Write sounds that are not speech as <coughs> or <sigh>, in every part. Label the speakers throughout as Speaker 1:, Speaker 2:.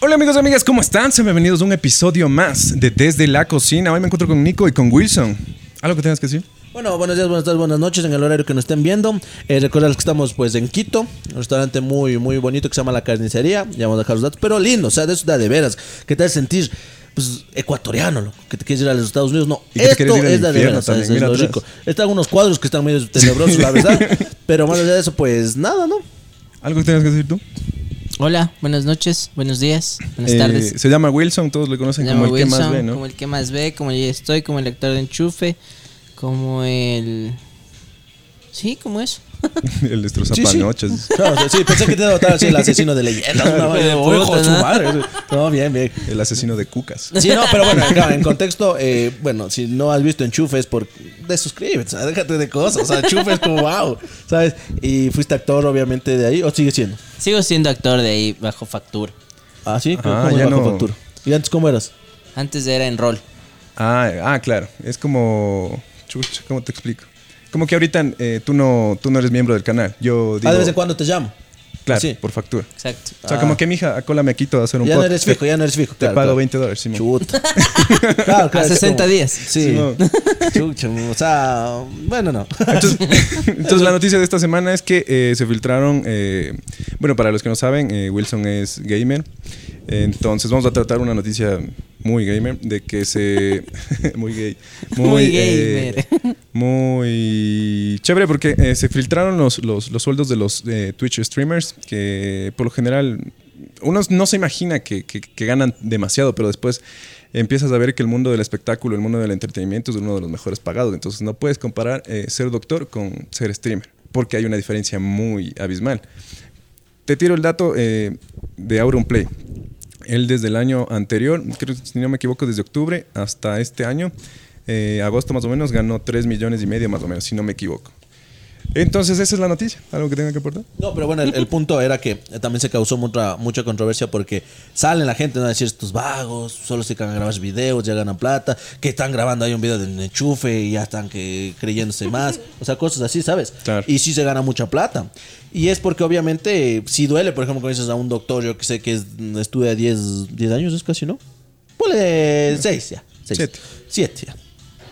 Speaker 1: Hola amigos y amigas, ¿cómo están? Sean bienvenidos a un episodio más de Desde la Cocina. Hoy me encuentro con Nico y con Wilson. ¿Algo que tengas que decir?
Speaker 2: Bueno, buenos días, buenas tardes, buenas noches en el horario que nos estén viendo. Eh, recuerda que estamos pues en Quito, un restaurante muy, muy bonito que se llama La Carnicería. Ya vamos a dejar los datos, pero lindo, o sea, de eso da de veras. Que te hace sentir pues, ecuatoriano, loco, que te quieres ir a los Estados Unidos. No,
Speaker 1: Y que te
Speaker 2: esto
Speaker 1: quieres ir al
Speaker 2: es la de
Speaker 1: infierno
Speaker 2: veras, ¿sabes?
Speaker 1: también, mira
Speaker 2: es lo
Speaker 1: atrás.
Speaker 2: rico. Están unos cuadros que están medio tenebrosos,
Speaker 1: <laughs>
Speaker 2: la verdad. Pero más allá de eso, pues nada, ¿no?
Speaker 1: ¿Algo que tengas que decir tú?
Speaker 3: Hola, buenas noches, buenos días, buenas
Speaker 1: Eh,
Speaker 3: tardes.
Speaker 1: Se llama Wilson, todos le conocen
Speaker 3: Me
Speaker 1: como el
Speaker 3: llamo
Speaker 1: que más
Speaker 3: Wilson,
Speaker 1: ve, ¿no?
Speaker 3: Como el que más ve, como el ya estoy, como el actor de enchufe, como el... Sí, como eso.
Speaker 1: <laughs> El destrozapanoches.
Speaker 2: Claro, o sea, sí, pensé que te iba a votar así el asesino de leyendas.
Speaker 1: <laughs>
Speaker 2: una madre,
Speaker 3: Ojo,
Speaker 2: ojo, su
Speaker 3: ¿no?
Speaker 2: madre. <laughs> No, bien, bien.
Speaker 1: El asesino de cucas.
Speaker 2: Sí, no, pero bueno, claro, en contexto, eh, bueno, si no has visto enchufes, por desuscríbete, o sea, déjate de cosas, o sea, enchufes como wow, ¿sabes? Y fuiste actor, obviamente, de ahí, o sigue siendo.
Speaker 3: Sigo siendo actor de ahí bajo factura.
Speaker 2: Ah, sí, ¿cómo,
Speaker 1: Ah,
Speaker 2: cómo
Speaker 1: ya
Speaker 2: es bajo
Speaker 1: no.
Speaker 2: factura? ¿Y antes cómo eras?
Speaker 3: Antes era en rol.
Speaker 1: Ah, ah, claro. Es como. Chucha, ¿cómo te explico? Como que ahorita eh, tú, no, tú no eres miembro del canal. Yo digo.
Speaker 2: ah, de vez en cuando te llamo.
Speaker 1: Claro,
Speaker 2: sí.
Speaker 1: por factura.
Speaker 3: Exacto.
Speaker 1: O sea,
Speaker 2: Ah.
Speaker 1: como que mi hija, acólame aquí todo a hacer un
Speaker 2: Ya no
Speaker 1: podcast.
Speaker 2: eres fijo, ya no eres fijo.
Speaker 1: Te
Speaker 2: claro,
Speaker 1: pago
Speaker 2: claro.
Speaker 1: 20 dólares, Simón. <laughs>
Speaker 2: Chuta. Claro, claro,
Speaker 3: A
Speaker 2: es
Speaker 3: 60
Speaker 2: como-
Speaker 3: días.
Speaker 2: Sí.
Speaker 1: Simón.
Speaker 2: Chucha, o sea, bueno, no.
Speaker 1: Entonces, entonces, <laughs> la noticia de esta semana es que eh, se filtraron, eh, bueno, para los que no saben, eh, Wilson es gamer. Entonces vamos a tratar una noticia muy gamer de que se... <laughs> muy gay.
Speaker 3: Muy
Speaker 1: eh,
Speaker 3: gamer.
Speaker 1: muy chévere porque eh, se filtraron los, los, los sueldos de los eh, Twitch streamers que por lo general uno no se imagina que, que- que ganan demasiado, pero después empiezas a ver que el mundo del espectáculo, el mundo del entretenimiento es uno de los mejores pagados. Entonces no puedes comparar eh, ser doctor con ser streamer porque hay una diferencia muy abismal. Te tiro el dato eh, de Auron Play. Él desde el año anterior, creo, si no me equivoco, desde octubre hasta este año, eh, agosto más o menos, ganó 3 millones y medio más o menos, si no me equivoco. Entonces esa es la noticia. ¿Algo que tenga que aportar?
Speaker 2: No, pero bueno, el, el punto era que eh, también se causó mucha, mucha controversia porque salen la gente ¿no? a decir estos vagos, solo se cagan a grabar videos, ya ganan plata, que están grabando ahí un video de un enchufe y ya están que creyéndose más, o sea, cosas así, ¿sabes?
Speaker 1: Claro.
Speaker 2: Y sí se gana mucha plata. Y es porque obviamente si duele, por ejemplo, cuando dices a un doctor, yo que sé que es- estudia 10, 10 años, es casi, ¿no? Ponle 6 ya. seis.
Speaker 1: Siete.
Speaker 2: Siete ya.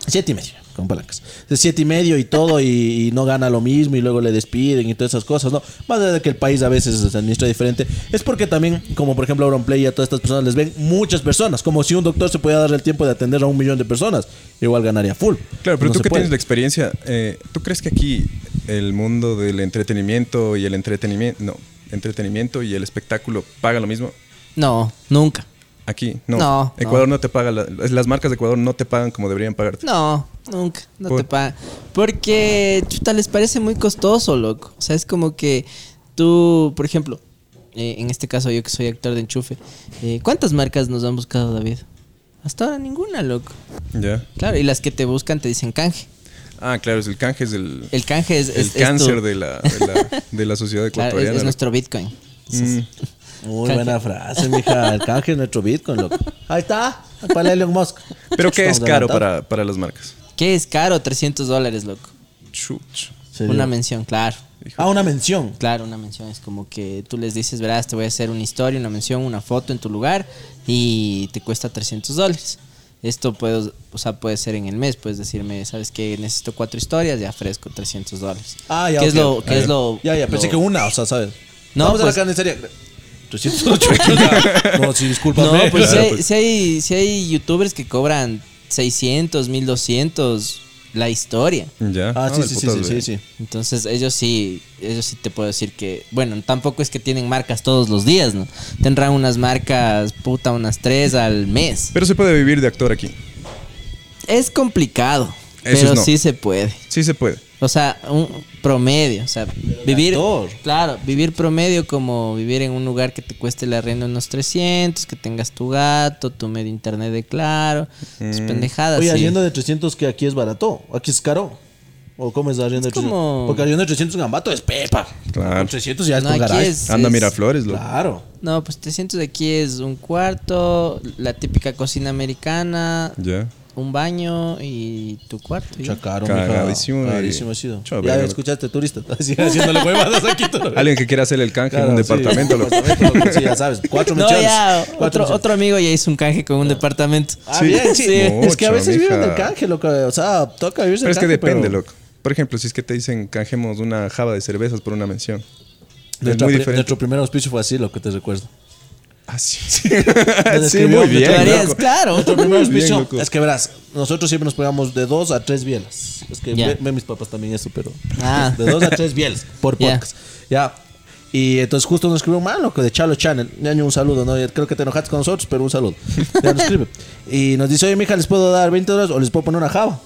Speaker 2: Siete y medio, con palancas. De siete y medio y todo, y, y no gana lo mismo, y luego le despiden y todas esas cosas, ¿no? Más allá de que el país a veces se administra diferente, es porque también, como por ejemplo Auronplay y a todas estas personas les ven muchas personas, como si un doctor se pudiera dar el tiempo de atender a un millón de personas, igual ganaría full.
Speaker 1: Claro, pero
Speaker 2: No
Speaker 1: tú
Speaker 2: se
Speaker 1: que
Speaker 2: puede.
Speaker 1: tienes la experiencia, eh, ¿tú crees que aquí el mundo del entretenimiento y el entretenimiento, no, entretenimiento y el espectáculo paga lo mismo?
Speaker 3: No, nunca.
Speaker 1: Aquí, no.
Speaker 3: No,
Speaker 1: Ecuador no, te paga, la- las marcas de Ecuador no te pagan como deberían pagarte.
Speaker 3: No, nunca, no
Speaker 1: Por-
Speaker 3: te pagan. Porque, chuta, les parece muy costoso, loco. O sea, es como que tú, por ejemplo, eh, en este caso yo que soy actor de enchufe, eh, ¿cuántas marcas nos han buscado, David? Hasta ahora ninguna, loco.
Speaker 1: Ya.
Speaker 3: Claro, y las que te buscan te dicen canje.
Speaker 1: Ah, claro, es el canje es el,
Speaker 3: El canje es...
Speaker 1: el
Speaker 3: es- es
Speaker 1: cáncer
Speaker 3: tu-
Speaker 1: de,
Speaker 3: <laughs>
Speaker 1: la, de,
Speaker 2: <laughs>
Speaker 1: la, de la sociedad
Speaker 3: Claro, es-
Speaker 1: ecuatoriana. Mm.
Speaker 3: es, nuestro Bitcoin. Entonces,
Speaker 2: Muy
Speaker 3: Canje.
Speaker 2: buena frase, mija. El canje es nuestro Bitcoin, loco. Ahí está, para Elon Musk.
Speaker 1: Pero ¿qué es
Speaker 2: Estamos
Speaker 1: caro
Speaker 2: adelantados.
Speaker 1: para, para las marcas?
Speaker 3: ¿Qué es caro? 300 dólares, loco.
Speaker 1: Chuch.
Speaker 2: Sí.
Speaker 3: Una mención, claro.
Speaker 2: Ah, una mención.
Speaker 3: Claro, una mención es como que tú les dices, verás, te voy a hacer una historia, una mención, una foto en tu lugar y te cuesta 300 dólares. Esto puedo, o sea, puede ser en el mes, puedes decirme, ¿sabes qué? Necesito cuatro historias, ya ofrezco 300 dólares.
Speaker 2: Ah, ya.
Speaker 3: ¿Qué
Speaker 2: ok.
Speaker 3: es lo, qué
Speaker 2: Ah,
Speaker 3: es
Speaker 2: ya.
Speaker 3: lo-
Speaker 2: Ya, ya,
Speaker 3: lo-
Speaker 2: pensé que una, o sea, ¿sabes?
Speaker 3: No,
Speaker 2: Vamos
Speaker 3: pues-
Speaker 2: a la carnicería.
Speaker 1: <laughs>
Speaker 2: 308. no, sí, discúlpame.
Speaker 3: No, pues, si,
Speaker 2: Claro,
Speaker 3: hay,
Speaker 2: pues.
Speaker 3: si hay- si hay youtubers que cobran 600, 1200 la historia.
Speaker 1: Ya.
Speaker 2: Ah, sí,
Speaker 1: del
Speaker 2: sí, sí,
Speaker 1: putazo,
Speaker 2: sí, sí,
Speaker 1: eh.
Speaker 2: sí.
Speaker 3: Entonces ellos sí, ellos sí te puedo decir que, bueno, tampoco es que tienen marcas todos los días, ¿no? Tendrán unas marcas, puta, unas tres al mes.
Speaker 1: Pero se puede vivir de actor aquí.
Speaker 3: Es complicado,
Speaker 1: Eso
Speaker 3: pero
Speaker 1: no.
Speaker 3: sí se puede.
Speaker 1: Sí se puede.
Speaker 3: O sea, un promedio, o sea, vivir...
Speaker 2: actor.
Speaker 3: Claro, vivir promedio como vivir en un lugar que te cueste la renta unos 300, que tengas tu gato, tu medio internet de claro, tus pendejadas.
Speaker 2: Oye,
Speaker 3: sí.
Speaker 2: arriendo de 300 que aquí es barato. Aquí es caro. ¿O cómo es arriendo de 300?
Speaker 3: como-
Speaker 2: Porque arriendo de 300 en Ambato es pepa.
Speaker 1: Claro.
Speaker 2: Con 300 ya es
Speaker 3: No,
Speaker 2: con
Speaker 3: aquí
Speaker 2: garage.
Speaker 3: es-
Speaker 1: Anda,
Speaker 3: es-
Speaker 1: mira flores, loco.
Speaker 2: Claro.
Speaker 3: No, pues 300 de aquí es un cuarto, la típica cocina americana,
Speaker 1: Ya.
Speaker 3: un baño y tu cuarto. y ya.
Speaker 2: Chacaron,
Speaker 1: Cagadísimo,
Speaker 2: mijo.
Speaker 1: eh.
Speaker 2: Cagadísimo ha sido.
Speaker 1: Chao,
Speaker 2: ya
Speaker 1: verga.
Speaker 2: escuchaste turista. <laughs> Así, haciéndole huevadas aquí todo.
Speaker 1: <laughs> Alguien que quiera hacer el canje en un departamento.
Speaker 2: <laughs>
Speaker 1: loco.
Speaker 2: loco. Sí, ya sabes. Cuatro
Speaker 3: <laughs> No,
Speaker 2: mechones.
Speaker 3: ya,
Speaker 2: Cuatro
Speaker 3: otro,
Speaker 2: mechones.
Speaker 3: otro amigo ya hizo un canje con un departamento.
Speaker 2: Ah, bien, sí.
Speaker 3: Sí.
Speaker 2: es que a
Speaker 1: Mucho,
Speaker 2: veces viven
Speaker 1: mija.
Speaker 2: del canje, loco. O sea, toca vivir del
Speaker 1: Pero es que
Speaker 2: canje,
Speaker 1: depende,
Speaker 2: pero-
Speaker 1: loco. Por ejemplo, si es que te dicen canjemos una java de cervezas por una mención. Es
Speaker 2: Nuestra
Speaker 1: muy
Speaker 2: pri-
Speaker 1: diferente.
Speaker 2: Nuestro primer auspicio fue así, lo que te recuerdo.
Speaker 1: Ah,
Speaker 2: <laughs>
Speaker 1: sí. sí. sí,
Speaker 2: escribió,
Speaker 1: muy
Speaker 2: te
Speaker 1: bien.
Speaker 3: Lo harías,
Speaker 1: loco.
Speaker 3: claro.
Speaker 2: Nuestro primer
Speaker 1: Bien,
Speaker 2: auspicio
Speaker 1: loco.
Speaker 2: es que verás, nosotros siempre nos pegamos de dos a tres bielas. Es que
Speaker 3: Ya.
Speaker 2: ve, ve mis papás también eso, pero
Speaker 3: Ah.
Speaker 2: de dos a tres bielas por
Speaker 3: Ya.
Speaker 2: podcast. Ya. Y entonces justo nos escribió un man, loco, de Chalo Channel. Ñaño, un saludo, ¿no? Ya Creo que te enojaste con nosotros, pero un saludo. Ya nos escribe. Y nos dice, oye, mija, ¿les puedo dar 20 dólares o les puedo poner una java?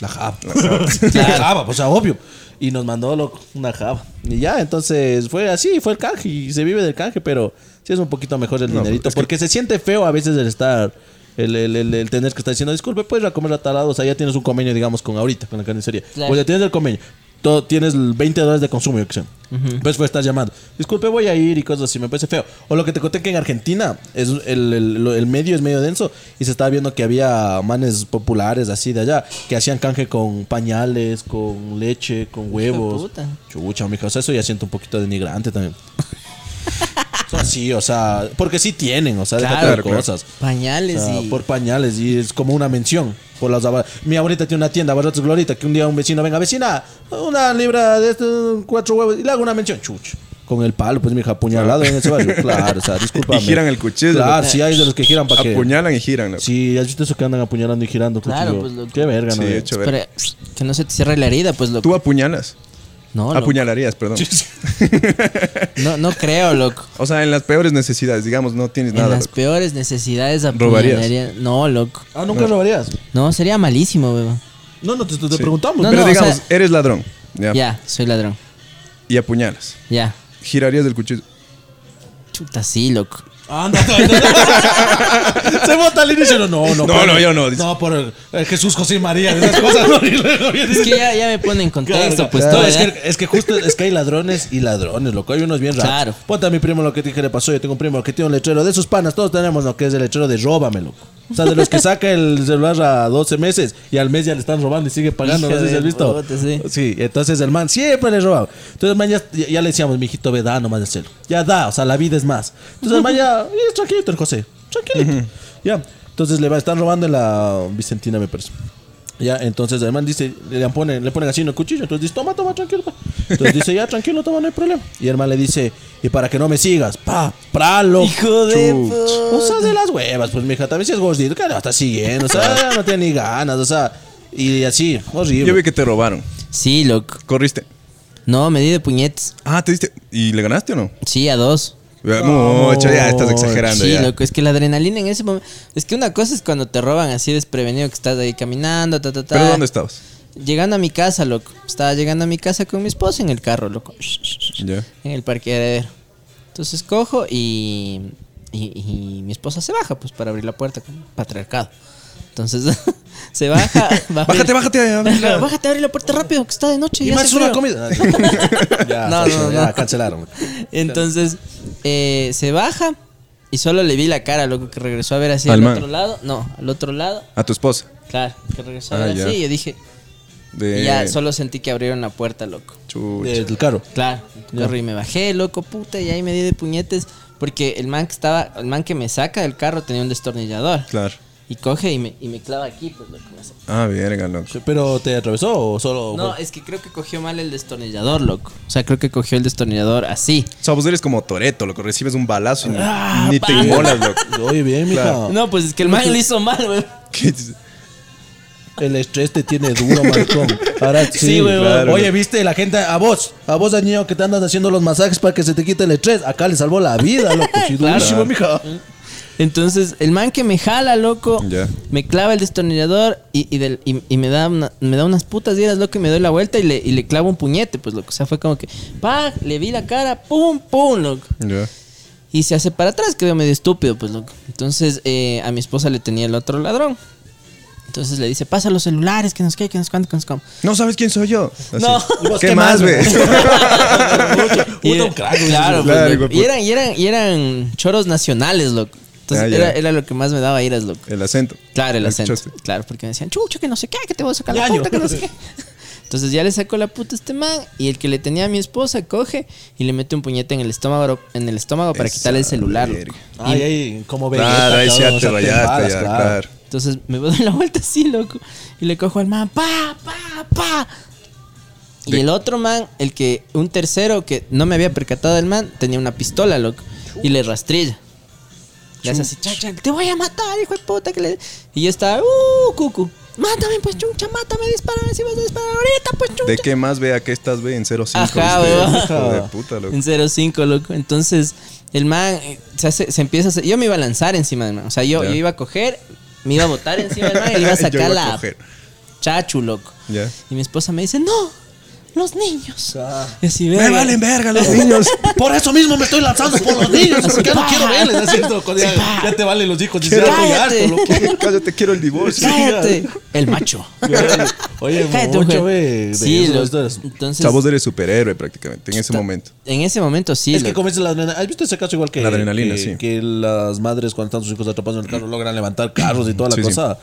Speaker 2: La java. <laughs> La java, pues, o sea, obvio. Y nos mandó, loco, una java. Y ya, entonces fue así, fue el canje. Y se vive del canje, pero sí es un poquito mejor el
Speaker 1: No, pues,
Speaker 2: dinerito.
Speaker 1: es que-
Speaker 2: porque se siente feo a veces el estar. El, el- el- el tener que estar diciendo, disculpe, puedes ir a comer a tal lado. O sea, ya tienes un convenio, digamos, con ahorita, con la carnicería.
Speaker 3: Claro.
Speaker 2: O ya tienes el convenio. Todo, tienes el 20 dólares de consumo, yo qué sé. Entonces puedes estar llamando. Disculpe, voy a ir y cosas así. Me parece feo. O lo que te conté que en Argentina es el, el- lo- el medio es medio denso. Y se estaba viendo que había manes populares así de allá que hacían canje con pañales, con leche, con huevos.
Speaker 3: puta.
Speaker 2: Chucha, mija. O sea, eso ya siento un poquito denigrante también. <laughs> O sea, sí, o sea, porque sí tienen, o sea, déjate
Speaker 3: Claro,
Speaker 2: de
Speaker 1: claro.
Speaker 2: cosas.
Speaker 3: Pañales
Speaker 2: O sea,
Speaker 3: y.
Speaker 2: Ah, por pañales y es como una mención por las abra- mi abuelita tiene una tienda Barrotes Glorita que un día un vecino venga vecina una libra de estos cuatro huevos y le hago una mención chucho con el palo pues mi hija apuñalado en ese
Speaker 1: <laughs>
Speaker 2: barrio claro o sea disculpa
Speaker 1: Y giran el cuchillo.
Speaker 2: claro sí hay de los que giran para que
Speaker 1: Apuñalan y giran, loco.
Speaker 2: sí has visto eso que andan apuñalando y girando cuchillo?
Speaker 3: Claro, pues, loco.
Speaker 2: qué verga
Speaker 1: Sí,
Speaker 2: no <laughs>
Speaker 1: hecho verga.
Speaker 3: Espera, que no se te cierre la herida, pues loco.
Speaker 1: Tú apuñalas.
Speaker 3: No, loco.
Speaker 1: Apuñalarías, perdón.
Speaker 3: No, no creo, loco.
Speaker 1: O sea, en las peores necesidades, digamos, no tienes
Speaker 3: en
Speaker 1: nada.
Speaker 3: las
Speaker 1: loco.
Speaker 3: peores necesidades
Speaker 1: ¿Robarías?
Speaker 3: apuñalaría- No, loco.
Speaker 2: ah nunca robarías
Speaker 3: No, sería malísimo, bebé.
Speaker 2: no no te, te- te
Speaker 1: Sí.
Speaker 2: preguntamos
Speaker 3: No,
Speaker 1: Pero
Speaker 3: no, o
Speaker 1: digamos,
Speaker 3: sea-
Speaker 1: eres ladrón. Ya.
Speaker 3: Ya, soy ladrón.
Speaker 1: Y apuñalas.
Speaker 3: Ya.
Speaker 1: Girarías el cuchillo.
Speaker 3: Chuta,
Speaker 2: <laughs>
Speaker 3: sí, loco.
Speaker 2: Anda, anda,
Speaker 1: <laughs>
Speaker 2: anda. Se vota al inicio. No, no,
Speaker 1: No,
Speaker 2: no. por-
Speaker 1: no, yo no.
Speaker 2: No, por eh, Jesús, José y María. Esas cosas no. <laughs>
Speaker 3: Es que ya, ya me pone en contexto, pues
Speaker 2: No,
Speaker 3: todo.
Speaker 2: es,
Speaker 3: ya.
Speaker 2: que, es que justo es que hay ladrones y ladrones, loco. Hay unos bien raros.
Speaker 3: Claro.
Speaker 2: Ponte a mi primo lo que te dije le pasó. Yo tengo un primo que tiene un letrero de esos panas. Todos tenemos lo que es el letrero de róbame, loco. O sea, de los que saca el celular a 12 meses y al mes ya le están robando y sigue pagando.
Speaker 3: Hijo
Speaker 2: ¿No sé si
Speaker 3: de
Speaker 2: has visto?
Speaker 3: puta, sí.
Speaker 2: Sí, entonces el man siempre le robaba. Entonces el man ya, ya le decíamos, mijito, ve, da nomás el celo. Ya da, o sea, la vida es más. Entonces el man
Speaker 3: <laughs>
Speaker 2: ya, "Eh, tranquilito el José, tranquilito. Ya, entonces le va, están robando en la Vicentina, me parece. Ya, entonces el man dice, le ponen, le ponen así en el cuchillo. Entonces dice, toma, toma, tranquilo. pa". Entonces dice, ya, tranquilo, toma, no hay problema. Y el man le dice, y para que no me sigas, pa, pralo.
Speaker 3: Hijo de
Speaker 1: Chuch.
Speaker 3: pu-
Speaker 2: O sea, de las huevas, pues, mija, también si es gordito, que no está siguiendo, o
Speaker 3: <laughs>
Speaker 2: sea, no tiene ni ganas, o sea, y así, horrible.
Speaker 1: Yo vi que te robaron.
Speaker 3: Sí, loco.
Speaker 1: Corriste.
Speaker 3: No, me di de puñetes.
Speaker 1: Ah, te diste. ¿Y le ganaste o no?
Speaker 3: Sí, a dos.
Speaker 1: Mucho, ya estás exagerando.
Speaker 3: Sí,
Speaker 1: ya.
Speaker 3: loco, es que la adrenalina en ese momento. Es que una cosa es cuando te roban así desprevenido, que estás ahí caminando, ta, ta, ta.
Speaker 1: ¿Pero dónde estabas?
Speaker 3: Llegando a mi casa, loco. Estaba llegando a mi casa con mi esposa en el carro, loco.
Speaker 1: Ya.
Speaker 3: En el parqueadero. Entonces cojo y, y, y mi esposa se baja, pues, para abrir la puerta. como Patriarcado. Entonces <laughs>
Speaker 1: <laughs>
Speaker 3: se baja. va a abrir-
Speaker 1: Bájate, bájate.
Speaker 3: <laughs>
Speaker 1: a ver, la-
Speaker 3: Bájate, abre la puerta rápido, que está de noche.
Speaker 2: Y
Speaker 3: ya
Speaker 2: más
Speaker 3: hace
Speaker 2: es una
Speaker 3: frío. <laughs>
Speaker 2: comida. ya,
Speaker 3: No,
Speaker 2: Sacha,
Speaker 3: no,
Speaker 2: ya
Speaker 3: no.
Speaker 2: cancelaron.
Speaker 3: Entonces, eh, se baja y solo le vi la cara, loco, que regresó a ver así
Speaker 1: Al
Speaker 3: al
Speaker 1: man.
Speaker 3: otro lado. No, al otro lado.
Speaker 1: A tu esposa.
Speaker 3: Claro, que regresó a
Speaker 1: Ah,
Speaker 3: ver
Speaker 1: ya.
Speaker 3: así y yo dije,
Speaker 1: De...
Speaker 3: y ya solo sentí que abrieron la puerta, loco.
Speaker 1: Chucha.
Speaker 2: Del carro.
Speaker 3: Claro, corrí y me bajé, loco, puta, y ahí me di de puñetes. Porque el man que estaba, el man que me saca del carro tenía un destornillador.
Speaker 1: Claro.
Speaker 3: Y coge y me, y me clava aquí, pues loco. me hace-
Speaker 1: Ah, verga, loco.
Speaker 2: ¿Pero te atravesó o solo.?
Speaker 3: No, es que creo que cogió mal el destornillador, loco. O sea, creo que cogió el destornillador así.
Speaker 1: O sea, vos eres como Toreto, loco. Recibes un balazo y ni- ni te
Speaker 3: Ah, pa.
Speaker 1: inmolas, loco. <laughs>
Speaker 2: Oye, bien, mija.
Speaker 1: Claro.
Speaker 3: eh. No, pues es que
Speaker 1: <laughs>
Speaker 3: el man lo hizo mal, güey.
Speaker 1: ¿Qué dices?
Speaker 2: El estrés te tiene duro, maricón. Ahora sí,
Speaker 3: <laughs> Sí, huevón.
Speaker 1: Claro.
Speaker 2: Oye, viste, la gente, a vos, a vos, al niño que te andas haciendo los masajes para que se te quite el estrés. Acá le salvó la vida, loco. Sí,
Speaker 3: <laughs> Claro.
Speaker 2: durísimo, mija.
Speaker 3: Entonces, el man que me jala, loco,
Speaker 1: Ya.
Speaker 3: me clava el destornillador y, y, del- y- y me, da una- me da unas putas dieras, loco, y me doy la vuelta y le, y le clavo un puñete, pues, loco. O sea, fue como que, pa, le vi la cara, pum, pum, loco.
Speaker 1: Ya.
Speaker 3: Y se hace para atrás, quedó medio estúpido, pues, loco. Entonces, eh, a mi esposa le tenía el otro ladrón. Entonces le dice, pasa los celulares, que nos qué, que nos cuánto, que nos cómo.
Speaker 1: No sabes quién soy yo. Así.
Speaker 3: No.
Speaker 1: ¿Qué, más, güey?
Speaker 3: Y- <laughs>
Speaker 2: Puta, un crack, güey.
Speaker 3: claro, pues,
Speaker 1: Claro,
Speaker 3: loco.
Speaker 1: hijo de
Speaker 3: y, eran, y, eran, y eran choros nacionales, loco. Entonces
Speaker 1: Ah, ya.
Speaker 3: era, era lo que más me daba iras, loco.
Speaker 1: El acento.
Speaker 3: Claro, el
Speaker 1: ¿Lo
Speaker 3: acento.
Speaker 1: escuchaste?
Speaker 3: Claro, porque me decían, chucho, que no sé qué, que te voy a sacar la
Speaker 2: Ñaño.
Speaker 3: puta, que no sé qué. <laughs> Entonces ya le sacó la puta a este man y el que le tenía a mi esposa coge y le mete un puñete en el estómago, en el estómago para
Speaker 1: Esa
Speaker 3: quitarle el celular.
Speaker 1: verga.
Speaker 3: loco. Y
Speaker 2: Ay, ay, como Vegeta,
Speaker 1: Claro, ahí sí
Speaker 2: cabrón,
Speaker 1: ya te
Speaker 2: o sea,
Speaker 1: rayaste,
Speaker 2: embalas,
Speaker 1: ya, claro.
Speaker 3: Entonces me doy la vuelta así, loco. Y le cojo al man, pa, pa, pa. Y
Speaker 1: De-
Speaker 3: el otro man, el que, un tercero que no me había percatado del man, tenía una pistola, loco. Y le rastrilla. Le hace así, chac, chac, te voy a matar, hijo de puta. Que le... Y yo estaba, uh, cucu. Mátame, pues chuncha, mátame, dispárame si vas a disparar ahorita, pues chuncha.
Speaker 1: ¿De qué más vea que estás, ve en 05?
Speaker 3: Ajá,
Speaker 1: ¿viste?
Speaker 3: weón.
Speaker 1: Hijo de puta, loco.
Speaker 3: En 05, loco. Entonces, el man eh, se, hace- se empieza a hacer- Yo me iba a lanzar encima del man. O sea, yo,
Speaker 1: Ya.
Speaker 3: yo iba a coger, me iba a botar
Speaker 1: <laughs>
Speaker 3: encima del man y le iba a
Speaker 1: Yo
Speaker 3: sacar
Speaker 1: iba a
Speaker 3: la
Speaker 1: coger.
Speaker 3: chachu, loco.
Speaker 1: Ya.
Speaker 3: Y mi esposa me dice, no, los niños.
Speaker 2: Ah.
Speaker 3: Y así,
Speaker 1: Me
Speaker 3: verga.
Speaker 1: valen verga los <laughs> niños.
Speaker 2: Por eso mismo me estoy lanzando por los niños, porque ya no
Speaker 3: Pa.
Speaker 2: quiero verles. así, loco, ya,
Speaker 3: Sí, pa.
Speaker 2: ya te valen los hijos, dice, ya
Speaker 1: Quiero-
Speaker 2: estoy harto,
Speaker 3: Cállate.
Speaker 2: loco.
Speaker 1: Cállate, quiero el divorcio.
Speaker 3: Cállate.
Speaker 1: <laughs>
Speaker 3: El macho.
Speaker 2: Oye,
Speaker 3: Cállate,
Speaker 2: mucho,
Speaker 3: mujer.
Speaker 2: güey.
Speaker 3: Sí,
Speaker 2: Sí,
Speaker 3: lo-
Speaker 2: es
Speaker 3: entonces,
Speaker 1: Chavos, eres superhéroe prácticamente en ese momento.
Speaker 3: en ese momento sí.
Speaker 2: que
Speaker 3: loco.
Speaker 2: comienza la adrenalina. ¿Has visto ese caso igual que
Speaker 1: La adrenalina,
Speaker 2: que,
Speaker 1: sí.
Speaker 2: que las madres cuando están sus hijos atrapados en el carro logran levantar carros y toda la
Speaker 1: Sí, sí.
Speaker 2: cosa?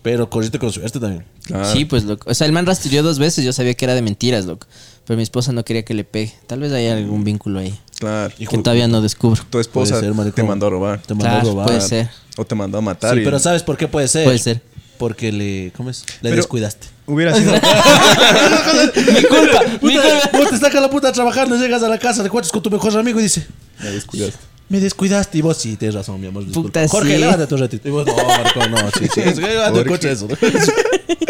Speaker 2: Pero corriste con suerte también.
Speaker 1: Claro.
Speaker 3: Sí, pues, loco. O sea, el man rastrilló dos veces. Yo sabía que era de mentiras, loco. Pero mi esposa no quería que le pegue. Tal vez haya algún vínculo ahí.
Speaker 1: Claro.
Speaker 2: Hijo
Speaker 3: que
Speaker 2: de-
Speaker 3: todavía
Speaker 1: <laughs>
Speaker 3: no descubro.
Speaker 1: Tu esposa
Speaker 2: Puede ser, maricón.
Speaker 1: te mandó a robar.
Speaker 2: Te mandó a
Speaker 3: Claro,
Speaker 2: robar.
Speaker 3: puede ser.
Speaker 1: O te mandó a matar.
Speaker 2: Sí,
Speaker 1: y-
Speaker 2: pero ¿sabes por qué puede ser?
Speaker 3: Puede ser.
Speaker 2: Porque le. ¿Cómo es? Le
Speaker 1: Pero
Speaker 2: descuidaste.
Speaker 1: Hubiera <laughs> sido.
Speaker 2: mi
Speaker 3: culpa, <laughs> <laughs> mi
Speaker 2: Puta, vos te sacas la puta a trabajar, no llegas a la casa, te encuentras con tu mejor amigo y dice.
Speaker 1: Me descuidaste.
Speaker 2: Me descuidaste y vos sí, tienes razón, mi amor. disculpa.
Speaker 3: Puta,
Speaker 2: Jorge,
Speaker 3: sí.
Speaker 2: levántate un ratito. Y vos, no, Marco, no, sí,
Speaker 1: <laughs>
Speaker 2: sí. Levántate el
Speaker 1: Jorge.
Speaker 2: coche eso. <laughs> ¿Por qué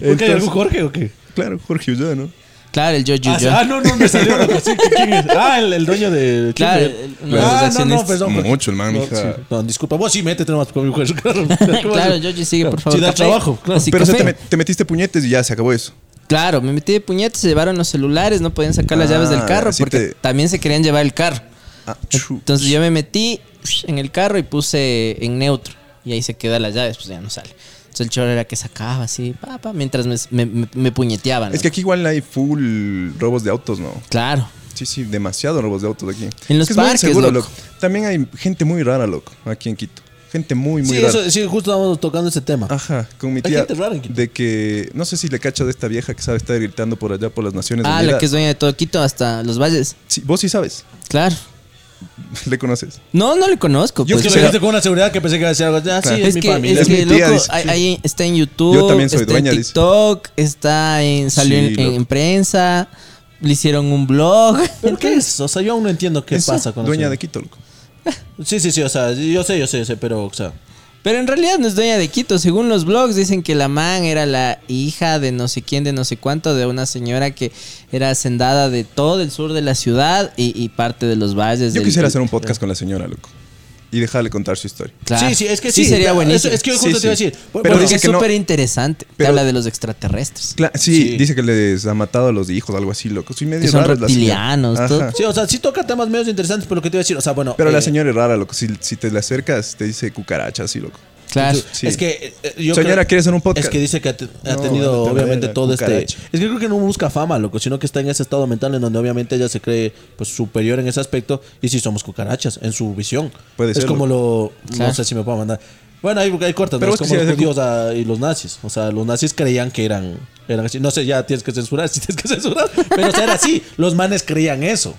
Speaker 2: hay
Speaker 1: Entonces-
Speaker 2: algún Jorge o qué?
Speaker 1: Claro, Jorge Ullá, ¿no?
Speaker 3: Claro, el yo, yo,
Speaker 2: Ah,
Speaker 3: yo.
Speaker 2: ah, no, no, me salió una cosita. ¿Quién es? Ah, el, el dueño de.
Speaker 3: Claro,
Speaker 2: ¿quién?
Speaker 3: el- uno de los
Speaker 2: Ah, no, no,
Speaker 3: accionistas.
Speaker 2: perdón. Jorge.
Speaker 1: Mucho, el man,
Speaker 2: No,
Speaker 1: mija.
Speaker 2: sí. No, disculpa, vos sí, métete nomás con mi mujer. <laughs> Claro,
Speaker 3: <laughs> Claro, Yoji, sigue, por favor.
Speaker 2: Si da
Speaker 3: café.
Speaker 2: trabajo, claro.
Speaker 3: Así,
Speaker 1: Pero o sea,
Speaker 3: café.
Speaker 1: te, met- te metiste puñetes y ya se acabó eso.
Speaker 3: Claro, me metí de puñetes, se llevaron los celulares, no podían sacar las
Speaker 1: Ah,
Speaker 3: llaves del carro
Speaker 1: así
Speaker 3: porque
Speaker 1: te-
Speaker 3: también se querían llevar el carro.
Speaker 1: Ah, chu.
Speaker 3: Entonces yo me metí en el carro y puse en neutro y ahí se quedan las llaves, pues ya no sale. Entonces el chorro era que sacaba así, pa, pa, mientras me, me- me- me puñeteaban. ¿no?
Speaker 1: Es que aquí igual hay full robos de autos, ¿no?
Speaker 3: Claro.
Speaker 1: Sí, sí, demasiado robos de autos aquí.
Speaker 3: En
Speaker 1: Es
Speaker 3: los
Speaker 1: que es muy
Speaker 3: parques,
Speaker 1: inseguro,
Speaker 3: loco.
Speaker 1: También hay gente muy rara, loco, aquí en Quito. Gente muy, muy
Speaker 2: Sí,
Speaker 1: rara.
Speaker 2: eso, sí, justo estábamos tocando ese tema.
Speaker 3: Ah,
Speaker 1: Ajá, con mi
Speaker 2: Hay
Speaker 1: tía.
Speaker 2: gente rara en Quito.
Speaker 1: de que no sé si le cacha de esta vieja que sabe estar gritando por allá por las Naciones
Speaker 3: Ah, la
Speaker 1: Unidas.
Speaker 3: que es dueña de todo Quito hasta los valles.
Speaker 1: Sí, vos sí sabes, <laughs>
Speaker 3: Claro.
Speaker 1: le conoces.
Speaker 3: No, no le conozco.
Speaker 2: Yo
Speaker 3: pues,
Speaker 2: es que
Speaker 3: pero-
Speaker 2: me quedé con una seguridad que pensé que iba a decir algo. Ah, sí,
Speaker 1: Claro.
Speaker 2: es,
Speaker 3: es
Speaker 2: mi
Speaker 3: que,
Speaker 2: familia.
Speaker 3: es
Speaker 1: es mi
Speaker 3: que,
Speaker 1: tía,
Speaker 3: loco,
Speaker 1: dice.
Speaker 3: ahí- ahí está en YouTube,
Speaker 1: Yo también soy
Speaker 3: está
Speaker 1: dueña,
Speaker 3: en
Speaker 1: dice.
Speaker 3: TikTok, está en, salió
Speaker 1: Sí,
Speaker 3: en- en,
Speaker 1: loco.
Speaker 3: en prensa, le hicieron
Speaker 1: <laughs>
Speaker 3: un blog.
Speaker 2: ¿Pero qué es? O sea, yo aún no entiendo qué
Speaker 1: Eso,
Speaker 2: pasa con
Speaker 1: Dueña
Speaker 2: eso.
Speaker 1: de Quito, loco.
Speaker 2: Sí, sí, sí, o sea, yo sé, yo sé, yo sé, pero, o sea.
Speaker 3: Pero en realidad no es dueña de Quito. Según los blogs dicen que la man era la hija de no sé quién, de no sé cuánto, de una señora que era hacendada de todo el sur de la ciudad y, y parte de los valles.
Speaker 1: Yo
Speaker 3: del-
Speaker 1: quisiera hacer un podcast con la señora, loco. Y dejarle contar su historia.
Speaker 3: Claro.
Speaker 2: Sí, sí, es que sí.
Speaker 3: sí. sería
Speaker 2: la-
Speaker 3: buenísimo.
Speaker 2: Es, es que yo justo
Speaker 1: Sí,
Speaker 2: te iba a
Speaker 1: sí.
Speaker 2: decir.
Speaker 1: Pero
Speaker 2: Pero
Speaker 3: Porque
Speaker 1: dice
Speaker 3: es
Speaker 1: que no-
Speaker 3: súper interesante. Te
Speaker 1: pero-
Speaker 3: habla de los extraterrestres.
Speaker 1: Cla- sí,
Speaker 2: Sí.
Speaker 1: dice que les ha matado a los hijos, algo así, loco. Soy medio
Speaker 3: Que son
Speaker 1: raro, es la señora.
Speaker 3: reptilianos,
Speaker 1: Ajá.
Speaker 3: todo.
Speaker 2: sí, o sea, sí toca temas medios interesantes, pero lo que te iba a decir, o sea, bueno.
Speaker 1: Pero la
Speaker 2: eh,
Speaker 1: señora es rara, loco. Si, si te le acercas, te dice cucaracha, así, loco.
Speaker 3: Claro.
Speaker 1: Sí.
Speaker 2: Es que eh, yo
Speaker 1: Señora,
Speaker 2: creo-
Speaker 1: ¿quiere hacer un podcast?
Speaker 2: Es que dice que ha, te- ha
Speaker 1: No,
Speaker 2: tenido
Speaker 1: no te
Speaker 2: obviamente
Speaker 1: verga,
Speaker 2: todo este... Es
Speaker 1: cucaracha.
Speaker 2: que creo que no busca fama, loco, sino que está en ese estado mental en donde obviamente ella se cree pues superior en ese aspecto y si somos cucarachas en su visión.
Speaker 1: Puede
Speaker 2: es
Speaker 1: ser,
Speaker 2: como lo...
Speaker 3: Claro.
Speaker 2: No sé si me puedo mandar. Bueno, hay, hay cortas,
Speaker 1: Pero
Speaker 2: ¿no?
Speaker 1: es
Speaker 2: Es
Speaker 1: que sí,
Speaker 2: como los
Speaker 1: es el-
Speaker 2: judíos ah, y los nazis. O sea, los nazis creían que eran, eran así. No sé, ya tienes que censurar, <laughs> si tienes que censurar. Pero o sea, era así. Los manes creían eso.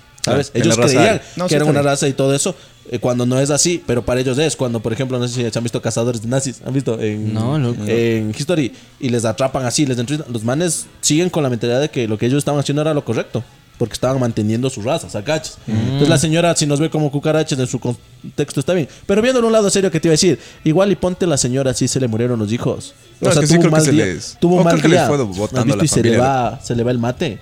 Speaker 1: Claro,
Speaker 2: ¿Sabes?
Speaker 1: Ah, en
Speaker 2: Ellos
Speaker 1: la raza
Speaker 2: creían
Speaker 1: aria. No,
Speaker 2: que
Speaker 1: sí,
Speaker 2: era una
Speaker 1: también.
Speaker 2: raza y todo eso, eh, cuando no es así, pero para ellos es. Cuando, por ejemplo, no sé si se han visto cazadores de nazis, han visto en,
Speaker 3: No, loco.
Speaker 2: en History, y les atrapan así, les entrevistan. Los manes siguen con la mentalidad de que lo que ellos estaban haciendo era lo correcto, porque estaban manteniendo su raza, sacachas.
Speaker 3: Mm.
Speaker 2: Entonces la señora, si nos ve como cucarachas en su contexto, está bien. Pero viendo un lado serio que te iba a decir, igual y ponte la señora si se le murieron los hijos.
Speaker 1: No,
Speaker 2: o sea,
Speaker 1: es que sí creo
Speaker 2: tuvo un
Speaker 1: que
Speaker 2: mal
Speaker 1: se
Speaker 2: día.
Speaker 1: les-
Speaker 2: Tuvo
Speaker 1: no,
Speaker 2: un mal
Speaker 1: creo que les
Speaker 2: día.
Speaker 1: fue
Speaker 2: ¿Has
Speaker 1: botando
Speaker 2: visto?
Speaker 1: la
Speaker 2: y se le,
Speaker 1: familia,
Speaker 2: va, se le va el mate.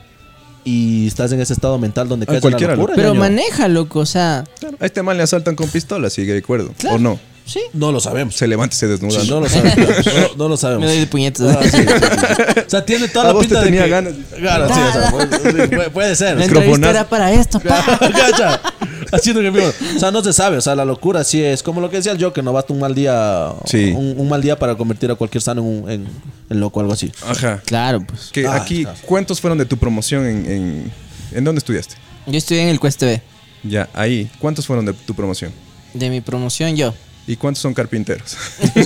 Speaker 2: Y estás en ese estado mental donde
Speaker 1: Ah,
Speaker 2: caes en la
Speaker 1: cualquiera,
Speaker 2: locura.
Speaker 1: loco.
Speaker 3: Pero
Speaker 2: ñaño.
Speaker 3: maneja, loco. O sea.
Speaker 1: Claro. A este man le asaltan con pistola, sigue de acuerdo.
Speaker 3: Claro.
Speaker 1: O no.
Speaker 3: Sí.
Speaker 2: No lo sabemos.
Speaker 1: Se levanta y se desnuda.
Speaker 2: Sí,
Speaker 1: ¿no?
Speaker 2: no
Speaker 1: <laughs>
Speaker 2: lo sabemos. No, no lo sabemos.
Speaker 3: Me doy de puñetas.
Speaker 2: Ah, sí, sí, sí. O sea, tiene toda
Speaker 1: A
Speaker 2: la
Speaker 1: vos te
Speaker 2: pinta de
Speaker 1: tenía
Speaker 2: que...
Speaker 1: ganas.
Speaker 2: Claro, sí, o sea, puede, puede- puede ser.
Speaker 3: <laughs> La
Speaker 1: Microfonazo.
Speaker 3: entrevista era para esto, pa.
Speaker 2: <laughs> Cacha. Haciendo que vivo. O sea, no se sabe. O sea, la locura sí es como lo que decía el Joker. No basta un mal día.
Speaker 1: Sí.
Speaker 2: Un, un mal día para convertir a cualquier sano en, un- en, en loco algo así.
Speaker 1: Ajá.
Speaker 3: Claro, pues.
Speaker 1: Que
Speaker 2: Ah,
Speaker 1: aquí,
Speaker 2: claro.
Speaker 1: ¿cuántos fueron de tu promoción en, en. ¿En dónde estudiaste?
Speaker 3: Yo estudié en el Cueste B.
Speaker 1: Ya, ahí. ¿Cuántos fueron de tu promoción?
Speaker 3: De mi promoción yo.
Speaker 1: ¿Y cuántos son carpinteros?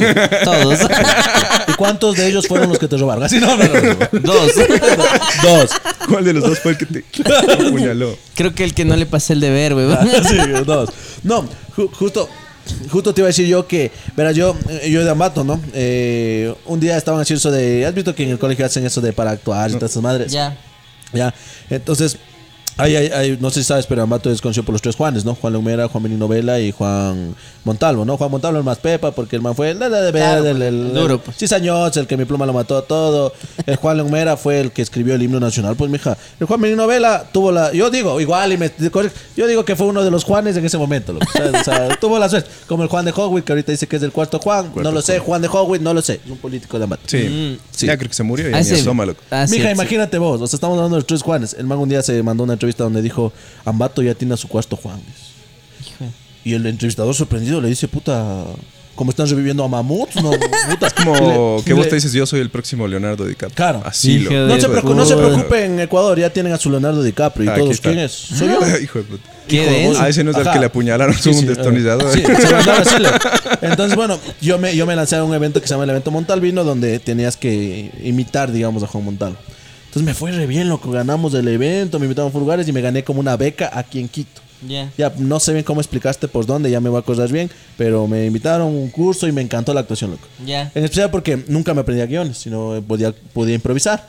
Speaker 1: <laughs>
Speaker 3: Todos.
Speaker 2: ¿Y cuántos de ellos fueron los que te robaron? Así no, no, no, no.
Speaker 3: Dos.
Speaker 1: <laughs>
Speaker 2: Dos.
Speaker 1: ¿Cuál de los dos fue el que te apuñaló?
Speaker 3: Creo que el que no le pasé el deber,
Speaker 2: Ah,
Speaker 3: weón.
Speaker 2: <laughs> sí, dos. No, ju- justo. Justo te iba a decir yo que, verás, yo, yo de Ambato, ¿no? Eh, un día estaban haciendo eso de. ¿Has visto que en el colegio hacen eso de para actuar y todas esas madres?
Speaker 3: <laughs> Ya.
Speaker 2: Ya, entonces, hay, hay, hay- no sé si sabes, pero Ambato es conocido por los tres Juanes, ¿no? Juan Lumera, Juan Benino Vela y Juan Montalvo, ¿no? Juan Montalvo el más pepa, porque el man fue la, la, la,
Speaker 3: Claro,
Speaker 2: el, el-
Speaker 3: el duro, pues.
Speaker 2: cizañoso, el que mi pluma lo mató todo. El Juan Lumera fue el que escribió el himno nacional, pues mija. El Juan Benino Vela tuvo la, yo digo, igual, y me, yo digo que fue uno de los Juanes en ese momento, loco. O sea, o sea, <laughs> tuvo la suerte. Como el Juan de Hogwitt, que ahorita dice que es el cuarto Juan, no lo sé, Juan de Hogwitt, no lo sé. Es un político de Ambato.
Speaker 1: Sí.
Speaker 2: Sí.
Speaker 1: Ya creo que se murió y
Speaker 3: Ah,
Speaker 1: ni
Speaker 3: ese-
Speaker 1: asoma, loco.
Speaker 3: ah, sí,
Speaker 2: Mija,
Speaker 3: sí.
Speaker 2: imagínate vos, o sea, estamos hablando de los tres Juanes. El man un día se mandó una entrevista donde dijo, Ambato ya tiene a su cuarto Juan.
Speaker 3: Hijo de-
Speaker 2: Y el entrevistador sorprendido le dice, puta, ¿cómo están reviviendo a Mamut? No,
Speaker 1: <laughs>
Speaker 2: puta.
Speaker 1: Como
Speaker 2: Y le-
Speaker 1: que
Speaker 2: y
Speaker 1: vos
Speaker 2: le-
Speaker 1: te dices, yo soy el próximo Leonardo DiCaprio.
Speaker 2: Claro.
Speaker 1: Así,
Speaker 3: Hijo
Speaker 1: loco.
Speaker 3: de
Speaker 2: No se, preocu- no se
Speaker 3: puta.
Speaker 2: preocupe, en Ecuador ya tienen a su Leonardo DiCaprio. ¿Y
Speaker 1: Ah, aquí
Speaker 2: todos
Speaker 1: está.
Speaker 2: quién es? Soy yo.
Speaker 1: <laughs> Hijo de puta.
Speaker 3: Qué
Speaker 2: Hijo de
Speaker 3: denso.
Speaker 2: vos.
Speaker 1: Ah, ese no es al
Speaker 2: Ajá.
Speaker 1: que le apuñalaron con un
Speaker 2: eh,
Speaker 1: destornillador.
Speaker 2: sí,
Speaker 1: <laughs>
Speaker 2: se mandaba así, le- Entonces, bueno, yo me, yo me lancé a un evento que se llama el evento Montalvino, donde tenías que imitar, digamos, a Juan Montalvo. Entonces me fue re bien, loco. Ganamos el evento, me invitaron a lugares y me gané como una beca aquí en Quito.
Speaker 3: Ya.
Speaker 2: Ya no sé bien cómo explicaste por dónde, ya me voy a acordar bien, pero me invitaron a un curso y me encantó la actuación, loco.
Speaker 3: Ya.
Speaker 2: En especial porque nunca me aprendía guiones, sino podía, podía improvisar.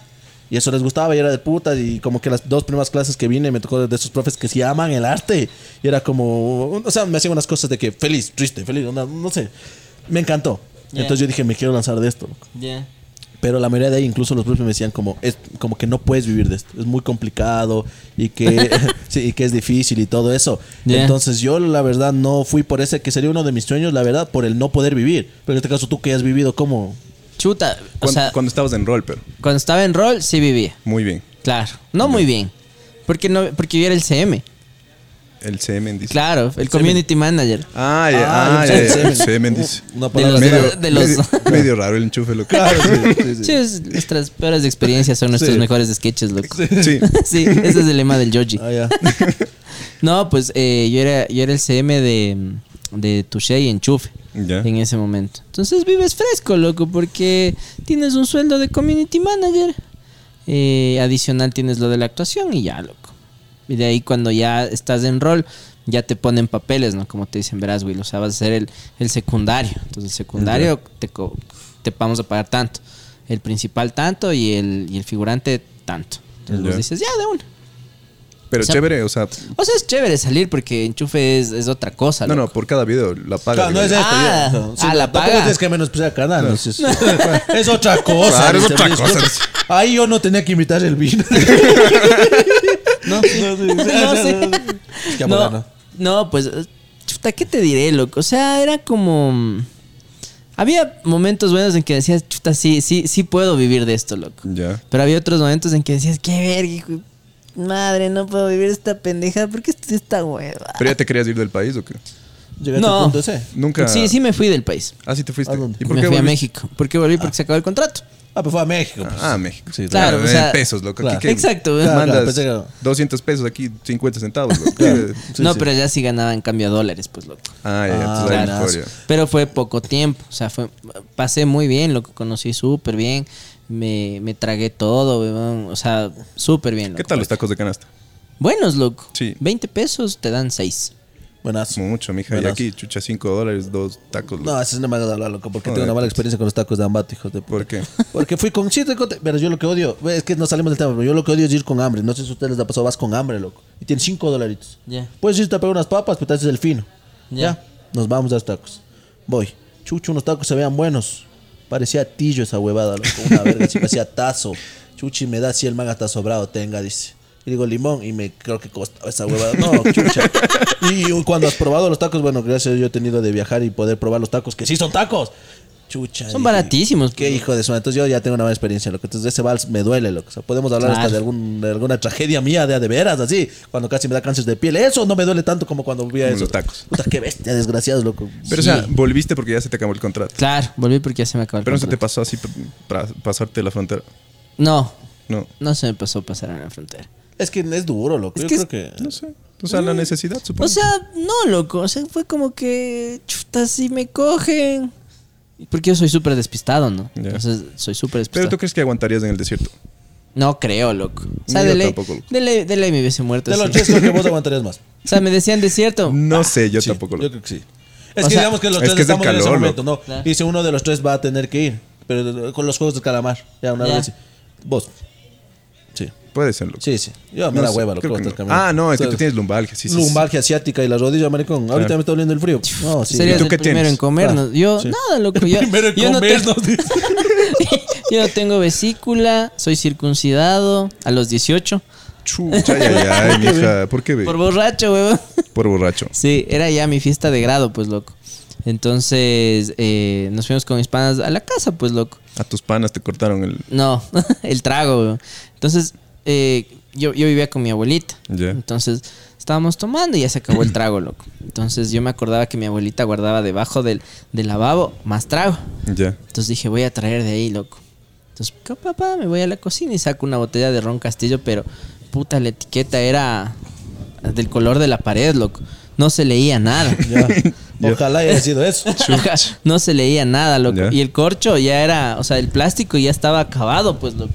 Speaker 2: Y eso les gustaba y era de puta. Y como que las dos primeras clases que vine me tocó de esos profes que sí aman el arte. Y era como. O sea, me hacían unas cosas de que feliz, triste, feliz, onda, no sé. Me encantó.
Speaker 3: Ya.
Speaker 2: Entonces yo dije, me quiero lanzar de esto. loco.
Speaker 3: Ya.
Speaker 2: Pero la mayoría de ahí, incluso los profes me decían como, es como que no puedes vivir de esto, es muy complicado y
Speaker 3: <laughs>
Speaker 2: que, <laughs> sí, y que es difícil y todo eso.
Speaker 3: Ya.
Speaker 2: Entonces yo la verdad no fui por ese, que sería uno de mis sueños, la verdad, por el no poder vivir. Pero en este caso tú que has vivido como...
Speaker 3: Chuta. O
Speaker 1: Cuando,
Speaker 3: sea,
Speaker 1: cuando estabas en rol, pero
Speaker 3: cuando estaba en rol, sí vivía.
Speaker 1: muy bien.
Speaker 3: Claro. No muy bien. Porque no, porque yo era el CM.
Speaker 1: El Semen dice.
Speaker 3: Claro, el community manager.
Speaker 1: Ah, ya,
Speaker 2: Ah,
Speaker 1: ah,
Speaker 2: yo
Speaker 1: ya,
Speaker 2: soy
Speaker 1: ya,
Speaker 2: el semen.
Speaker 1: Semen dice.
Speaker 2: Una
Speaker 3: De los-
Speaker 1: medio,
Speaker 3: de los-
Speaker 1: medio,
Speaker 3: <laughs>
Speaker 1: medio raro el enchufe, loco.
Speaker 3: Sí, es- nuestras peores experiencias son nuestros
Speaker 2: Sí.
Speaker 3: mejores sketches, loco.
Speaker 1: Sí.
Speaker 3: <laughs> sí, ese es el lema del Joji.
Speaker 1: <laughs>
Speaker 2: Ah, ya.
Speaker 3: No, pues eh, yo, era, yo era el CM de, de Touché y Enchufe
Speaker 1: Ya.
Speaker 3: en ese momento. Entonces vives fresco, loco, porque tienes un sueldo de community manager. Eh, adicional tienes lo de la actuación y ya, loco. Y de ahí cuando ya estás en rol, ya te ponen papeles, ¿no? Como te dicen, verás, Will, o sea, vas a ser el, el secundario. Entonces el secundario te, co- te vamos a pagar tanto. El principal tanto y el, y el figurante tanto. Entonces vos
Speaker 1: Ya.
Speaker 3: dices, ya, de una.
Speaker 1: Pero
Speaker 3: O sea,
Speaker 1: chévere, o sea,
Speaker 3: O sea, es chévere salir porque enchufe es, es otra cosa.
Speaker 1: no, no,
Speaker 3: loco. <laughs>
Speaker 1: por cada video la paga.
Speaker 2: Claro, no es
Speaker 1: digamos.
Speaker 2: esto.
Speaker 3: Ah,
Speaker 2: yo- no,
Speaker 3: ah, la
Speaker 2: tampoco
Speaker 3: paga.
Speaker 2: tienes que menospreciar el canal. ¿no? Sí, sí. Es otra cosa.
Speaker 1: Claro, es
Speaker 2: dice,
Speaker 1: otra
Speaker 2: me
Speaker 1: cosa.
Speaker 2: disculpa. Ahí yo no tenía que imitar el vino.
Speaker 1: <laughs>
Speaker 3: No,
Speaker 2: No,
Speaker 3: no,
Speaker 2: sí.
Speaker 1: <laughs>
Speaker 3: sé.
Speaker 2: Qué
Speaker 3: no,
Speaker 2: amorano.
Speaker 3: no, pues, eh, chuta, ¿qué te diré, loco? O sea, era como... mm, Había momentos buenos en que decías, chuta, sí, sí, sí puedo vivir de esto, loco.
Speaker 1: Ya.
Speaker 3: Pero había otros momentos en que decías, qué verga, hijo de Madre, no puedo vivir esta pendeja porque estoy esta hueva.
Speaker 1: ¿Pero ya te querías ir del país o qué?
Speaker 2: Llegaste
Speaker 3: No.
Speaker 2: al punto ese.
Speaker 1: Nunca.
Speaker 3: Sí, sí me fui del país.
Speaker 1: Ah, sí te fuiste.
Speaker 2: ¿A dónde?
Speaker 1: ¿Y por
Speaker 3: Me
Speaker 1: qué
Speaker 3: fui a
Speaker 1: volviste?
Speaker 3: México. ¿Por qué volví? Porque se acabó el contrato.
Speaker 2: Ah, pues fue a México. pues.
Speaker 1: Ah, México.
Speaker 2: Sí,
Speaker 3: claro, o sea,
Speaker 1: en pesos, loco.
Speaker 2: claro.
Speaker 1: Aquí que
Speaker 3: Exacto,
Speaker 2: Claro, claro,
Speaker 1: Mandas
Speaker 2: pensé que-
Speaker 1: 200 Ah, pesos aquí, 50 centavos.
Speaker 3: <laughs>
Speaker 1: loco.
Speaker 2: Claro. Sí,
Speaker 3: no,
Speaker 2: sí.
Speaker 3: pero ya sí ganaba en cambio a dólares, pues, loco.
Speaker 1: Ah, ya, ya,
Speaker 2: Ah,
Speaker 1: entonces ahí
Speaker 2: buenazo.
Speaker 1: mejor, ya.
Speaker 3: Pero fue poco tiempo, o sea, fue, pasé muy bien, lo que conocí súper bien, me, me tragué todo, weón, o sea, súper bien.
Speaker 1: ¿Qué
Speaker 3: loco.
Speaker 1: tal los tacos de canasta?
Speaker 3: Buenos, loco.
Speaker 1: Sí.
Speaker 3: 20 pesos te dan 6.
Speaker 2: Buenazo.
Speaker 1: Mucho, mija. Y
Speaker 2: Buenazo.
Speaker 1: aquí, chucha, 5 dólares, dos tacos. loco.
Speaker 2: No, eso no me hagas hablar, loco, porque
Speaker 1: Joder,
Speaker 2: tengo una mala
Speaker 1: pues.
Speaker 2: experiencia con los tacos de ambato, hijos de puta.
Speaker 1: ¿Por qué?
Speaker 2: Porque fui con chiste, pero yo lo que odio, es que no salimos del tema, pero yo lo que odio es ir con hambre. No sé si a ustedes les ha pasado, vas con hambre, loco. Y tienes 5 dolaritos.
Speaker 3: Ya.
Speaker 2: Puedes irte a pegar unas papas, pero te haces el fino.
Speaker 3: Ya.
Speaker 2: Ya. Nos vamos a los tacos. Voy. Chucho, unos tacos se vean buenos. Parecía tillo esa huevada, loco.
Speaker 3: <laughs>
Speaker 2: Una verga, así parecía tazo. Chuchi me da si el maga está sobrado, tenga, dice. Y digo limón y me creo que costaba esa huevada.
Speaker 3: <laughs>
Speaker 2: No, chucha. Y cuando has probado los tacos, bueno, gracias a Dios yo he tenido de viajar y poder probar los tacos, que sí son tacos. Chucha.
Speaker 3: Son
Speaker 2: dije,
Speaker 3: baratísimos. pues.
Speaker 2: Qué hijo de su madre. Entonces yo ya tengo una mala experiencia, loco. Entonces ese vals me duele, loco. O sea, podemos hablar hasta
Speaker 3: Claro.
Speaker 2: de, algún, de alguna tragedia mía, de, a de veras, así. Cuando casi me da cáncer de piel. Eso no me duele tanto como cuando vivía
Speaker 1: Como
Speaker 2: eso.
Speaker 1: los tacos.
Speaker 2: Puta, qué bestia, desgraciados, loco.
Speaker 1: Pero, o sea, volviste porque ya se te acabó el contrato.
Speaker 3: Claro, volví porque ya se me acabó el
Speaker 1: Pero no se te
Speaker 3: contrato.
Speaker 1: pasó así pa- para pasarte la frontera.
Speaker 3: No,
Speaker 1: No.
Speaker 3: no se me pasó pasar en la frontera.
Speaker 2: Es que es duro, loco.
Speaker 3: Es
Speaker 2: Yo
Speaker 3: que
Speaker 2: creo
Speaker 3: es-
Speaker 2: que.
Speaker 1: No sé. O sea, la necesidad, supongo.
Speaker 3: Mm. O sea, no, loco. O sea, fue como que. Chuta, si me cogen. Porque yo soy súper despistado, ¿no?
Speaker 1: Ya.
Speaker 3: Entonces, soy súper
Speaker 1: Pero
Speaker 3: despistado.
Speaker 1: tú crees que aguantarías en el desierto.
Speaker 3: No creo, loco. O sea,
Speaker 1: Ni yo
Speaker 3: de ley,
Speaker 1: tampoco, loco.
Speaker 3: de ley, de ley me hubiese muerto.
Speaker 2: De los
Speaker 3: así.
Speaker 2: tres, creo que vos aguantarías
Speaker 1: <laughs>
Speaker 2: más.
Speaker 3: O sea, me decían desierto.
Speaker 1: No sé, yo
Speaker 2: Ah, Sí,
Speaker 1: tampoco lo.
Speaker 2: Yo creo que sí. Es
Speaker 3: O
Speaker 2: que
Speaker 3: sea,
Speaker 2: digamos que los
Speaker 1: es
Speaker 2: tres
Speaker 1: que es del
Speaker 2: estamos en ese
Speaker 1: calor,
Speaker 2: momento, ¿no?
Speaker 1: loco.
Speaker 3: Claro.
Speaker 2: Y si uno de los tres va a tener que ir. Pero con los juegos de calamar. Ya una
Speaker 3: Ya.
Speaker 2: vez. Vos. Sí.
Speaker 1: Puede ser, loco.
Speaker 2: Sí, sí. Yo me
Speaker 1: No
Speaker 2: la
Speaker 1: sé,
Speaker 2: hueva, loco.
Speaker 1: creo que
Speaker 2: hasta el
Speaker 1: no.
Speaker 2: camino.
Speaker 1: Ah, no, es que
Speaker 2: Entonces,
Speaker 1: tú tienes lumbalgia. Sí, sí, sí.
Speaker 2: lumbalgia asiática y las rodillas, maricón. Ahorita me está doliendo el frío. No, sí.
Speaker 3: Serías
Speaker 1: ¿Y tú
Speaker 3: el
Speaker 1: qué
Speaker 3: primero
Speaker 1: tienes?
Speaker 3: en comernos.
Speaker 2: Ah,
Speaker 3: yo,
Speaker 2: sí.
Speaker 3: nada, loco. Yo,
Speaker 2: Primero en
Speaker 3: yo no
Speaker 2: comer,
Speaker 3: tengo-
Speaker 2: nos dice.
Speaker 3: <laughs> yo no tengo vesícula, soy circuncidado a los 18.
Speaker 1: Chucha, ay, ay, ay, mija. ¿Por qué ve?
Speaker 3: Por borracho, huevón. <laughs>
Speaker 1: Por borracho.
Speaker 3: Sí, era ya mi fiesta de grado, pues, loco. Entonces, eh, nos fuimos con mis panas a la casa, pues, loco.
Speaker 1: A tus panas te cortaron el.
Speaker 3: No, <laughs> el trago, weón. Entonces, eh, yo, yo vivía con mi abuelita.
Speaker 1: Ya.
Speaker 3: Entonces, estábamos tomando y ya se acabó el trago, loco. Entonces, yo me acordaba que mi abuelita guardaba debajo del, del lavabo más trago.
Speaker 1: Ya.
Speaker 3: Entonces dije, voy a traer de ahí, loco. Entonces, ca- pa, pa, me voy a la cocina y saco una botella de ron castillo, pero puta, la etiqueta era del color de la pared, loco. No se leía nada.
Speaker 2: <laughs>
Speaker 1: <laughs>
Speaker 2: Ya. Ojalá haya sido eso.
Speaker 3: Ajá, <laughs> no se leía nada, loco.
Speaker 1: Ya.
Speaker 3: Y el corcho ya era, o sea, el plástico ya estaba acabado, pues, loco.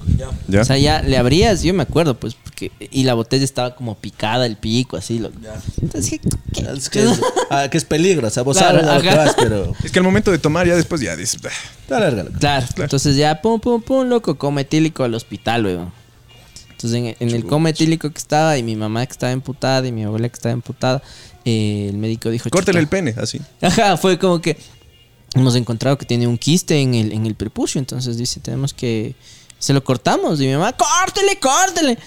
Speaker 1: Ya.
Speaker 3: O sea, ya le abrías, yo me acuerdo, pues, porque, y la botella estaba como picada, el pico, así, loco. Entonces dije, ¿qué?
Speaker 2: Es que es, ah, que es peligro. O sea, vos
Speaker 3: Claro,
Speaker 2: sabes a lo que
Speaker 3: ajá.
Speaker 2: vas, pero.
Speaker 1: Es que al momento de tomar, ya después ya dices. "Ah, "Bah".
Speaker 2: Está larga, loco.
Speaker 3: Claro. Entonces ya, pum, pum, pum, loco, cometílico al hospital, weón. Entonces en, en el cometílico que estaba y mi mamá que estaba emputada y mi abuela que estaba emputada, eh, el médico dijo...
Speaker 1: Córtale el
Speaker 3: "Chuta".
Speaker 1: pene, así.
Speaker 3: <laughs> Ajá, fue como que hemos encontrado que tiene un quiste en el, en el prepucio, entonces dice, tenemos que... Se lo cortamos y mi mamá, córtele, córtele.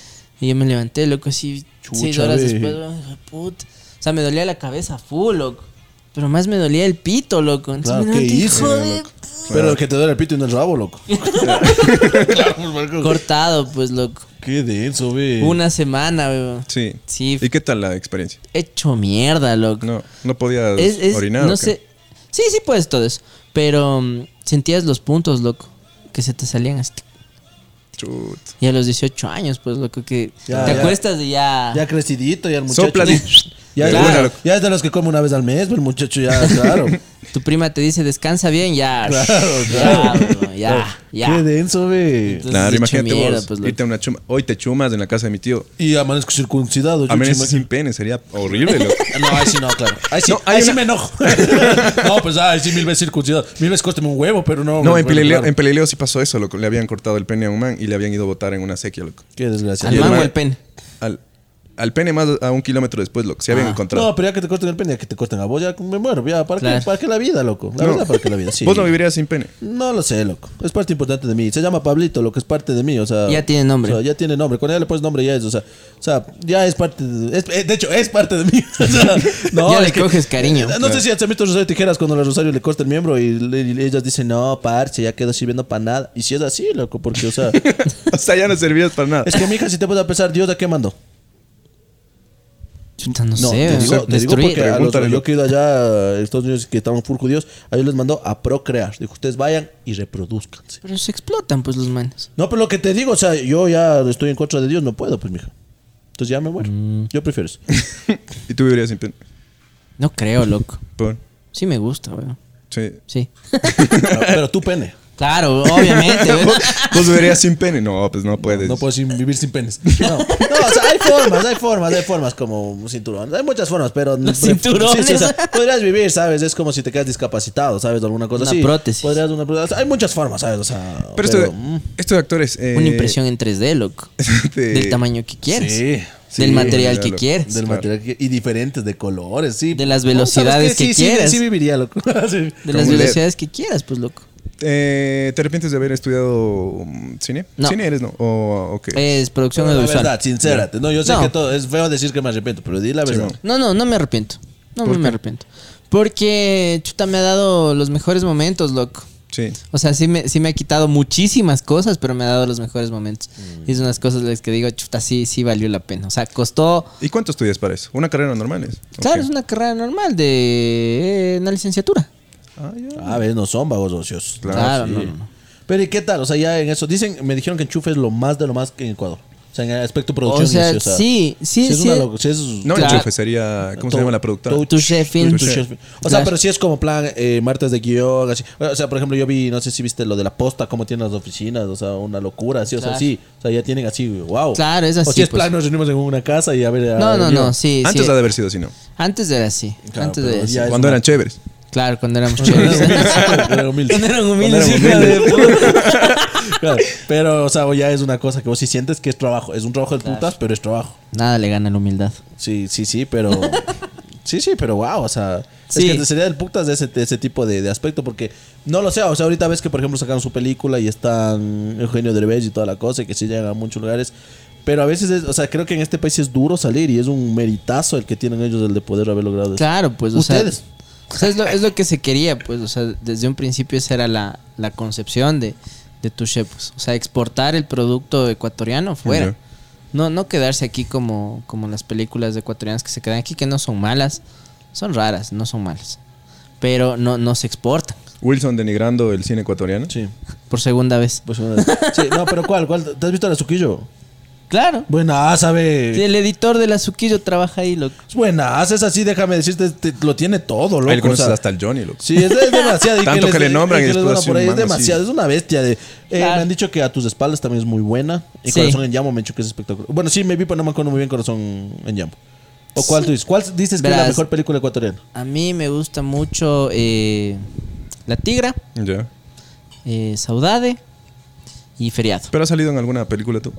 Speaker 3: Y yo me levanté, loco, así seis
Speaker 2: Chucha,
Speaker 3: horas
Speaker 2: ve.
Speaker 3: después, weón, hijo de puta. O sea, me dolía la cabeza full, loco. Pero más me dolía el pito, loco. Entonces
Speaker 2: Claro,
Speaker 3: me
Speaker 2: ¿qué
Speaker 3: levanté,
Speaker 2: hice,
Speaker 3: hijo de
Speaker 2: loco? Pero que te duele el pito y no el rabo,
Speaker 3: <laughs>
Speaker 2: loco. claro, pues, maricón.
Speaker 3: Cortado, pues, loco.
Speaker 2: Qué denso, ve.
Speaker 3: Una semana, weón.
Speaker 1: Sí.
Speaker 3: Sí.
Speaker 1: ¿Y qué tal la experiencia?
Speaker 3: Hecho mierda, loco.
Speaker 1: No, no podías
Speaker 3: es, es-
Speaker 1: orinar. ¿o
Speaker 3: no
Speaker 1: qué?
Speaker 3: sé. Sí, sí puedes todo eso. Pero mm, sentías los puntos, loco. Que se te salían así.
Speaker 1: Chut.
Speaker 3: Y a los 18 años, pues, loco, que
Speaker 2: Ya,
Speaker 3: te
Speaker 2: ya.
Speaker 3: acuestas y ya...
Speaker 2: Ya crecidito, ya el muchacho.
Speaker 1: Sopla di-
Speaker 3: <laughs>
Speaker 2: Ya,
Speaker 1: de
Speaker 2: es-
Speaker 1: una, loco.
Speaker 2: ya es de los que come una vez al mes, pero el muchacho <laughs> ya, claro.
Speaker 3: Tu prima te dice, descansa bien, ya.
Speaker 2: Claro,
Speaker 3: ya, weón, ya, ya.
Speaker 2: Qué denso, ve.
Speaker 3: Entonces,
Speaker 1: Claro,
Speaker 3: hecho
Speaker 1: imagínate
Speaker 3: mierda,
Speaker 1: vos,
Speaker 3: pues, loco.
Speaker 1: irte a una chuma. Hoy te chumas en la casa de mi tío.
Speaker 2: Y amanezco circuncidado.
Speaker 1: A
Speaker 2: chuchi,
Speaker 1: menos sin
Speaker 2: imagínate.
Speaker 1: pene, sería <laughs> horrible, loco.
Speaker 2: No, ahí sí no, claro. Ahí sí,
Speaker 1: No, hay
Speaker 2: ahí sí
Speaker 1: una-
Speaker 2: me enojo. <laughs> no, pues ah, ahí sí mil veces circuncidado. Mil veces cósteme un huevo, pero no.
Speaker 1: No,
Speaker 2: bueno,
Speaker 1: en Pelileo,
Speaker 2: claro.
Speaker 1: en Pelileo sí pasó eso, loco. Le habían cortado el pene a un man y le habían ido a botar en una sequía, loco.
Speaker 2: Qué desgracia.
Speaker 3: Al
Speaker 1: Y el
Speaker 3: man o
Speaker 1: man-
Speaker 3: al pene.
Speaker 1: Al, al pene más a un kilómetro después, loco. Se habían encontrado.
Speaker 2: No, pero ya que te corten el pene, ya que te corten a vos, ya me muero. Ya, ¿para,
Speaker 3: Claro.
Speaker 2: qué, ¿para qué la vida, loco? La
Speaker 1: No.
Speaker 2: verdad, ¿para qué la vida? Sí.
Speaker 1: Vos no vivirías sin pene. <laughs>
Speaker 2: No lo sé, loco. Es parte importante de mí. Se llama Pablito, lo que es parte de mí, o sea.
Speaker 3: Ya tiene nombre.
Speaker 2: O sea, ya tiene nombre. Cuando ya le pones nombre, ya es, o sea, o sea ya es parte de. es- eh, de hecho, es parte de mí. <laughs> O sea, no,
Speaker 3: Ya le
Speaker 2: es que- eh,
Speaker 3: coges cariño.
Speaker 2: No sé si se han visto Rosario Tijeras cuando a Rosario le corta el miembro y, le- y ellas dicen, no, parche, ya quedó sirviendo para nada. Y si es así, loco, porque, o
Speaker 3: <laughs>
Speaker 2: sea.
Speaker 1: o sea, ya no servías para nada.
Speaker 2: es que, mija, si te vas a pensar, Dios, ¿a qué mandó?
Speaker 3: Chuta, no,
Speaker 2: No, te
Speaker 3: sé,
Speaker 2: digo,
Speaker 3: weón.
Speaker 2: te digo
Speaker 3: Destruir.
Speaker 2: porque a los-
Speaker 1: Pregúntale,
Speaker 2: yo
Speaker 1: loco.
Speaker 2: que he ido allá a Estados Unidos que estaban full judíos, a ellos les mandó a procrear. Dijo, ustedes vayan y reproduzcanse.
Speaker 3: Pero se explotan, pues, los manos.
Speaker 2: No, pero lo que te digo, o sea, yo ya estoy en contra de Dios, no puedo, pues, mija. Entonces ya me muero.
Speaker 3: Mm.
Speaker 2: Yo prefiero
Speaker 3: <laughs>
Speaker 2: eso.
Speaker 1: <laughs> y tú vivirías sin pene.
Speaker 3: No creo, loco.
Speaker 1: Por-
Speaker 3: Sí me gusta, weón.
Speaker 1: Sí.
Speaker 3: Sí. <laughs>
Speaker 2: pero, pero tú pene.
Speaker 3: Claro,
Speaker 1: <laughs>
Speaker 3: obviamente.
Speaker 1: ¿Vos,
Speaker 3: weón.
Speaker 1: vos vivirías sin pene? No, pues no puedes.
Speaker 2: No puedes sin- vivir sin penes. No, no, o sea, hay formas, hay formas, hay formas como cinturón. Hay muchas formas, pero.
Speaker 3: Los cinturones.
Speaker 2: Sí, sí, o sea, podrías vivir, ¿sabes? Es como si te quedas discapacitado, ¿sabes? De alguna cosa
Speaker 3: Una
Speaker 2: así.
Speaker 3: prótesis.
Speaker 2: Podrías una prótesis. O sea, hay muchas formas, ¿sabes? O sea. mm,
Speaker 1: Pero esto de- estos actores. eh, este,
Speaker 3: Una
Speaker 1: <laughs>
Speaker 3: impresión en 3D, loco.
Speaker 1: de-
Speaker 3: Del tamaño que quieres.
Speaker 2: Sí, sí,
Speaker 3: del material que
Speaker 1: loco.
Speaker 3: quieres.
Speaker 2: Del
Speaker 1: Claro.
Speaker 2: material que- y diferentes de colores, sí.
Speaker 3: De las
Speaker 2: No, ¿sabes
Speaker 3: velocidades
Speaker 2: qué? Sí,
Speaker 3: que
Speaker 2: sí,
Speaker 3: quieres.
Speaker 2: Sí, viviría, loco. <laughs> Sí.
Speaker 3: De las
Speaker 1: Como
Speaker 3: velocidades que quieras, pues loco.
Speaker 1: eh, ¿Te arrepientes de haber estudiado mm, cine?
Speaker 3: No. Eh,
Speaker 1: ¿Cine eres, no? ¿O o qué?
Speaker 3: Es producción
Speaker 2: Pero la
Speaker 3: audiovisual.
Speaker 2: verdad, sincérate. No, yo sé
Speaker 3: No.
Speaker 2: que todo es feo decir que me arrepiento, pero di la verdad.
Speaker 1: no.
Speaker 3: No, no, no me arrepiento. No me arrepiento. Porque Chuta me ha dado los mejores momentos, loco.
Speaker 1: Sí.
Speaker 3: O sea, sí me, sí me ha quitado muchísimas cosas, pero me ha dado los mejores momentos. Y es unas cosas de las que digo, chuta, sí, sí valió la pena. O sea, costó.
Speaker 1: ¿Y cuánto estudias para eso? ¿Una carrera normal es? ¿O
Speaker 3: Claro,
Speaker 1: qué?
Speaker 3: es una carrera normal de eh, una licenciatura.
Speaker 1: Ah, ya.
Speaker 2: A ver, no son vagos ociosos.
Speaker 1: Claro,
Speaker 3: Claro,
Speaker 1: sí.
Speaker 3: no, no, no.
Speaker 2: Pero ¿y qué tal? O sea, ya en eso. Dicen, me dijeron que enchufe es lo más de lo más que en Ecuador. O sea, en el aspecto producción.
Speaker 3: O sea,
Speaker 2: sí,
Speaker 3: sí, sí,
Speaker 2: Si es
Speaker 3: sí.
Speaker 2: una locu- si es-
Speaker 1: No
Speaker 3: Claro.
Speaker 1: el jefe, sería. ¿Cómo se
Speaker 2: To-
Speaker 1: llama la productora?
Speaker 2: to-
Speaker 3: Touché Films.
Speaker 2: Touché.
Speaker 1: Touché.
Speaker 2: O sea,
Speaker 3: Claro.
Speaker 2: pero si es como plan eh, martes de guión, así. O sea, por ejemplo, yo vi, no sé si viste lo de la posta, cómo tienen las oficinas, o sea, una locura, así, o sea,
Speaker 3: Claro.
Speaker 2: sí. O sea, ya tienen así, wow.
Speaker 3: Claro, es
Speaker 2: O
Speaker 3: así,
Speaker 2: si es
Speaker 3: pues.
Speaker 2: plan, nos reunimos en una casa y a ver. a-
Speaker 3: No, no,
Speaker 2: guión.
Speaker 3: no, sí, sí.
Speaker 1: Antes ha de haber sido así, ¿no?
Speaker 3: Antes era así.
Speaker 2: Claro,
Speaker 3: Antes
Speaker 2: pero
Speaker 3: era así.
Speaker 2: ya es
Speaker 1: Cuando
Speaker 2: una-
Speaker 1: eran chéveres.
Speaker 3: Claro, cuando éramos
Speaker 2: Cuando
Speaker 3: chéveres. <laughs>
Speaker 2: eran humildes.
Speaker 3: Cuando eran humildes,
Speaker 2: Cuando eran
Speaker 3: hija de
Speaker 2: Claro, Pero, o sea, ya es una cosa que vos sí sientes que es trabajo. Es un trabajo de putas, pero es trabajo.
Speaker 3: Nada le gana la humildad.
Speaker 2: Sí, sí, sí, pero. sí, sí, pero wow, o sea.
Speaker 3: Sí.
Speaker 2: Es que sería del putas de ese, de ese tipo de, de aspecto, porque no lo sé. O sea, ahorita ves que, por ejemplo, sacaron su película y están Eugenio Derbez y toda la cosa, y que sí llegan a muchos lugares. Pero a veces, es- o sea, creo que en este país es duro salir y es un meritazo el que tienen ellos el de poder haber logrado eso.
Speaker 3: Claro, pues, o
Speaker 2: Ustedes.
Speaker 3: sea. o sea, es, lo, es lo que se quería, pues, o sea, desde un principio esa era la, la concepción de, de Touché, pues. O sea, exportar el producto ecuatoriano fuera.
Speaker 1: Ya.
Speaker 3: No, no quedarse aquí como, como las películas ecuatorianas que se quedan aquí, que no son malas. Son raras, no son malas. Pero no, no se exportan
Speaker 1: Wilson denigrando el cine ecuatoriano.
Speaker 2: Sí,
Speaker 3: por segunda vez.
Speaker 2: pues una vez. Sí, no, pero ¿cuál? ¿Cuál? ¿Te has visto la Suquillo?
Speaker 3: Claro.
Speaker 2: Buena, ah,
Speaker 3: Sí,
Speaker 2: sabe.
Speaker 3: El editor de la Suquillo trabaja ahí, loco.
Speaker 2: Es buena, haces así, déjame decirte, te- lo tiene todo, loco.
Speaker 1: Ahí le
Speaker 2: o
Speaker 1: conoces
Speaker 2: sea.
Speaker 1: hasta el Johnny, loco.
Speaker 2: Sí, es, es demasiado. Y
Speaker 1: Tanto que le nombran
Speaker 2: y
Speaker 1: y
Speaker 2: que les
Speaker 1: después
Speaker 2: van a
Speaker 1: hace
Speaker 2: por
Speaker 1: un
Speaker 2: ahí. Es
Speaker 1: manga así.
Speaker 2: demasiado, es una bestia. De, eh,
Speaker 3: Claro.
Speaker 2: Me han dicho que a tus espaldas también es muy buena. Y
Speaker 3: Sí.
Speaker 2: Corazón en Llamo me han dicho que es espectacular. Bueno, sí, me vi, pero no me acuerdo muy bien Corazón en Llamo. ¿O cuál tú dices? ¿Cuál dices que es la
Speaker 3: Verás.
Speaker 2: mejor película ecuatoriana?
Speaker 3: A mí me gusta mucho eh, La Tigra,
Speaker 1: Ya.
Speaker 3: eh, Saudade y Feriado.
Speaker 1: Pero ha salido en alguna película tú.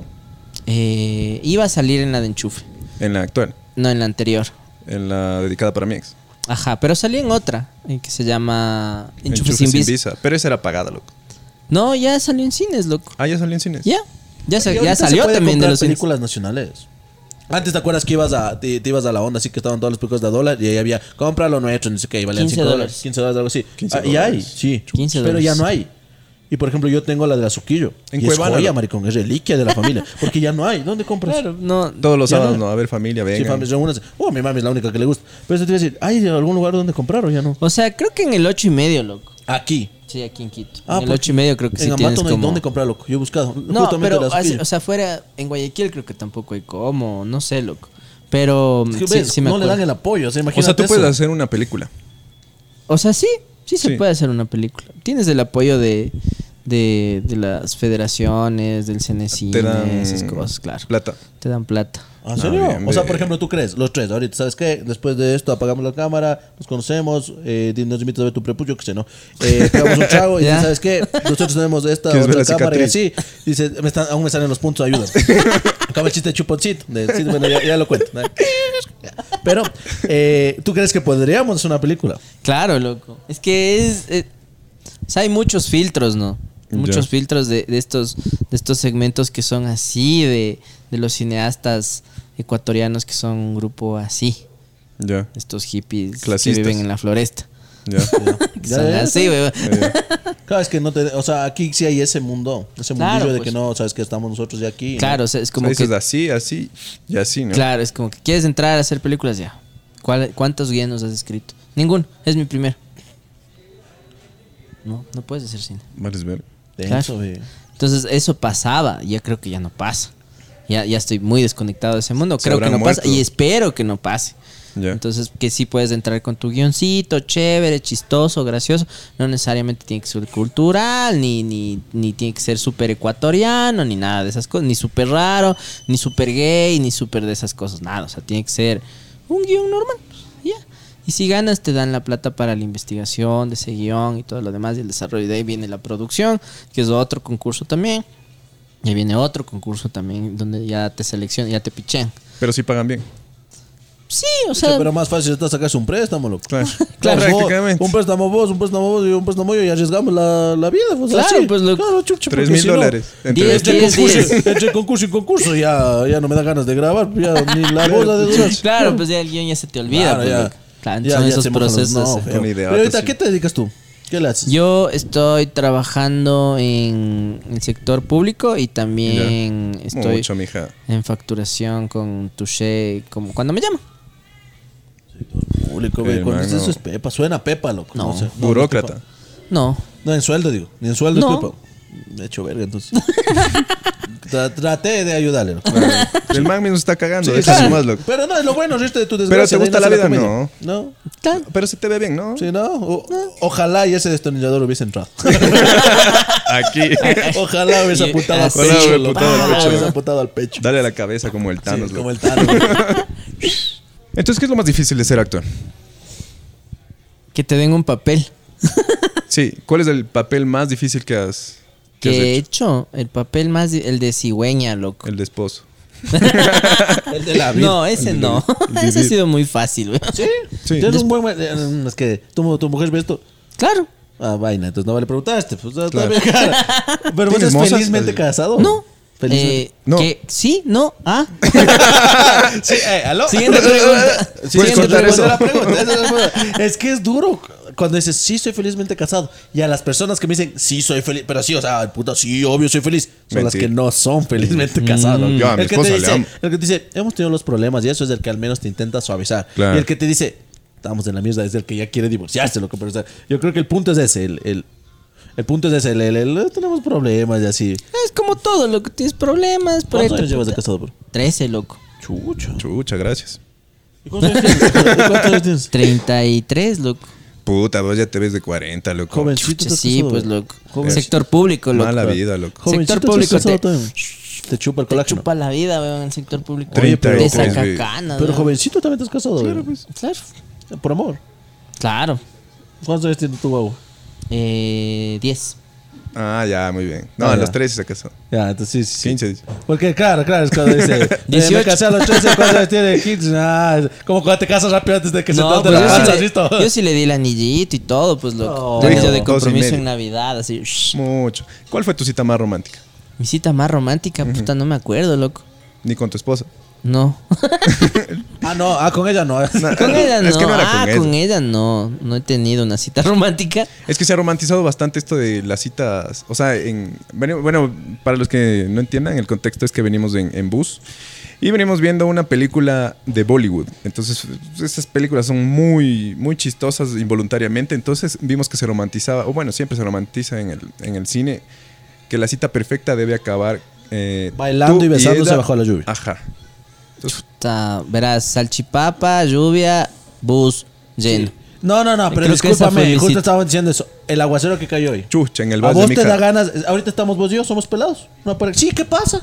Speaker 3: Eh, iba a salir en la de Enchufe,
Speaker 1: En la actual.
Speaker 3: no en la anterior.
Speaker 1: En la dedicada para mi ex.
Speaker 3: Ajá, pero salí en otra eh, que se llama Enchufe, sin, visa.
Speaker 1: Pero esa era pagada, loco.
Speaker 3: No, ya salió en cines, loco.
Speaker 1: Ah, ya salió en cines.
Speaker 3: Ya, ya, sa-
Speaker 2: Y
Speaker 3: ya
Speaker 2: ahorita se
Speaker 3: salió
Speaker 2: puede
Speaker 3: también de
Speaker 2: comprar
Speaker 3: los cines.
Speaker 2: películas nacionales. Antes te acuerdas que ibas a, te, te ibas a la onda, así que estaban todas las películas de a dólar y ahí había, compra lo nuestro, no sé qué, y valían
Speaker 3: 15
Speaker 2: 5 dólares,
Speaker 3: dólares.
Speaker 2: 15 dólares, algo así.
Speaker 1: 15
Speaker 2: Ah, y
Speaker 1: dólares.
Speaker 2: hay, sí,
Speaker 3: 15
Speaker 2: pero
Speaker 3: dólares.
Speaker 2: ya no hay. Y por ejemplo, yo tengo la de la Suquillo.
Speaker 1: En
Speaker 2: y es
Speaker 1: Cuevana,
Speaker 2: joya,
Speaker 1: ¿no?
Speaker 2: maricón, es reliquia de la familia. Porque ya no hay. ¿Dónde compras?
Speaker 3: Claro, no.
Speaker 1: Todos los
Speaker 2: Ya
Speaker 1: sábados,
Speaker 2: no.
Speaker 1: no. A ver, familia,
Speaker 2: Sí,
Speaker 1: venga.
Speaker 2: familia, son unas- Oh, mi mami es la única que le gusta. Pero eso te iba a decir, ¿hay algún lugar donde comprar o ya no?
Speaker 3: O sea, creo que en el ocho y medio, loco.
Speaker 2: Aquí.
Speaker 3: Sí, aquí en Quito.
Speaker 2: Ah,
Speaker 3: en el
Speaker 2: porque
Speaker 3: ocho y medio creo que sí
Speaker 2: En
Speaker 3: tienes
Speaker 2: Amato no hay
Speaker 3: como...
Speaker 2: dónde comprar, loco. Yo he buscado.
Speaker 3: No,
Speaker 2: justamente
Speaker 3: pero
Speaker 2: la
Speaker 3: así,
Speaker 2: Suquillo.
Speaker 3: o sea, fuera en Guayaquil creo que tampoco hay como, no sé, loco. Pero
Speaker 2: Es que
Speaker 3: sí,
Speaker 2: ves,
Speaker 3: sí me
Speaker 2: no le
Speaker 3: acuerdo.
Speaker 2: dan el apoyo. O sea,
Speaker 1: O
Speaker 2: imagínate
Speaker 1: sea, tú
Speaker 2: eso.
Speaker 1: puedes hacer una película.
Speaker 3: O sea, sí, sí se
Speaker 1: Sí.
Speaker 3: puede hacer una película. Tienes el apoyo de, de, de las federaciones, del CNC,
Speaker 1: Te dan
Speaker 3: esas cosas, claro.
Speaker 1: plata.
Speaker 3: Te dan plata.
Speaker 2: ¿Ah, ¿En
Speaker 1: No,
Speaker 2: serio?
Speaker 1: bien,
Speaker 2: o sea,
Speaker 1: bien.
Speaker 2: por ejemplo, tú crees, los tres, ahorita, ¿sabes qué? Después de esto apagamos la cámara, nos conocemos, eh, di- nos invitas a ver tu prepucio, que sé, ¿no? Eh, pegamos un trago y
Speaker 3: Ya.
Speaker 2: dices, ¿sabes qué? Nosotros tenemos esta
Speaker 1: ¿Quieres ver
Speaker 2: otra
Speaker 1: la
Speaker 2: cámara y así.
Speaker 1: cicatriz?
Speaker 2: Dice, me están, aún me salen los puntos, ayuda. Acaba el chiste de chuponcito. de- sí, bueno, ya, ya lo cuento. ¿no? Pero, eh, ¿tú crees que podríamos hacer una película?
Speaker 3: Claro, loco. Es que es... eh, o sea, hay muchos filtros, ¿no?
Speaker 1: Ya.
Speaker 3: Muchos filtros de, de estos, de estos segmentos que son así, de, de los cineastas ecuatorianos que son un grupo así.
Speaker 1: Ya.
Speaker 3: Estos hippies
Speaker 1: Clasistas.
Speaker 3: que viven en la floresta.
Speaker 1: Ya.
Speaker 3: Que
Speaker 2: Ya,
Speaker 3: son
Speaker 2: ya,
Speaker 3: así,
Speaker 2: ya.
Speaker 3: weón.
Speaker 2: Claro, es que no te. O sea, aquí sí hay ese mundo, ese
Speaker 3: Claro,
Speaker 2: mundillo de
Speaker 3: pues.
Speaker 2: que no, ¿sabes que Estamos nosotros ya aquí. ¿no?
Speaker 3: Claro, o sea, <laughs> es como
Speaker 1: Como dices
Speaker 3: que...
Speaker 1: así, así y así, ¿no?
Speaker 3: Claro, es como que quieres entrar a hacer películas ya. ¿Cuál- ¿Cuántos guiones has escrito? Ninguno, es mi primero. No, no puedes hacer cine.
Speaker 1: Vales ver.
Speaker 2: Denso,
Speaker 3: claro.
Speaker 2: eh.
Speaker 3: Entonces eso pasaba, ya creo que ya no pasa. Ya, ya estoy muy desconectado de ese mundo,
Speaker 1: Se
Speaker 3: creo que
Speaker 1: habrán
Speaker 3: no pasa
Speaker 1: muerto.
Speaker 3: y espero que no pase.
Speaker 1: Ya.
Speaker 3: Entonces que sí puedes entrar con tu guioncito, chévere, chistoso, gracioso. No necesariamente tiene que ser cultural, ni, ni, ni tiene que ser súper ecuatoriano, ni nada de esas cosas, ni súper raro, ni súper gay, ni súper de esas cosas, nada. O sea, tiene que ser un guión normal. Ya. Y si ganas, te dan la plata para la investigación de ese guión y todo lo demás, y el desarrollo. Y de ahí viene la producción, que es otro concurso también. Y ahí viene otro concurso también, donde ya te seleccionan, ya te pichean.
Speaker 1: Pero sí pagan bien.
Speaker 3: Sí, o
Speaker 2: Sí,
Speaker 3: sea,
Speaker 2: pero más fácil está sacarse un préstamo, loco.
Speaker 1: Claro.
Speaker 2: Claro,
Speaker 1: Prácticamente.
Speaker 2: un préstamo vos, un préstamo vos y un préstamo yo y arriesgamos la, la vida. Pues,
Speaker 3: Claro,
Speaker 2: así.
Speaker 3: pues, loco.
Speaker 2: Claro, chucha,
Speaker 1: Tres
Speaker 2: porque
Speaker 1: mil
Speaker 2: si no,
Speaker 1: dólares. entre
Speaker 3: Diez,
Speaker 1: veinte.
Speaker 2: Entre
Speaker 3: diez,
Speaker 2: concurso, <laughs>
Speaker 3: diez.
Speaker 2: entre concurso y concurso ya, ya no me da ganas de grabar, ya ni la boda de duras.
Speaker 3: claro, pues ya el guión ya se te olvida.
Speaker 2: Claro,
Speaker 3: pues,
Speaker 2: ya.
Speaker 3: loco. Claro,
Speaker 2: Ya-
Speaker 3: son
Speaker 2: ya
Speaker 3: esos
Speaker 2: se mojan los-
Speaker 3: procesos.
Speaker 2: no,
Speaker 3: eh.
Speaker 2: feo.
Speaker 1: Con idea,
Speaker 2: Pero ahorita,
Speaker 1: sí.
Speaker 2: ¿qué te dedicas tú? ¿Qué le haces?
Speaker 3: Yo estoy trabajando en el sector público y también estoy
Speaker 1: Mucho, mija.
Speaker 3: en facturación con Touché, como cuando me llama.
Speaker 2: Público, güey, cuando
Speaker 1: Hermano.
Speaker 2: eso es Pepa, suena Pepa, loco.
Speaker 3: No.
Speaker 2: sé, es <laughs>
Speaker 1: Burócrata.
Speaker 2: Pepa.
Speaker 3: No,
Speaker 2: No, en sueldo, digo. Ni en sueldo
Speaker 3: No. <laughs>
Speaker 2: es Pepa. Me he hecho verga, entonces. Tra- traté de ayudarle. loco.
Speaker 1: El man mismo se está cagando. eso
Speaker 2: Sí,
Speaker 1: es
Speaker 2: claro.
Speaker 1: lo más loco.
Speaker 2: Pero no, es lo bueno, resto de tu
Speaker 1: Pero
Speaker 2: desgracia.
Speaker 1: te
Speaker 2: de ahí
Speaker 1: gusta la
Speaker 2: no se
Speaker 1: vida,
Speaker 2: comen.
Speaker 1: no.
Speaker 2: No,
Speaker 1: Pero se te ve bien, ¿no?
Speaker 2: sí, no. O- Ojalá y ese destornillador hubiese <laughs> entrado.
Speaker 1: <laughs>
Speaker 2: <laughs>
Speaker 1: Aquí.
Speaker 2: Ojalá hubiese
Speaker 3: Y-
Speaker 2: apuntado al
Speaker 3: así.
Speaker 2: pecho.
Speaker 1: Ojalá
Speaker 2: loco.
Speaker 1: apuntado al
Speaker 2: eh, Ojalá
Speaker 1: pecho.
Speaker 2: hubiese apuntado al pecho.
Speaker 1: Dale a la cabeza como el
Speaker 2: Sí,
Speaker 1: Thanos. loco.
Speaker 2: como el Thanos.
Speaker 1: Entonces, ¿qué es lo más difícil de ser actor?
Speaker 3: Que te den un papel.
Speaker 1: Sí. ¿Cuál es el papel más difícil que has, que
Speaker 3: Que
Speaker 1: has
Speaker 3: he
Speaker 1: hecho?
Speaker 3: hecho el papel más. di- El de cigüeña, loco.
Speaker 1: El de esposo.
Speaker 2: El de la vida.
Speaker 3: <laughs> No, ese no. <laughs> ese ha sido muy fácil, güey.
Speaker 2: ¿eh? Sí.
Speaker 1: Sí.
Speaker 2: Es un buen. eh, Es que tu, tu mujer ve esto.
Speaker 3: Claro.
Speaker 2: Ah, vaina, entonces no me le preguntaste. Pues, está
Speaker 1: Claro.
Speaker 2: bien, <laughs> cara. Pero vos
Speaker 1: ¿Tienes
Speaker 2: estás
Speaker 1: mozas? pues,
Speaker 2: felizmente
Speaker 1: Así.
Speaker 2: casado.
Speaker 3: No.
Speaker 2: Felizmente.
Speaker 3: Eh,
Speaker 1: No.
Speaker 3: que- sí, no, ah. <laughs>
Speaker 2: <laughs> sí, eh, aló.
Speaker 3: Siguiente pregunta.
Speaker 2: Sí,
Speaker 1: Puedes
Speaker 2: sí,
Speaker 1: cortar
Speaker 2: responder
Speaker 1: eso.
Speaker 2: la pregunta, esa es la
Speaker 3: <laughs>
Speaker 2: pregunta. Es que es duro cuando dices, sí, soy felizmente casado. Y a las personas que me dicen, sí, soy feliz, pero sí, o sea, ay, puta, sí, obvio, soy feliz. Son las
Speaker 1: Mentira.
Speaker 2: que no
Speaker 3: Mm.
Speaker 2: son felizmente casados.
Speaker 1: Yo a mi
Speaker 2: el, que te
Speaker 1: esposa le
Speaker 2: dice,
Speaker 1: amo.
Speaker 2: el que te dice, hemos tenido los problemas y eso es el que al menos te intenta suavizar.
Speaker 1: Claro.
Speaker 2: Y el que te dice, estamos en la mierda, es el que ya quiere divorciarse, loco. Pero, o sea, yo creo que el punto es ese, el... el- el punto es ese, el, el- el- tenemos problemas y así.
Speaker 3: Es como todo, loco. Tienes problemas. Por ahí
Speaker 2: ¿Cuántos
Speaker 3: te
Speaker 2: años llevas de
Speaker 3: puta-
Speaker 2: casado, bro?
Speaker 3: 13, loco.
Speaker 2: Chucho.
Speaker 1: Chucha, gracias.
Speaker 2: <laughs> ¿Y cuántos años tienes? ¿Cuántos años tienes?
Speaker 3: 33, loco.
Speaker 1: Puta, vos ya te ves de 40, loco.
Speaker 2: Jovencito.
Speaker 3: Chucha,
Speaker 2: estás
Speaker 3: sí,
Speaker 2: casado.
Speaker 3: pues loco.
Speaker 2: Joven.
Speaker 3: Sector público, loco.
Speaker 1: Mala vida, loco.
Speaker 3: Sector
Speaker 2: Jovencito,
Speaker 3: público
Speaker 2: estás casado
Speaker 3: te,
Speaker 2: también. Te chupa el
Speaker 3: te
Speaker 2: colágeno.
Speaker 3: chupa la vida, weón, el sector público.
Speaker 1: Oye, pero-
Speaker 3: te
Speaker 1: 33,
Speaker 3: saca
Speaker 1: güey.
Speaker 3: canas.
Speaker 2: Pero
Speaker 3: weón.
Speaker 2: jovencito también estás casado. güey.
Speaker 3: Claro. pues.
Speaker 2: Por amor.
Speaker 3: Claro.
Speaker 2: ¿Cuántos años tiene tu guagua?
Speaker 3: Eh, 10.
Speaker 1: Ah, ya, muy bien. No,
Speaker 2: Ah,
Speaker 1: a
Speaker 2: ya.
Speaker 1: los 13 se casó.
Speaker 2: Ya, entonces sí, sí, sí.
Speaker 1: 15 dice.
Speaker 2: Porque claro, claro, es cuando
Speaker 3: <laughs>
Speaker 2: dice... eh, Me
Speaker 3: 18.
Speaker 2: casé a los 13, ¿cuántos años tiene? 15. Ah, es como cuando te casas rápido antes de que se te de la
Speaker 3: pues yo,
Speaker 2: <laughs> panza,
Speaker 3: sí le,
Speaker 2: ¿listo?
Speaker 3: yo sí le di el anillito y todo, pues loco.
Speaker 2: Oh.
Speaker 3: Anillo
Speaker 2: Hijo,
Speaker 3: de
Speaker 1: dos y
Speaker 3: compromiso
Speaker 1: medio.
Speaker 3: en Navidad, así. shh.
Speaker 1: Mucho. ¿Cuál fue tu cita más romántica?
Speaker 3: Mi cita más romántica, puta, no me acuerdo, loco.
Speaker 1: Ni con tu esposa. <laughs>
Speaker 3: No. <laughs>
Speaker 2: Ah, no, ah, con ella no.
Speaker 3: con ella no.
Speaker 1: Es que no era
Speaker 3: ah,
Speaker 1: con ella.
Speaker 3: con ella no. No he tenido una cita <laughs> romántica.
Speaker 1: Es que se ha romantizado bastante esto de las citas. O sea, en, bueno, bueno, para los que no entiendan, el contexto es que venimos en, en bus y venimos viendo una película de Bollywood. Entonces, esas películas son muy, muy chistosas involuntariamente. Entonces, vimos que se romantizaba, o bueno, siempre se romantiza en el, en el cine, que la cita perfecta debe acabar. eh,
Speaker 2: Bailando
Speaker 1: tú
Speaker 2: y besándose
Speaker 1: ella-
Speaker 2: bajo la lluvia.
Speaker 1: Ajá. Entonces,
Speaker 3: Ta- verás, salchipapa, lluvia, bus, lleno.
Speaker 2: No, no, no, pero
Speaker 3: Creo que esa fue mi
Speaker 2: discúlpame. Justo
Speaker 3: cita.
Speaker 2: estábamos diciendo eso. El aguacero que cayó hoy.
Speaker 1: chucha, en el
Speaker 2: A
Speaker 1: valle
Speaker 2: vos
Speaker 1: de mi
Speaker 2: te da
Speaker 1: casa.
Speaker 2: ganas. Ahorita estamos vos y yo, somos pelados. Una pareja. Sí, ¿qué pasa?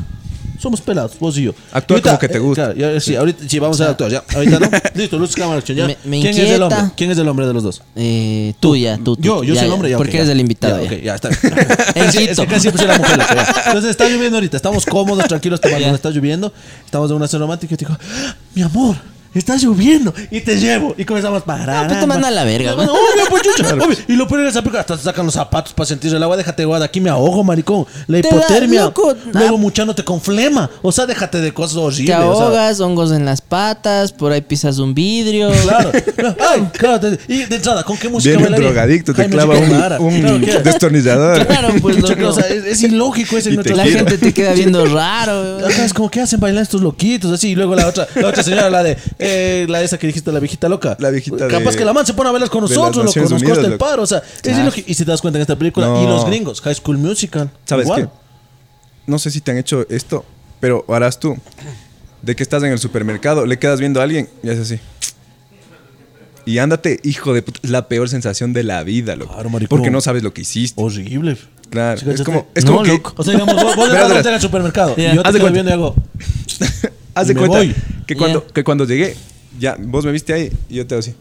Speaker 2: Somos pelados, vos y yo.
Speaker 1: Actúa
Speaker 2: Y ahorita- eh,
Speaker 1: como que te gusta.
Speaker 2: claro, ya- sí, ahorita sí, vamos a actuar. Ya, ahorita
Speaker 3: <laughs>
Speaker 2: no. Listo, luz, cámara, acción. Ya.
Speaker 3: Me- me
Speaker 2: ¿Quién es el
Speaker 3: inquieta.
Speaker 2: hombre? ¿Quién es el hombre de los dos?
Speaker 3: Eh, tuya, tú, tú.
Speaker 2: Yo,
Speaker 3: tú.
Speaker 2: yo
Speaker 3: Ya,
Speaker 2: soy el
Speaker 3: ya.
Speaker 2: hombre. Ya,
Speaker 3: Porque
Speaker 2: ok,
Speaker 3: eres
Speaker 2: ya.
Speaker 3: el
Speaker 2: Ya,
Speaker 3: invitado. ya.
Speaker 2: ok, ya
Speaker 3: <laughs>
Speaker 2: está. es, que- es que
Speaker 3: Quito.
Speaker 2: casi siempre soy la mujer. la que- Entonces está lloviendo ahorita. Estamos
Speaker 3: <laughs>
Speaker 2: cómodos, tranquilos, tomando.
Speaker 3: Ya.
Speaker 2: Está lloviendo. Estamos en una cena romántica y te digo, "Ah, mi amor. Está lloviendo y te llevo. Y comenzamos para.
Speaker 3: Ah, pues te manda a la verga, güey.
Speaker 2: Obvio, pues,
Speaker 3: <laughs>
Speaker 2: chucha, obvio. Y lo peor es que hasta te sacan los zapatos para sentir el agua. Déjate, guarda, aquí me ahogo, maricón. La
Speaker 3: Te da,
Speaker 2: hipotermia.
Speaker 3: loco.
Speaker 2: Luego
Speaker 3: Ah.
Speaker 2: muchándote con flema. O sea, déjate de cosas
Speaker 3: Te
Speaker 2: horribles. o sea.
Speaker 3: ahogas, hongos en las patas, por ahí pisas un vidrio.
Speaker 2: <laughs> Claro, Ay, claro. te- Y de entrada, ¿con qué música
Speaker 1: Viene un
Speaker 2: bailaría?
Speaker 1: drogadicto, te
Speaker 2: Ay,
Speaker 1: clava
Speaker 2: música rara.
Speaker 1: un, un
Speaker 2: Claro, ¿qué?
Speaker 1: destornillador.
Speaker 2: <laughs>
Speaker 3: Claro, pues
Speaker 2: Chucha, o
Speaker 3: loco.
Speaker 2: sea, es, es ilógico ese
Speaker 1: Y
Speaker 2: nuestro-
Speaker 1: te
Speaker 3: La
Speaker 1: quiero.
Speaker 3: gente te
Speaker 2: <laughs>
Speaker 3: queda <laughs> viendo raro, güey.
Speaker 2: Ajá, es como que hacen bailar estos loquitos así y luego la otra la otra señora la de eh, la esa que dijiste la viejita loca
Speaker 1: La viejita
Speaker 2: capaz
Speaker 1: de-
Speaker 2: que la man se pone a bailar con
Speaker 1: de las
Speaker 2: nosotros loco
Speaker 1: Naciones
Speaker 2: nos
Speaker 1: Unidas,
Speaker 2: costa el
Speaker 1: loco.
Speaker 2: paro o sea es
Speaker 3: Claro.
Speaker 2: ilógico. y si te das cuenta en esta película y
Speaker 1: No.
Speaker 2: los gringos High School Musical
Speaker 1: ¿Sabes
Speaker 2: igual.
Speaker 1: qué? No sé si te han hecho esto, pero harás tú. De que estás en el supermercado, le quedas viendo a alguien y haces así. Y ándate, hijo de puta. Es la peor sensación de la vida, loco.
Speaker 2: Claro, maricón.
Speaker 1: Porque no sabes lo que hiciste.
Speaker 2: horrible
Speaker 1: Claro.
Speaker 2: Sí,
Speaker 1: Es
Speaker 2: ¿cachaste?
Speaker 1: como, es
Speaker 3: No,
Speaker 1: como que.
Speaker 3: loco.
Speaker 2: o sea digamos
Speaker 1: <laughs>
Speaker 2: vos, vos
Speaker 1: Verás,
Speaker 2: entras
Speaker 1: verás.
Speaker 2: al supermercado
Speaker 3: Ya.
Speaker 2: y yo te
Speaker 1: Haz de
Speaker 2: quedo
Speaker 1: cuenta.
Speaker 2: viendo y hago
Speaker 1: Haz de
Speaker 2: Me
Speaker 1: cuenta
Speaker 2: voy.
Speaker 1: que
Speaker 3: Ya.
Speaker 1: cuando, que cuando llegué, ya, vos me viste ahí y yo te hago así.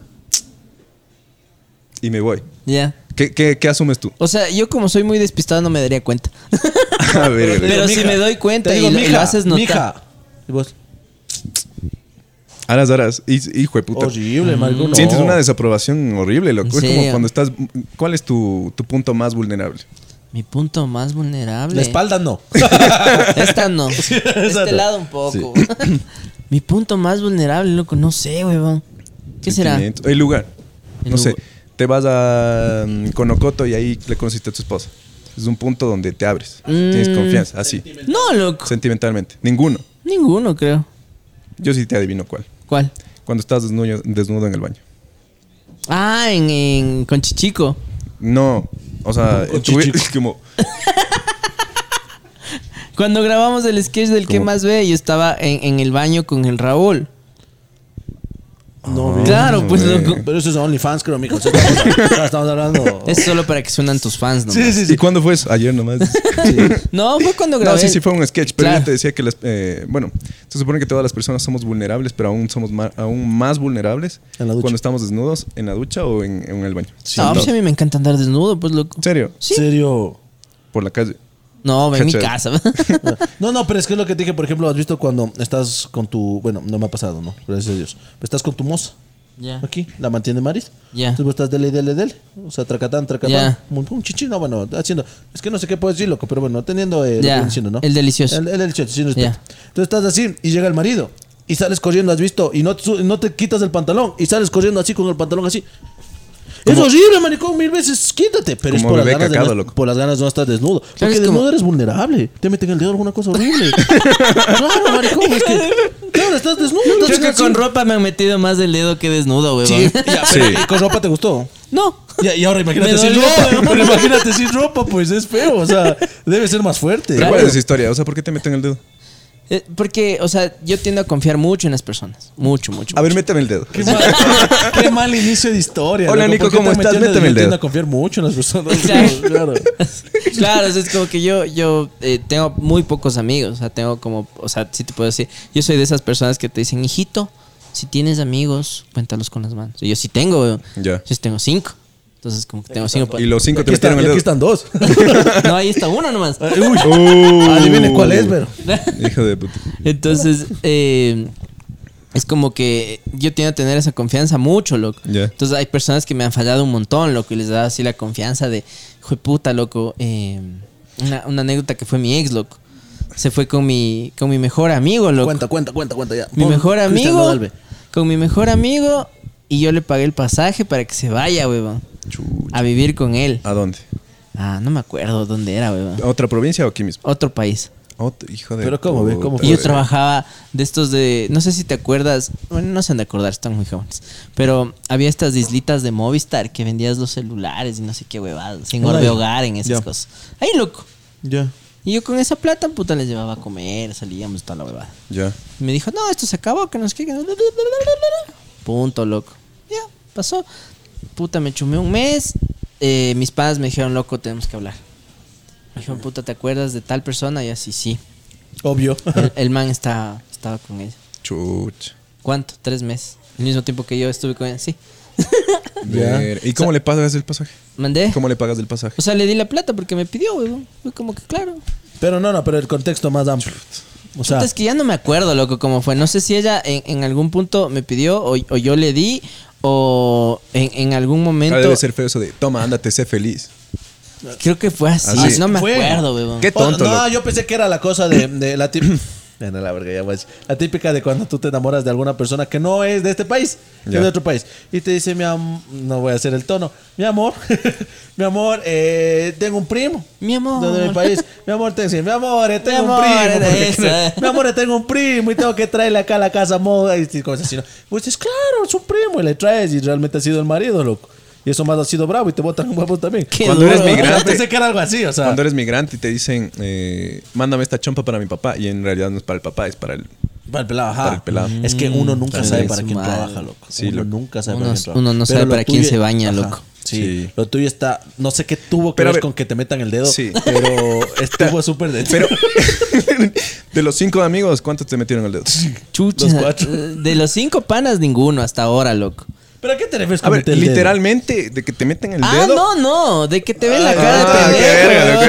Speaker 1: Y me voy.
Speaker 3: Ya.
Speaker 1: ¿Qué, qué, qué asumes tú? <laughs>
Speaker 3: O sea, yo como soy muy despistado no me daría cuenta.
Speaker 1: A ver,
Speaker 3: Pero si me doy cuenta
Speaker 2: te
Speaker 3: y
Speaker 2: digo,
Speaker 3: lo- y lo
Speaker 2: "Mija,
Speaker 3: haces notar".
Speaker 2: mija y vos
Speaker 1: harás, harás. Hi- Hijo de puta. Mm.
Speaker 2: horrible maricón Oh, no.
Speaker 1: Sientes una desaprobación horrible, loco.
Speaker 3: ¿En
Speaker 1: Es como
Speaker 3: serio?
Speaker 1: cuando estás. ¿Cuál es tu, tu punto más vulnerable?
Speaker 3: Mi punto más vulnerable.
Speaker 2: la espalda no
Speaker 3: <laughs> Esta
Speaker 2: <laughs>
Speaker 3: no.
Speaker 2: esa
Speaker 3: este
Speaker 2: no.
Speaker 3: lado un poco. <coughs> Mi punto más vulnerable, loco. No sé, weón. ¿Qué será?
Speaker 1: Sentimiento. El lugar.
Speaker 3: El
Speaker 1: no sé.
Speaker 3: lugar.
Speaker 1: Te vas a mm, Conocoto y ahí le conociste a tu esposa. Es un punto donde te abres. Tienes
Speaker 3: Mm.
Speaker 1: confianza. Así.
Speaker 3: No, loco.
Speaker 1: Sentimentalmente. Ninguno.
Speaker 3: Ninguno, creo.
Speaker 1: Yo sí te adivino cuál.
Speaker 3: ¿Cuál?
Speaker 1: Cuando estás desnudo, desnudo en el baño.
Speaker 3: Ah, en, en con Chichico.
Speaker 1: No. O sea, <laughs>
Speaker 2: Con
Speaker 1: tuve-
Speaker 2: chichico.
Speaker 1: como.
Speaker 3: Cuando grabamos el sketch del que
Speaker 1: ¿Cómo?
Speaker 3: más ve, yo estaba en, en el baño con el Raúl.
Speaker 2: No,
Speaker 3: Claro, pues,
Speaker 1: güey.
Speaker 3: loco.
Speaker 2: Pero eso es OnlyFans, creo, mijo. <laughs> Estamos
Speaker 1: Oh.
Speaker 2: hablando.
Speaker 3: Es solo para que suenan tus fans, ¿no?
Speaker 2: Sí, sí, sí.
Speaker 1: ¿Y cuándo fue eso? Ayer nomás.
Speaker 3: <laughs> No, fue cuando grabé.
Speaker 1: No, sí,
Speaker 3: el-
Speaker 1: sí fue un sketch, pero
Speaker 3: Claro.
Speaker 1: yo te decía que las, eh, bueno, se supone que todas las personas somos vulnerables, pero aún somos ma- aún más vulnerables
Speaker 2: En la ducha.
Speaker 1: cuando estamos desnudos en la ducha o en, en el baño.
Speaker 3: No, pues a
Speaker 1: ¿En
Speaker 3: mí me encanta andar desnudo, pues loco.
Speaker 1: serio?
Speaker 2: ¿En
Speaker 3: Sí.
Speaker 2: serio?
Speaker 1: Por la calle.
Speaker 3: No, ve en mi casa.
Speaker 1: Cachai.
Speaker 2: No, no, pero es que es lo que te dije, por ejemplo, has visto cuando estás con tu. Bueno, no me ha pasado, ¿no? Gracias a Dios. Pero estás con tu moza.
Speaker 3: Ya.
Speaker 2: Aquí, la mantiene Maris.
Speaker 3: Ya.
Speaker 2: Entonces vos estás dele, dele, dele. O sea, tracatán, tracatán.
Speaker 3: Ya.
Speaker 2: Pum, pum, chichi, no, bueno, haciendo. Es que no sé qué puedo decir, loco, pero bueno, teniendo eh, lo que
Speaker 3: Ya,
Speaker 2: viene siendo, ¿no?
Speaker 3: el delicioso.
Speaker 2: El, el delicioso, sin respeto.
Speaker 3: Ya.
Speaker 2: Entonces estás así y llega el marido. Y sales corriendo, has visto, y no te, su- no te quitas el pantalón. Y sales corriendo así con el pantalón así. Es horrible, maricón, mil veces. Quítate. Pero es
Speaker 1: Como
Speaker 2: por las,
Speaker 1: bebé
Speaker 2: ganas de
Speaker 1: cacado,
Speaker 2: no-
Speaker 1: loco.
Speaker 2: por las ganas de no estar desnudo. Porque
Speaker 3: es como-
Speaker 2: desnudo eres vulnerable. Te meten el dedo alguna cosa
Speaker 3: <laughs>
Speaker 2: horrible. claro, maricón, es que. Claro, estás desnudo. estás
Speaker 3: Creo que
Speaker 2: así.
Speaker 3: con ropa me han metido más del dedo que desnudo, weón.
Speaker 2: Sí, ya, pero
Speaker 1: Sí.
Speaker 2: ¿y con ropa te gustó?
Speaker 3: <laughs> No.
Speaker 2: Ya, y ahora imagínate
Speaker 3: Me
Speaker 2: sin
Speaker 3: dolió,
Speaker 2: ropa.
Speaker 3: weón.
Speaker 2: Pero imagínate sin ropa, pues es feo. O sea, debe ser más fuerte.
Speaker 1: Pero ¿cuál es esa historia? O sea, ¿por qué te meten el dedo?
Speaker 3: Eh, Porque, o sea, yo tiendo a confiar mucho en las personas. Mucho, mucho.
Speaker 1: A
Speaker 3: mucho.
Speaker 1: ver, méteme el dedo.
Speaker 2: Qué mal, qué mal inicio de historia.
Speaker 1: Hola,
Speaker 2: loco.
Speaker 1: Nico,
Speaker 2: ¿Por qué
Speaker 1: ¿cómo
Speaker 2: te
Speaker 1: estás?
Speaker 2: metieron-
Speaker 1: Méteme el
Speaker 2: yo
Speaker 1: dedo.
Speaker 2: tiendo a confiar mucho en
Speaker 1: <laughs>
Speaker 2: las personas.
Speaker 3: Claro.
Speaker 2: Claro.
Speaker 3: Claro, o sea, es como que yo, yo eh, tengo muy pocos amigos. O sea, tengo como, o sea, sí te puedo decir, yo soy de esas personas que te dicen, hijito, si tienes amigos, cuéntalos con las manos. Y yo sí tengo, weón.
Speaker 1: Ya.
Speaker 3: Yo sí tengo cinco. Entonces, como que tengo cinco. pues.
Speaker 1: Y los cinco te
Speaker 2: Aquí, está-
Speaker 1: metieron el
Speaker 2: y aquí
Speaker 1: dedo.
Speaker 2: están dos.
Speaker 3: <laughs> No, ahí está uno nomás.
Speaker 2: Uy, <laughs>
Speaker 1: Uh.
Speaker 2: adivinen cuál es, pero.
Speaker 1: <laughs> Hijo de puta.
Speaker 3: Entonces, eh, es como que yo tiendo a tener esa confianza mucho, loco.
Speaker 1: Ya.
Speaker 3: Entonces, hay personas que me han fallado un montón, loco, y les da así la confianza de, hijo de puta, loco. eh, una, una anécdota que fue mi ex, loco. Se fue con mi, con mi mejor amigo, loco.
Speaker 2: Cuenta, cuenta, cuenta, cuenta ya.
Speaker 3: mi
Speaker 2: Pon
Speaker 3: mejor
Speaker 2: Cristian
Speaker 3: amigo.
Speaker 2: Nodalbe.
Speaker 3: Con mi mejor amigo. Y yo le pagué el pasaje para que se vaya, weón.
Speaker 1: Chucha.
Speaker 3: A vivir con él.
Speaker 1: ¿A dónde?
Speaker 3: Ah, no me acuerdo dónde era, weón.
Speaker 1: ¿A ¿Otra provincia o aquí mismo?
Speaker 3: Otro país.
Speaker 1: Otro- hijo de
Speaker 2: Pero ¿cómo, ve? ¿Cómo
Speaker 1: puta,
Speaker 3: Y yo
Speaker 1: güey.
Speaker 3: trabajaba de estos de. No sé si te acuerdas. Bueno, no se han de acordar, están muy jóvenes. Pero había estas islitas de Movistar que vendías los celulares y no sé qué huevadas. En
Speaker 2: Órale.
Speaker 3: Orbe Hogar, en esas
Speaker 2: Ya.
Speaker 3: cosas. Ahí, loco.
Speaker 2: Ya.
Speaker 3: Y yo con esa plata, puta, les llevaba a comer, salíamos, toda la huevada.
Speaker 1: Ya.
Speaker 3: Y me dijo, no, esto se acabó, que no sé qué. que no- bla, bla, bla, bla, bla". Punto, loco. Ya, pasó. Puta, me chumé un mes. Eh, mis padres me dijeron, loco, tenemos que hablar. Me dijeron, puta, ¿te acuerdas de tal persona? Y así, sí.
Speaker 2: Obvio.
Speaker 3: El, el man está, estaba con ella.
Speaker 1: Chucha.
Speaker 3: ¿Cuánto? Tres meses. El mismo tiempo que yo estuve con ella. Sí.
Speaker 2: Ya. ¿Eh? Pues,
Speaker 1: Ver- ¿Y cómo le pagas el pasaje?
Speaker 3: Mandé.
Speaker 1: ¿Cómo le pagas el pasaje?
Speaker 3: O sea, le di la plata porque me pidió, weón. Fue como que claro.
Speaker 2: <laughs> Pero no, no, pero el contexto más amplio. O sea,
Speaker 3: Puta, es que ya no me acuerdo, loco, cómo fue. No sé si ella en, en algún punto me pidió o, o yo le di o en, en algún
Speaker 1: Ah,
Speaker 3: momento...
Speaker 1: debe ser feo eso de, toma, ándate, sé feliz.
Speaker 3: Creo que fue así.
Speaker 1: Así.
Speaker 3: No me
Speaker 2: Fue.
Speaker 3: acuerdo, weón.
Speaker 1: ¿Qué? tonto,
Speaker 2: Oh, no,
Speaker 1: loco.
Speaker 2: yo pensé que era la cosa de, de la
Speaker 1: <clears throat>
Speaker 2: típica. la verga, ya pues. La típica de cuando tú te enamoras de alguna persona que no es de este país, que
Speaker 1: Ya.
Speaker 2: es de otro país. Y te dice, mi am- no voy a hacer el tono. Mi amor, <laughs> mi amor, eh, tengo un primo.
Speaker 3: Mi amor.
Speaker 2: De mi país. Mi amor, te dice, mi amor, eh, tengo
Speaker 3: Mi
Speaker 2: un
Speaker 3: amor,
Speaker 2: primo. <laughs>
Speaker 3: era
Speaker 2: porque-
Speaker 3: esa.
Speaker 2: mi amor, eh, tengo un primo y tengo que traerle acá a la casa moda y cosas así. ¿no? Pues dices, claro, es un primo y le traes y realmente ha sido el marido, loco. Y eso más ha sido bravo y te botan huevos también.
Speaker 3: Qué
Speaker 1: Cuando eres
Speaker 3: duro.
Speaker 2: O sea, <laughs>
Speaker 1: migrante.
Speaker 2: Pensé que era algo así, o sea.
Speaker 1: Cuando eres migrante y te dicen, eh, mándame esta chompa para mi papá, y en realidad no es para el papá, es para el.
Speaker 2: Para el pelado, ajá.
Speaker 1: Para el pelado.
Speaker 2: Es que uno nunca
Speaker 3: También
Speaker 2: sabe
Speaker 3: es
Speaker 2: para quién
Speaker 3: malo.
Speaker 2: trabaja, loco.
Speaker 1: Sí,
Speaker 2: uno
Speaker 1: loco.
Speaker 2: nunca sabe
Speaker 3: Uno-
Speaker 2: para quién trabaja.
Speaker 3: uno no
Speaker 2: Pero
Speaker 3: sabe
Speaker 2: lo
Speaker 3: para quién se baña, loco.
Speaker 2: Sí.
Speaker 1: Sí.
Speaker 2: Lo tuyo está. No sé qué tuvo que
Speaker 1: Pero a
Speaker 2: ver
Speaker 1: ver-
Speaker 2: con que te metan el dedo.
Speaker 1: Sí.
Speaker 2: Pero
Speaker 1: <laughs>
Speaker 2: estuvo súper de.
Speaker 1: Pero. <laughs> de los cinco amigos, ¿cuántos te metieron el dedo?
Speaker 2: <laughs>
Speaker 3: Chucha. eh,
Speaker 2: Los cuatro.
Speaker 3: De los cinco panas, ninguno hasta ahora, loco.
Speaker 2: ¿Pero a qué te refieres
Speaker 1: A
Speaker 2: con
Speaker 1: ver,
Speaker 2: meter el dedo?
Speaker 1: literalmente, de que te meten el
Speaker 3: Ah,
Speaker 1: dedo.
Speaker 3: no, no. De que te ve la
Speaker 2: Ay,
Speaker 3: cara
Speaker 1: ah,
Speaker 3: de
Speaker 1: qué
Speaker 3: pendejo,
Speaker 1: verga, lo que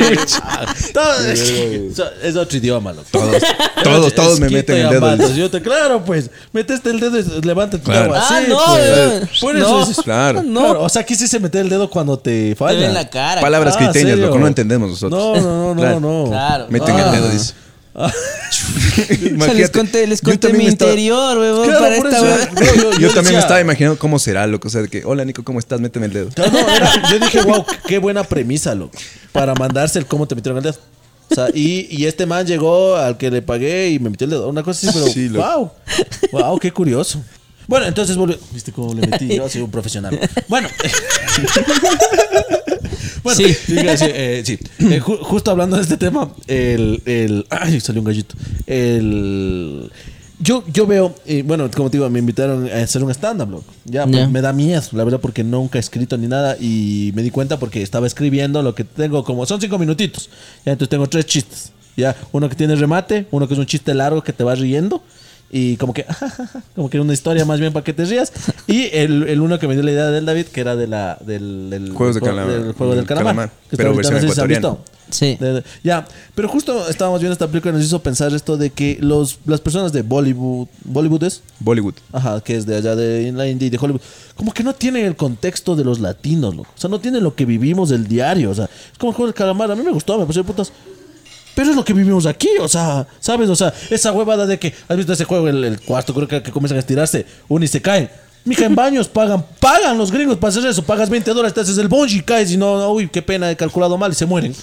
Speaker 3: weón. <laughs>
Speaker 1: digo, chucha.
Speaker 2: Ah, Todo- es, es otro idioma, loco.
Speaker 1: <laughs> Todos, todos, todos me
Speaker 2: Es
Speaker 1: meten el
Speaker 2: quito y
Speaker 1: dedo.
Speaker 2: ambatos. Yo te, claro, pues. Meteste el dedo y levanta tu
Speaker 1: Claro.
Speaker 2: dedo así.
Speaker 3: Ah, no,
Speaker 2: pues.
Speaker 3: weón.
Speaker 2: Por
Speaker 3: No.
Speaker 2: eso es-
Speaker 1: Claro.
Speaker 3: No.
Speaker 2: Claro, o sea, quisiste meter el dedo cuando te
Speaker 3: Te
Speaker 2: falla.
Speaker 3: ve en la cara.
Speaker 1: Palabras
Speaker 2: Ah,
Speaker 1: quiteñas,
Speaker 2: ¿serio?
Speaker 1: loco, no entendemos nosotros.
Speaker 2: No, no, no,
Speaker 1: Claro.
Speaker 2: no, no.
Speaker 3: Claro.
Speaker 1: Meten
Speaker 3: Ah.
Speaker 1: el dedo, dice.
Speaker 3: <laughs> O sea, les
Speaker 1: Imagínate,
Speaker 3: conté, les
Speaker 1: yo
Speaker 3: conté
Speaker 1: también
Speaker 3: mi
Speaker 1: me estaba- <laughs>
Speaker 3: interior, weón.
Speaker 2: Claro,
Speaker 3: para
Speaker 2: por
Speaker 3: esta
Speaker 2: eso. Yo-
Speaker 3: weón.
Speaker 2: yo-
Speaker 1: Yo,
Speaker 2: yo
Speaker 1: también
Speaker 2: decía-
Speaker 1: me estaba imaginando cómo será, loco. O sea, de que, hola Nico, ¿cómo estás? Méteme el dedo.
Speaker 2: Claro, <laughs> no, era- yo dije, wow, qué buena premisa, loco. Para mandarse el cómo te metieron el dedo. O sea, y, y este man llegó al que le pagué y me metió el dedo. Una cosa así, pero
Speaker 1: Sí, loco.
Speaker 2: wow. Wow, qué curioso. Bueno, <laughs> entonces volvió. ¿Viste cómo le metí? Yo soy un profesional. Bueno. <laughs> Bueno,
Speaker 3: Sí.
Speaker 2: sí, sí, eh, sí. Eh, ju- justo hablando de este tema, el, el- Ay, salió un gallito. El... Yo, yo veo, eh, bueno, como te digo, me invitaron a hacer un stand-up, loco. Ya, pues,
Speaker 3: Ya.
Speaker 2: me da miedo, la verdad, porque nunca he escrito ni nada y me di cuenta porque estaba escribiendo lo que tengo como, son cinco minutitos. Ya, entonces tengo tres chistes. Ya, uno que tiene remate, uno que es un chiste largo que te vas riendo y como que, <laughs> como que una historia más bien para que te rías. Y el, el uno que me dio la idea del David, que era de la, del, del
Speaker 1: Juegos de calamar.
Speaker 2: del juego del
Speaker 1: Mm,
Speaker 2: calamar.
Speaker 1: calamar,
Speaker 2: Que
Speaker 1: pero
Speaker 2: ahorita
Speaker 1: versión
Speaker 2: no sé si se han
Speaker 1: ecuatoriana.
Speaker 2: visto.
Speaker 3: Sí.
Speaker 2: De- de- ya, pero justo estábamos viendo esta película y nos hizo pensar esto de que los, las personas de Bollywood, Bollywood es,
Speaker 1: Bollywood.
Speaker 2: ajá, que es de allá de la India y de Hollywood, como que no tienen el contexto de los latinos, loco. O sea, no tienen lo que vivimos del diario, o sea, es como el juego del calamar, a mí me gustó, me pareció de putas. Pero es lo que vivimos aquí, o sea, ¿sabes? O sea, esa huevada de que, ¿has visto ese juego, el, el cuarto, creo que, que comienzan a estirarse, uno y se caen. Mija, en baños pagan, pagan los gringos para hacer eso, pagas 20 dólares, te haces el bungee, caes y no, uy, qué pena, he calculado mal y se mueren.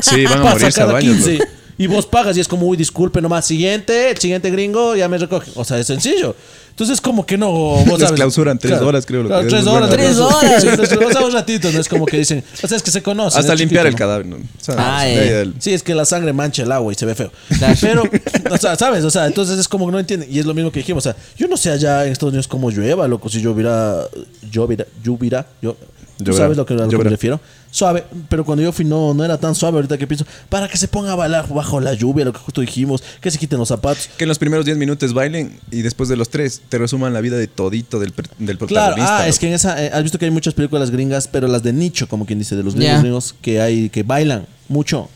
Speaker 1: Sí, van a
Speaker 2: Pasa
Speaker 1: morirse a
Speaker 2: cada
Speaker 1: baños.
Speaker 2: 15.
Speaker 1: loco.
Speaker 2: Y vos pagas y es como, uy, disculpe nomás, siguiente, el siguiente gringo ya me recoge. O sea, es sencillo. Entonces, como que no. Vos
Speaker 1: Les
Speaker 2: sabes.
Speaker 1: clausuran tres horas, creo, lo
Speaker 2: Claro,
Speaker 1: que es
Speaker 2: tres
Speaker 1: muy
Speaker 2: horas.
Speaker 1: bueno.
Speaker 3: Tres
Speaker 2: ¿no?
Speaker 3: horas.
Speaker 2: Sí, tres horas. O sea, un ratito, no es como que dicen. O sea, es que se conocen.
Speaker 1: Hasta
Speaker 2: es
Speaker 1: limpiar el
Speaker 2: chiquito, ¿no?
Speaker 1: cadáver. ¿no? O sea,
Speaker 3: Ah,
Speaker 1: de ahí
Speaker 3: eh.
Speaker 1: del-
Speaker 2: Sí, es que la sangre mancha el agua y se ve feo.
Speaker 3: Claro.
Speaker 2: Pero, o sea, ¿sabes? O sea, entonces es como que no entienden. Y es lo mismo que dijimos. O sea, yo no sé allá en Estados Unidos cómo llueva, loco. Si lloverá, lloverá, lloverá, yo. ¿Tú
Speaker 1: Lloverá.
Speaker 2: sabes lo que, a lo que me
Speaker 1: Lloverá.
Speaker 2: refiero? Suave, pero cuando yo fui no, no era tan suave ahorita que pienso. Para que se ponga a bailar bajo la lluvia, lo que justo dijimos, que se quiten los zapatos.
Speaker 1: Que en los primeros 10 minutos bailen y después de los 3 te resuman la vida de todito del, per- del
Speaker 2: Claro,
Speaker 1: protagonista.
Speaker 2: ah,
Speaker 1: loco.
Speaker 2: es que en esa, eh, has visto que hay muchas películas gringas, pero las de nicho, como quien dice, de los gringos,
Speaker 3: Ya.
Speaker 2: gringos que hay, que bailan mucho.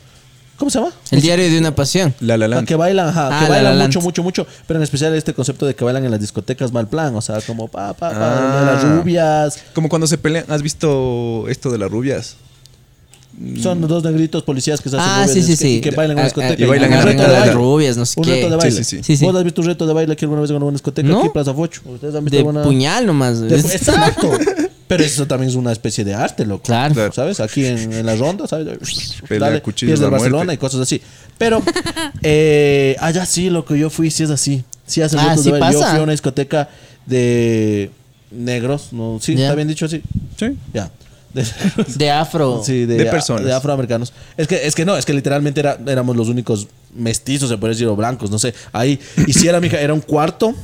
Speaker 2: ¿Cómo se llama?
Speaker 3: El diario de una pasión.
Speaker 1: La La
Speaker 2: Ah,
Speaker 1: Land.
Speaker 2: que bailan, ajá,
Speaker 3: Ah,
Speaker 2: que
Speaker 3: La
Speaker 2: bailan
Speaker 3: La Land.
Speaker 2: mucho, mucho, mucho. Pero en especial este concepto de que bailan en las discotecas mal plan, o sea, como pa, pa, pa,
Speaker 1: Ah.
Speaker 2: las rubias.
Speaker 1: Como cuando se pelean. ¿Has visto esto de las rubias?
Speaker 2: Son dos negritos policías que se hacen
Speaker 3: Ah,
Speaker 2: rubias
Speaker 3: sí,
Speaker 2: y
Speaker 3: sí,
Speaker 2: es que-
Speaker 3: sí.
Speaker 2: y que bailan en una
Speaker 3: Ah,
Speaker 2: discoteca.
Speaker 3: ah,
Speaker 1: Mm. Y bailan en
Speaker 2: un
Speaker 1: la
Speaker 2: reto
Speaker 1: ruta
Speaker 2: de
Speaker 1: de
Speaker 2: baile.
Speaker 3: las rubias, no sé
Speaker 2: Un reto de
Speaker 3: qué.
Speaker 2: baile.
Speaker 1: Sí, sí, sí.
Speaker 3: Sí, sí.
Speaker 2: ¿Vos has visto un reto de baile aquí alguna vez en una discoteca?
Speaker 3: No.
Speaker 2: Aquí en Plaza Focho. ¿Ustedes han visto
Speaker 3: De
Speaker 2: alguna?
Speaker 3: puñal nomás.
Speaker 2: De- Exacto. Pero eso también es una especie de arte, loco.
Speaker 3: Claro.
Speaker 1: Claro.
Speaker 2: ¿Sabes? Aquí en, en la ronda, ¿sabes?
Speaker 1: Pelea,
Speaker 2: Dale,
Speaker 1: cuchillos
Speaker 2: pies del
Speaker 1: a muerte.
Speaker 2: Barcelona y cosas así.
Speaker 3: <laughs>
Speaker 2: Pero eh, allá sí, lo que yo fui, sí es así. Sí hacen
Speaker 3: Ah,
Speaker 2: retos
Speaker 3: sí
Speaker 2: de baile. Yo
Speaker 3: pasa.
Speaker 2: fui a una discoteca de negros, ¿no? Sí,
Speaker 3: Ya.
Speaker 2: está bien dicho así.
Speaker 1: Sí.
Speaker 3: <laughs>
Speaker 2: Ya. De-
Speaker 3: De afro.
Speaker 2: sí, de,
Speaker 1: De personas.
Speaker 2: de afroamericanos. Es que, es que no, es que literalmente era- éramos los únicos mestizos, se puede decir, o blancos, no sé. Ahí, y si era, mija, era un cuarto,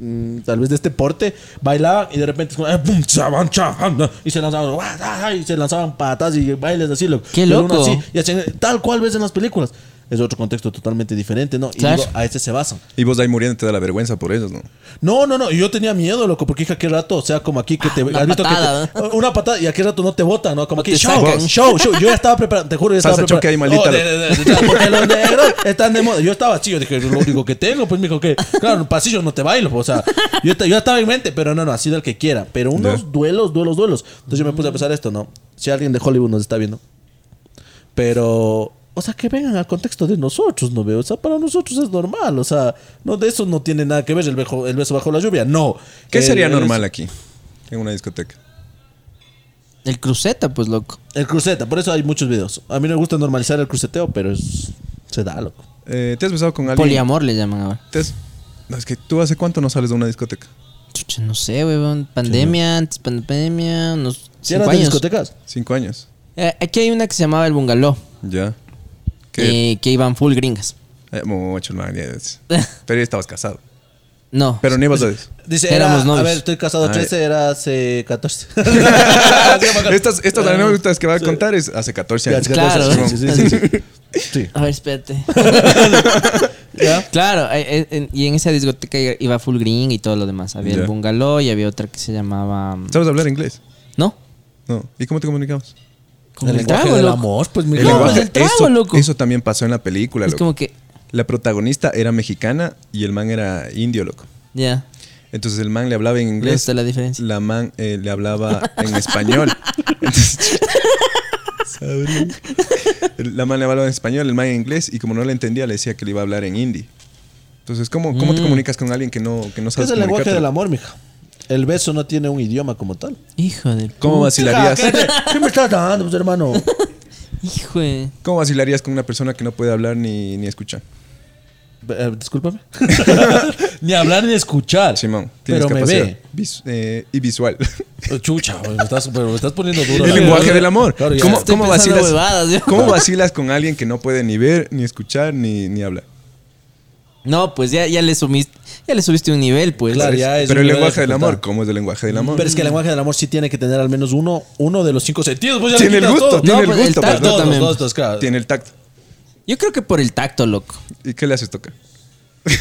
Speaker 2: mm, tal vez de este porte, bailaban y de repente es como, eh, pum, chaban, chaban, na, y se lanzaban, guau, ah, y se lanzaban patas y bailes así, loco.
Speaker 3: Qué
Speaker 2: Y el uno
Speaker 3: loco.
Speaker 2: así, y hacían, tal cual ves en las películas. Es otro contexto totalmente diferente, ¿no? Y
Speaker 3: Claro.
Speaker 2: digo, a este se basan.
Speaker 1: Y vos ahí muriendo te da la vergüenza por ellos, ¿no?
Speaker 2: No, no, no. y Yo tenía miedo, loco, porque hija, qué rato, o sea, como aquí que te.
Speaker 3: Una
Speaker 2: has visto que te- Uh,
Speaker 3: patada,
Speaker 2: una patada y a qué rato no te botan, ¿no? Como aquí,
Speaker 3: te
Speaker 2: show,
Speaker 3: sacan.
Speaker 2: show, show. Yo ya estaba preparado, te juro, yo estaba
Speaker 1: Salsa
Speaker 2: preparado.
Speaker 1: choque ahí, maldita,
Speaker 2: de- de- de- de- porque los negros están de moda. Yo estaba así, yo dije, lo único que tengo, pues me dijo que, claro, en pasillos no te bailo, pues, o sea, yo, te- yo estaba en mente, pero no, no, así del que quiera. Pero unos
Speaker 1: Ya.
Speaker 2: duelos, duelos, duelos. Entonces yo me puse a pensar esto, ¿no? Si alguien de Hollywood nos está viendo, pero, o sea, que vengan al contexto de nosotros, ¿no veo? O sea, para nosotros es normal, o sea, no de eso no tiene nada que ver el, bejo- el beso bajo la lluvia, no.
Speaker 1: ¿Qué
Speaker 2: El-
Speaker 1: sería
Speaker 2: el-
Speaker 1: normal aquí? En una discoteca.
Speaker 3: El cruceta, pues loco.
Speaker 2: El cruceta, por eso hay muchos videos. A mí me gusta normalizar el cruceteo, pero es, se da, loco.
Speaker 1: Eh, ¿Te has besado con alguien?
Speaker 3: Poliamor le llaman ahora.
Speaker 1: ¿Te has- No, es que tú hace cuánto no sales de una discoteca.
Speaker 3: Chucha, no sé, weón. Pandemia, antes pandemia, unos
Speaker 2: ¿Si
Speaker 3: cinco
Speaker 2: eras de
Speaker 3: años.
Speaker 2: discotecas?
Speaker 1: Cinco años.
Speaker 3: Eh, aquí hay una que se llamaba el bungalow.
Speaker 1: Ya. Que.
Speaker 3: Que, que iban full gringas. <laughs>
Speaker 1: Eh, mucho, no, ya es- Pero ya estabas casado.
Speaker 3: No.
Speaker 1: Pero no ibas a
Speaker 2: <laughs>
Speaker 1: eso.
Speaker 2: Dice,
Speaker 3: Éramos
Speaker 2: era, a
Speaker 3: novios.
Speaker 2: ver, estoy casado
Speaker 1: Ah,
Speaker 2: 13, era hace
Speaker 1: <laughs>
Speaker 2: 14.
Speaker 1: estas estas anécdotas que va a contar es hace 14 años.
Speaker 3: Claro.
Speaker 2: Sí, sí, sí, sí. Sí.
Speaker 3: A ver, espérate.
Speaker 2: <laughs> ¿Ya?
Speaker 3: Claro, eh, eh, en- y en esa discoteca iba full green y todo lo demás. Había
Speaker 1: Ya.
Speaker 3: el bungalow y había otra que se llamaba. mm,
Speaker 1: ¿Sabes hablar inglés?
Speaker 3: ¿No?
Speaker 1: No. ¿Y cómo te comunicabas?
Speaker 3: Con
Speaker 2: el
Speaker 3: el
Speaker 2: lenguaje
Speaker 3: trago,
Speaker 2: del
Speaker 3: loco.
Speaker 2: amor, pues mi
Speaker 3: El lenguaje- pues el trago,
Speaker 1: eso,
Speaker 3: loco.
Speaker 1: eso también pasó en la película,
Speaker 3: Es
Speaker 1: loco.
Speaker 3: como que.
Speaker 1: La protagonista era mexicana y el man era indio, loco.
Speaker 3: Ya.
Speaker 1: Entonces el man le hablaba en
Speaker 3: ¿Le
Speaker 1: inglés.
Speaker 3: gusta la diferencia?
Speaker 1: La man eh, le hablaba en español. Entonces, <laughs> sabrón. la man le hablaba en español, el man en inglés, y como no le entendía, le decía que le iba a hablar en hindi. Entonces, ¿cómo, cómo te comunicas con alguien que no, que no
Speaker 2: ¿Qué
Speaker 1: sabes
Speaker 2: es el lenguaje
Speaker 1: comunicarte?
Speaker 2: del amor, mija? El beso no tiene un idioma como tal.
Speaker 3: Hijo de.
Speaker 1: ¿Cómo vacilarías?
Speaker 2: ¿Qué, te- qué me estás dando, pues, hermano?
Speaker 3: Hijo de.
Speaker 1: ¿Cómo vacilarías con una persona que no puede hablar ni, ni escuchar?
Speaker 2: Eh, discúlpame.
Speaker 4: <laughs> Ni hablar ni escuchar.
Speaker 1: Simón, tienes
Speaker 2: Pero me
Speaker 1: capacidad
Speaker 2: ve.
Speaker 1: vis- eh, y visual. <laughs>
Speaker 4: Oh, Chucha, güey, me estás, pero me estás poniendo duro.
Speaker 1: El
Speaker 4: la
Speaker 1: lenguaje
Speaker 4: verdad.
Speaker 1: del amor.
Speaker 4: Claro, ya.
Speaker 1: ¿Cómo,
Speaker 3: Estoy
Speaker 1: cómo
Speaker 3: pensando
Speaker 1: vacilas,
Speaker 3: huevadas, yo.
Speaker 1: ¿Cómo vacilas con alguien que no puede ni ver, ni escuchar, ni, ni hablar?
Speaker 3: No, pues ya, ya, le sumiste, ya le subiste un nivel, pues.
Speaker 2: Claro, ya es
Speaker 1: Pero el
Speaker 2: un nivel
Speaker 1: lenguaje del amor,
Speaker 2: dificultad.
Speaker 1: ¿cómo es el lenguaje del amor?
Speaker 2: Pero es que el lenguaje del amor sí tiene que tener al menos uno, uno de los cinco sentidos. Pues ya
Speaker 1: Tiene
Speaker 2: le
Speaker 1: el
Speaker 2: quitas
Speaker 1: gusto,
Speaker 2: todo.
Speaker 1: tiene
Speaker 3: No,
Speaker 1: el
Speaker 3: pues, el
Speaker 1: gusto. pues,
Speaker 3: tacto
Speaker 1: ¿no?
Speaker 2: Todos,
Speaker 3: también.
Speaker 2: todos, todos, claro.
Speaker 1: Tiene el tacto.
Speaker 3: Yo creo que por el tacto, loco.
Speaker 1: ¿Y qué le haces tocar?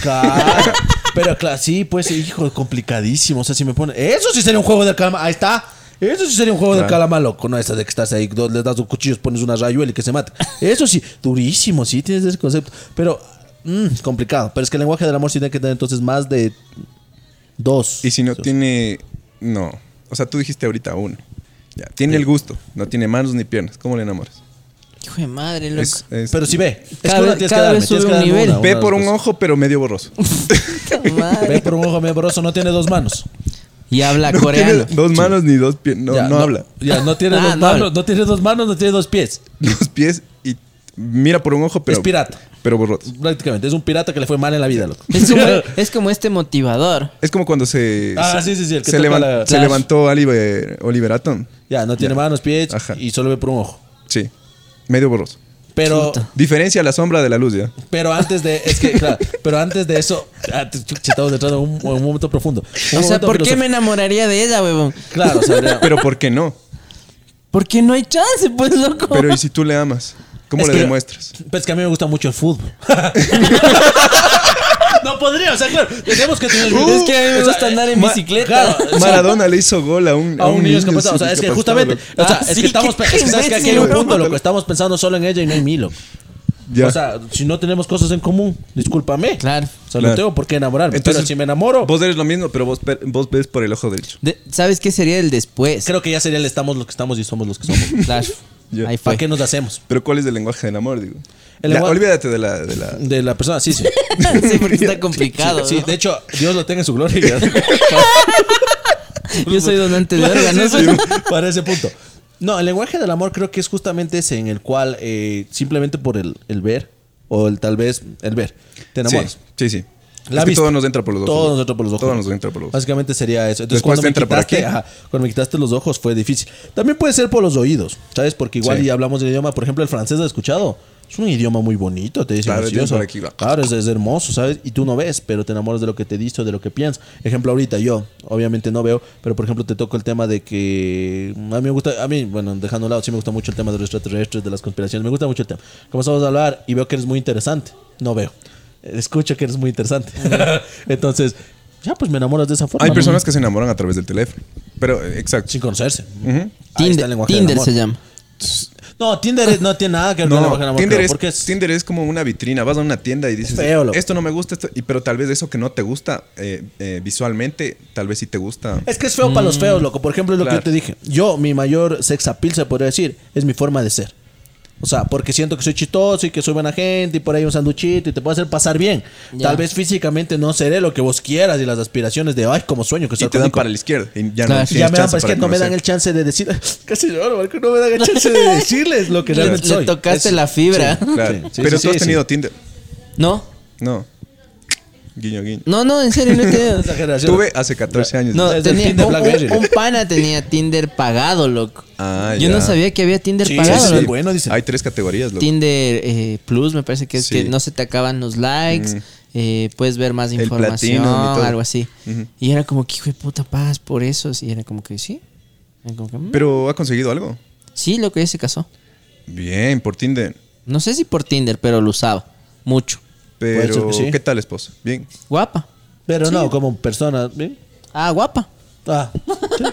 Speaker 2: Claro. Pero claro, sí, pues, hijo, complicadísimo. O sea, si me pone. Eso sí sería un juego del calamar. Ahí está. Eso sí sería un juego del
Speaker 1: Claro.
Speaker 2: calamar, loco. No, esa de que estás ahí, do- le das dos cuchillos, pones una rayuela y que se mate. Eso sí, durísimo, sí, tienes ese concepto. Pero, mm, complicado. Pero es que el lenguaje del amor sí tiene que tener entonces más de dos.
Speaker 1: Y si no tiene. No. O sea, tú dijiste ahorita uno. Ya. Tiene el gusto. No tiene manos ni piernas. ¿Cómo le enamoras?
Speaker 3: Hijo de madre, loco.
Speaker 1: Es- es-
Speaker 2: Pero si ve. Es
Speaker 3: Cada
Speaker 2: que una
Speaker 3: vez-
Speaker 2: tienes
Speaker 3: cada
Speaker 2: darme,
Speaker 3: vez
Speaker 2: tienes
Speaker 3: sube
Speaker 2: que
Speaker 3: un
Speaker 2: darme
Speaker 3: nivel.
Speaker 2: una,
Speaker 1: Ve
Speaker 2: una
Speaker 1: por
Speaker 2: de
Speaker 1: un
Speaker 2: las cosas.
Speaker 1: ojo, pero medio
Speaker 3: <laughs>
Speaker 1: borroso.
Speaker 3: Puta
Speaker 2: Ve <laughs>
Speaker 3: madre.
Speaker 2: por un ojo, mi borroso. No tiene dos manos.
Speaker 3: Y habla
Speaker 1: No tiene
Speaker 3: coreano.
Speaker 1: dos manos ni dos pies. No,
Speaker 2: Ya,
Speaker 1: no habla.
Speaker 2: Ya, no tiene
Speaker 3: Ah,
Speaker 2: dos
Speaker 3: no
Speaker 2: manos.
Speaker 3: habla.
Speaker 2: No tiene dos manos, no tiene dos pies.
Speaker 1: Los pies y mira por un ojo, pero.
Speaker 2: Es pirata.
Speaker 1: Pero borroso.
Speaker 2: Prácticamente. Es un pirata que le fue mal en la vida, loco. <laughs>
Speaker 3: Es como, es como este motivador.
Speaker 1: Es como cuando se.
Speaker 2: Ah,
Speaker 1: se-
Speaker 2: sí, sí, sí, el que
Speaker 1: se,
Speaker 2: toca
Speaker 1: levan-
Speaker 2: la-
Speaker 1: se
Speaker 2: Clash.
Speaker 1: levantó Oliver, Oliver Atom.
Speaker 2: Ya, no tiene manos, pies
Speaker 1: Ajá.
Speaker 2: y solo ve por un ojo.
Speaker 1: Sí. Medio borroso.
Speaker 2: Pero,
Speaker 3: Chuta.
Speaker 1: Diferencia la sombra de la luz, ya.
Speaker 2: pero antes de. Es que, claro, pero antes de eso. ah, te- chucha, estamos entrando en un, en un momento profundo. Un
Speaker 3: O sea,
Speaker 2: momento
Speaker 3: ¿por qué me
Speaker 2: filosófico.
Speaker 3: enamoraría de ella, huevón?
Speaker 2: Claro, o sea, ya-
Speaker 1: Pero ¿por qué no?
Speaker 3: Porque no hay chance, pues, loco.
Speaker 1: Pero ¿y si tú le amas? <laughs> ¿Cómo
Speaker 2: Es
Speaker 1: le
Speaker 2: que-
Speaker 1: demuestras?
Speaker 2: Pues que a mí me gusta mucho
Speaker 1: <laughs>
Speaker 2: el fútbol. no podría, o sea, claro, tenemos que tener.
Speaker 3: es que a mí me
Speaker 2: o sea,
Speaker 3: gusta andar en
Speaker 2: ma-
Speaker 3: bicicleta.
Speaker 2: claro, o sea,
Speaker 1: Maradona le hizo gol a un,
Speaker 2: a un niño discapacitado. O
Speaker 1: sí,
Speaker 2: sea, es que
Speaker 1: discapacitado,
Speaker 2: justamente.
Speaker 1: loco.
Speaker 2: O sea,
Speaker 3: Ah,
Speaker 2: es
Speaker 3: sí,
Speaker 2: que estamos.
Speaker 3: qué-
Speaker 2: pe- es que
Speaker 3: qué
Speaker 2: sabes que aquí hay
Speaker 3: imbécil,
Speaker 2: un punto,
Speaker 3: loco.
Speaker 2: loco. Estamos pensando solo en ella y no en mí, loco.
Speaker 1: Ya.
Speaker 2: O sea, si no tenemos cosas en común, discúlpame.
Speaker 3: Claro.
Speaker 2: O sea, no
Speaker 1: Claro.
Speaker 2: tengo por qué enamorarme. pero si me enamoro,
Speaker 1: Ah, Vos eres lo mismo, pero vos, pe- vos ves por el ojo derecho.
Speaker 3: De- ¿Sabes qué sería el después?
Speaker 2: creo que ya sería el estamos los que estamos y somos los que somos.
Speaker 3: Claro.
Speaker 1: Ya.
Speaker 3: Ahí
Speaker 2: ¿Para
Speaker 3: fue.
Speaker 2: qué nos hacemos?
Speaker 1: Pero ¿cuál es el lenguaje del amor? Digo.
Speaker 2: El
Speaker 1: Ya,
Speaker 2: lengua-
Speaker 1: Olvídate de la, de la-
Speaker 2: De la persona, sí, sí.
Speaker 3: <laughs> sí, porque está complicado.
Speaker 2: Sí,
Speaker 3: ¿no?
Speaker 2: de hecho, Dios lo tenga en su
Speaker 1: <laughs>
Speaker 2: gloria.
Speaker 3: Yo soy donante de órganos.
Speaker 2: Sí, para ese punto. No, el lenguaje del amor creo que es justamente ese en el cual eh, simplemente por el, el ver o el tal vez el ver,
Speaker 1: Sí,
Speaker 2: te enamoras.
Speaker 1: sí, sí.
Speaker 2: La
Speaker 1: es que
Speaker 2: vista.
Speaker 1: todo nos entra por los ojos.
Speaker 2: Todo nos entra por los ojos.
Speaker 1: Todo nos entra por los ojos.
Speaker 2: Básicamente sería eso. Entonces,
Speaker 1: Después
Speaker 2: cuando
Speaker 1: te
Speaker 2: me,
Speaker 1: entra por
Speaker 2: quitaste,
Speaker 1: aquí.
Speaker 2: ajá, cuando me quitaste los ojos fue difícil. También puede ser por los oídos, ¿sabes? Porque igual
Speaker 1: Sí.
Speaker 2: y hablamos del idioma, por ejemplo, el francés, ¿has escuchado? Es un idioma muy bonito, te dicen
Speaker 1: Claro,
Speaker 2: así,
Speaker 1: tiene
Speaker 2: o sea,
Speaker 1: por aquí, va.
Speaker 2: claro, es, es hermoso, ¿sabes? Y tú no ves, pero te enamoras de lo que te diste o de lo que piensas. Ejemplo, ahorita yo, obviamente no veo, pero por ejemplo te toco el tema de que a mí me gusta, a mí, bueno, dejando a un lado, sí me gusta mucho el tema de los extraterrestres, de las conspiraciones, me gusta mucho el tema. Comenzamos a hablar y veo que eres muy interesante, no veo. Escucho que eres muy interesante. <laughs> Entonces, ya pues me enamoras de esa forma.
Speaker 1: Hay
Speaker 2: ¿no?
Speaker 1: personas que se enamoran a través del teléfono. Pero, eh, exacto.
Speaker 2: Sin conocerse. Ahí está el
Speaker 3: Tinder,
Speaker 2: lenguaje del
Speaker 3: Tinder
Speaker 2: amor.
Speaker 3: se llama.
Speaker 2: No, Tinder es- no tiene nada que ver con el lenguaje del
Speaker 1: No,
Speaker 2: amor.
Speaker 1: Tinder
Speaker 2: creo,
Speaker 1: es,
Speaker 2: porque es-
Speaker 1: Tinder es como una vitrina. Vas a una tienda y dices,
Speaker 2: Feo, loco.
Speaker 1: esto no me gusta, esto, y, pero tal vez eso que no te gusta eh, eh, visualmente, tal vez sí te gusta.
Speaker 2: Es que es feo para los feos, loco. Por ejemplo, es lo
Speaker 1: Mm. Claro.
Speaker 2: que yo te dije. Yo, mi mayor sex appeal, se podría decir, es mi forma de ser. O sea, porque siento que soy chistoso y que soy buena gente y por ahí un sanduchito y te puedo hacer pasar bien.
Speaker 3: Ya.
Speaker 2: Tal vez físicamente no seré lo que vos quieras y las aspiraciones de, ay, como sueño que soy
Speaker 1: y te dan
Speaker 2: alcohólico".
Speaker 1: para la izquierda. Y ya
Speaker 3: Claro.
Speaker 1: no
Speaker 3: Y
Speaker 2: Ah, Ya
Speaker 1: tienes
Speaker 2: me dan,
Speaker 1: chance
Speaker 2: es que
Speaker 1: para
Speaker 2: no me dan
Speaker 1: conocer.
Speaker 2: el chance de decir, casi lloro, porque no
Speaker 1: <laughs>
Speaker 2: me dan el chance de decirles lo que
Speaker 3: Le-
Speaker 2: realmente
Speaker 3: le
Speaker 2: soy.
Speaker 3: tocaste la fibra.
Speaker 1: Claro.
Speaker 2: Sí, sí,
Speaker 1: pero
Speaker 2: sí,
Speaker 1: tú has
Speaker 2: sí.
Speaker 1: tenido Tinder.
Speaker 3: No,
Speaker 1: No. Guiño, guiño.
Speaker 3: no, no, en serio, no he tenido.
Speaker 2: <laughs> Esa generación.
Speaker 1: Tuve hace 14 años.
Speaker 3: No,
Speaker 2: Desde el
Speaker 3: tenía,
Speaker 2: Tinder
Speaker 3: un,
Speaker 2: Blackberry.
Speaker 3: un- un pana tenía Tinder pagado, loco.
Speaker 1: Ah,
Speaker 3: Yo
Speaker 1: ya.
Speaker 3: no sabía que había Tinder
Speaker 2: Sí,
Speaker 3: pagado.
Speaker 2: sí, sí.
Speaker 3: loco.
Speaker 2: bueno, dicen.
Speaker 1: Hay tres categorías, loco.
Speaker 3: Tinder eh, Plus, me parece que es
Speaker 1: Sí. Mm.
Speaker 3: que no se te acaban los likes. eh, puedes ver más
Speaker 1: El
Speaker 3: información,
Speaker 1: Platinum y todo.
Speaker 3: algo así. Y era como que, hijo de puta, pagas por eso. Y era como que, sí. Era como que, mm.
Speaker 1: Pero ha conseguido algo.
Speaker 3: sí, lo que ella se casó.
Speaker 1: Bien, por Tinder.
Speaker 3: No sé si por Tinder, pero lo usaba. Mucho.
Speaker 2: Puede ser
Speaker 1: Pero,
Speaker 2: que sí.
Speaker 1: ¿qué tal, esposo? Bien.
Speaker 3: Guapa.
Speaker 2: Pero no, como persona. ¿bien?
Speaker 3: Ah, guapa.
Speaker 2: Ah, sí.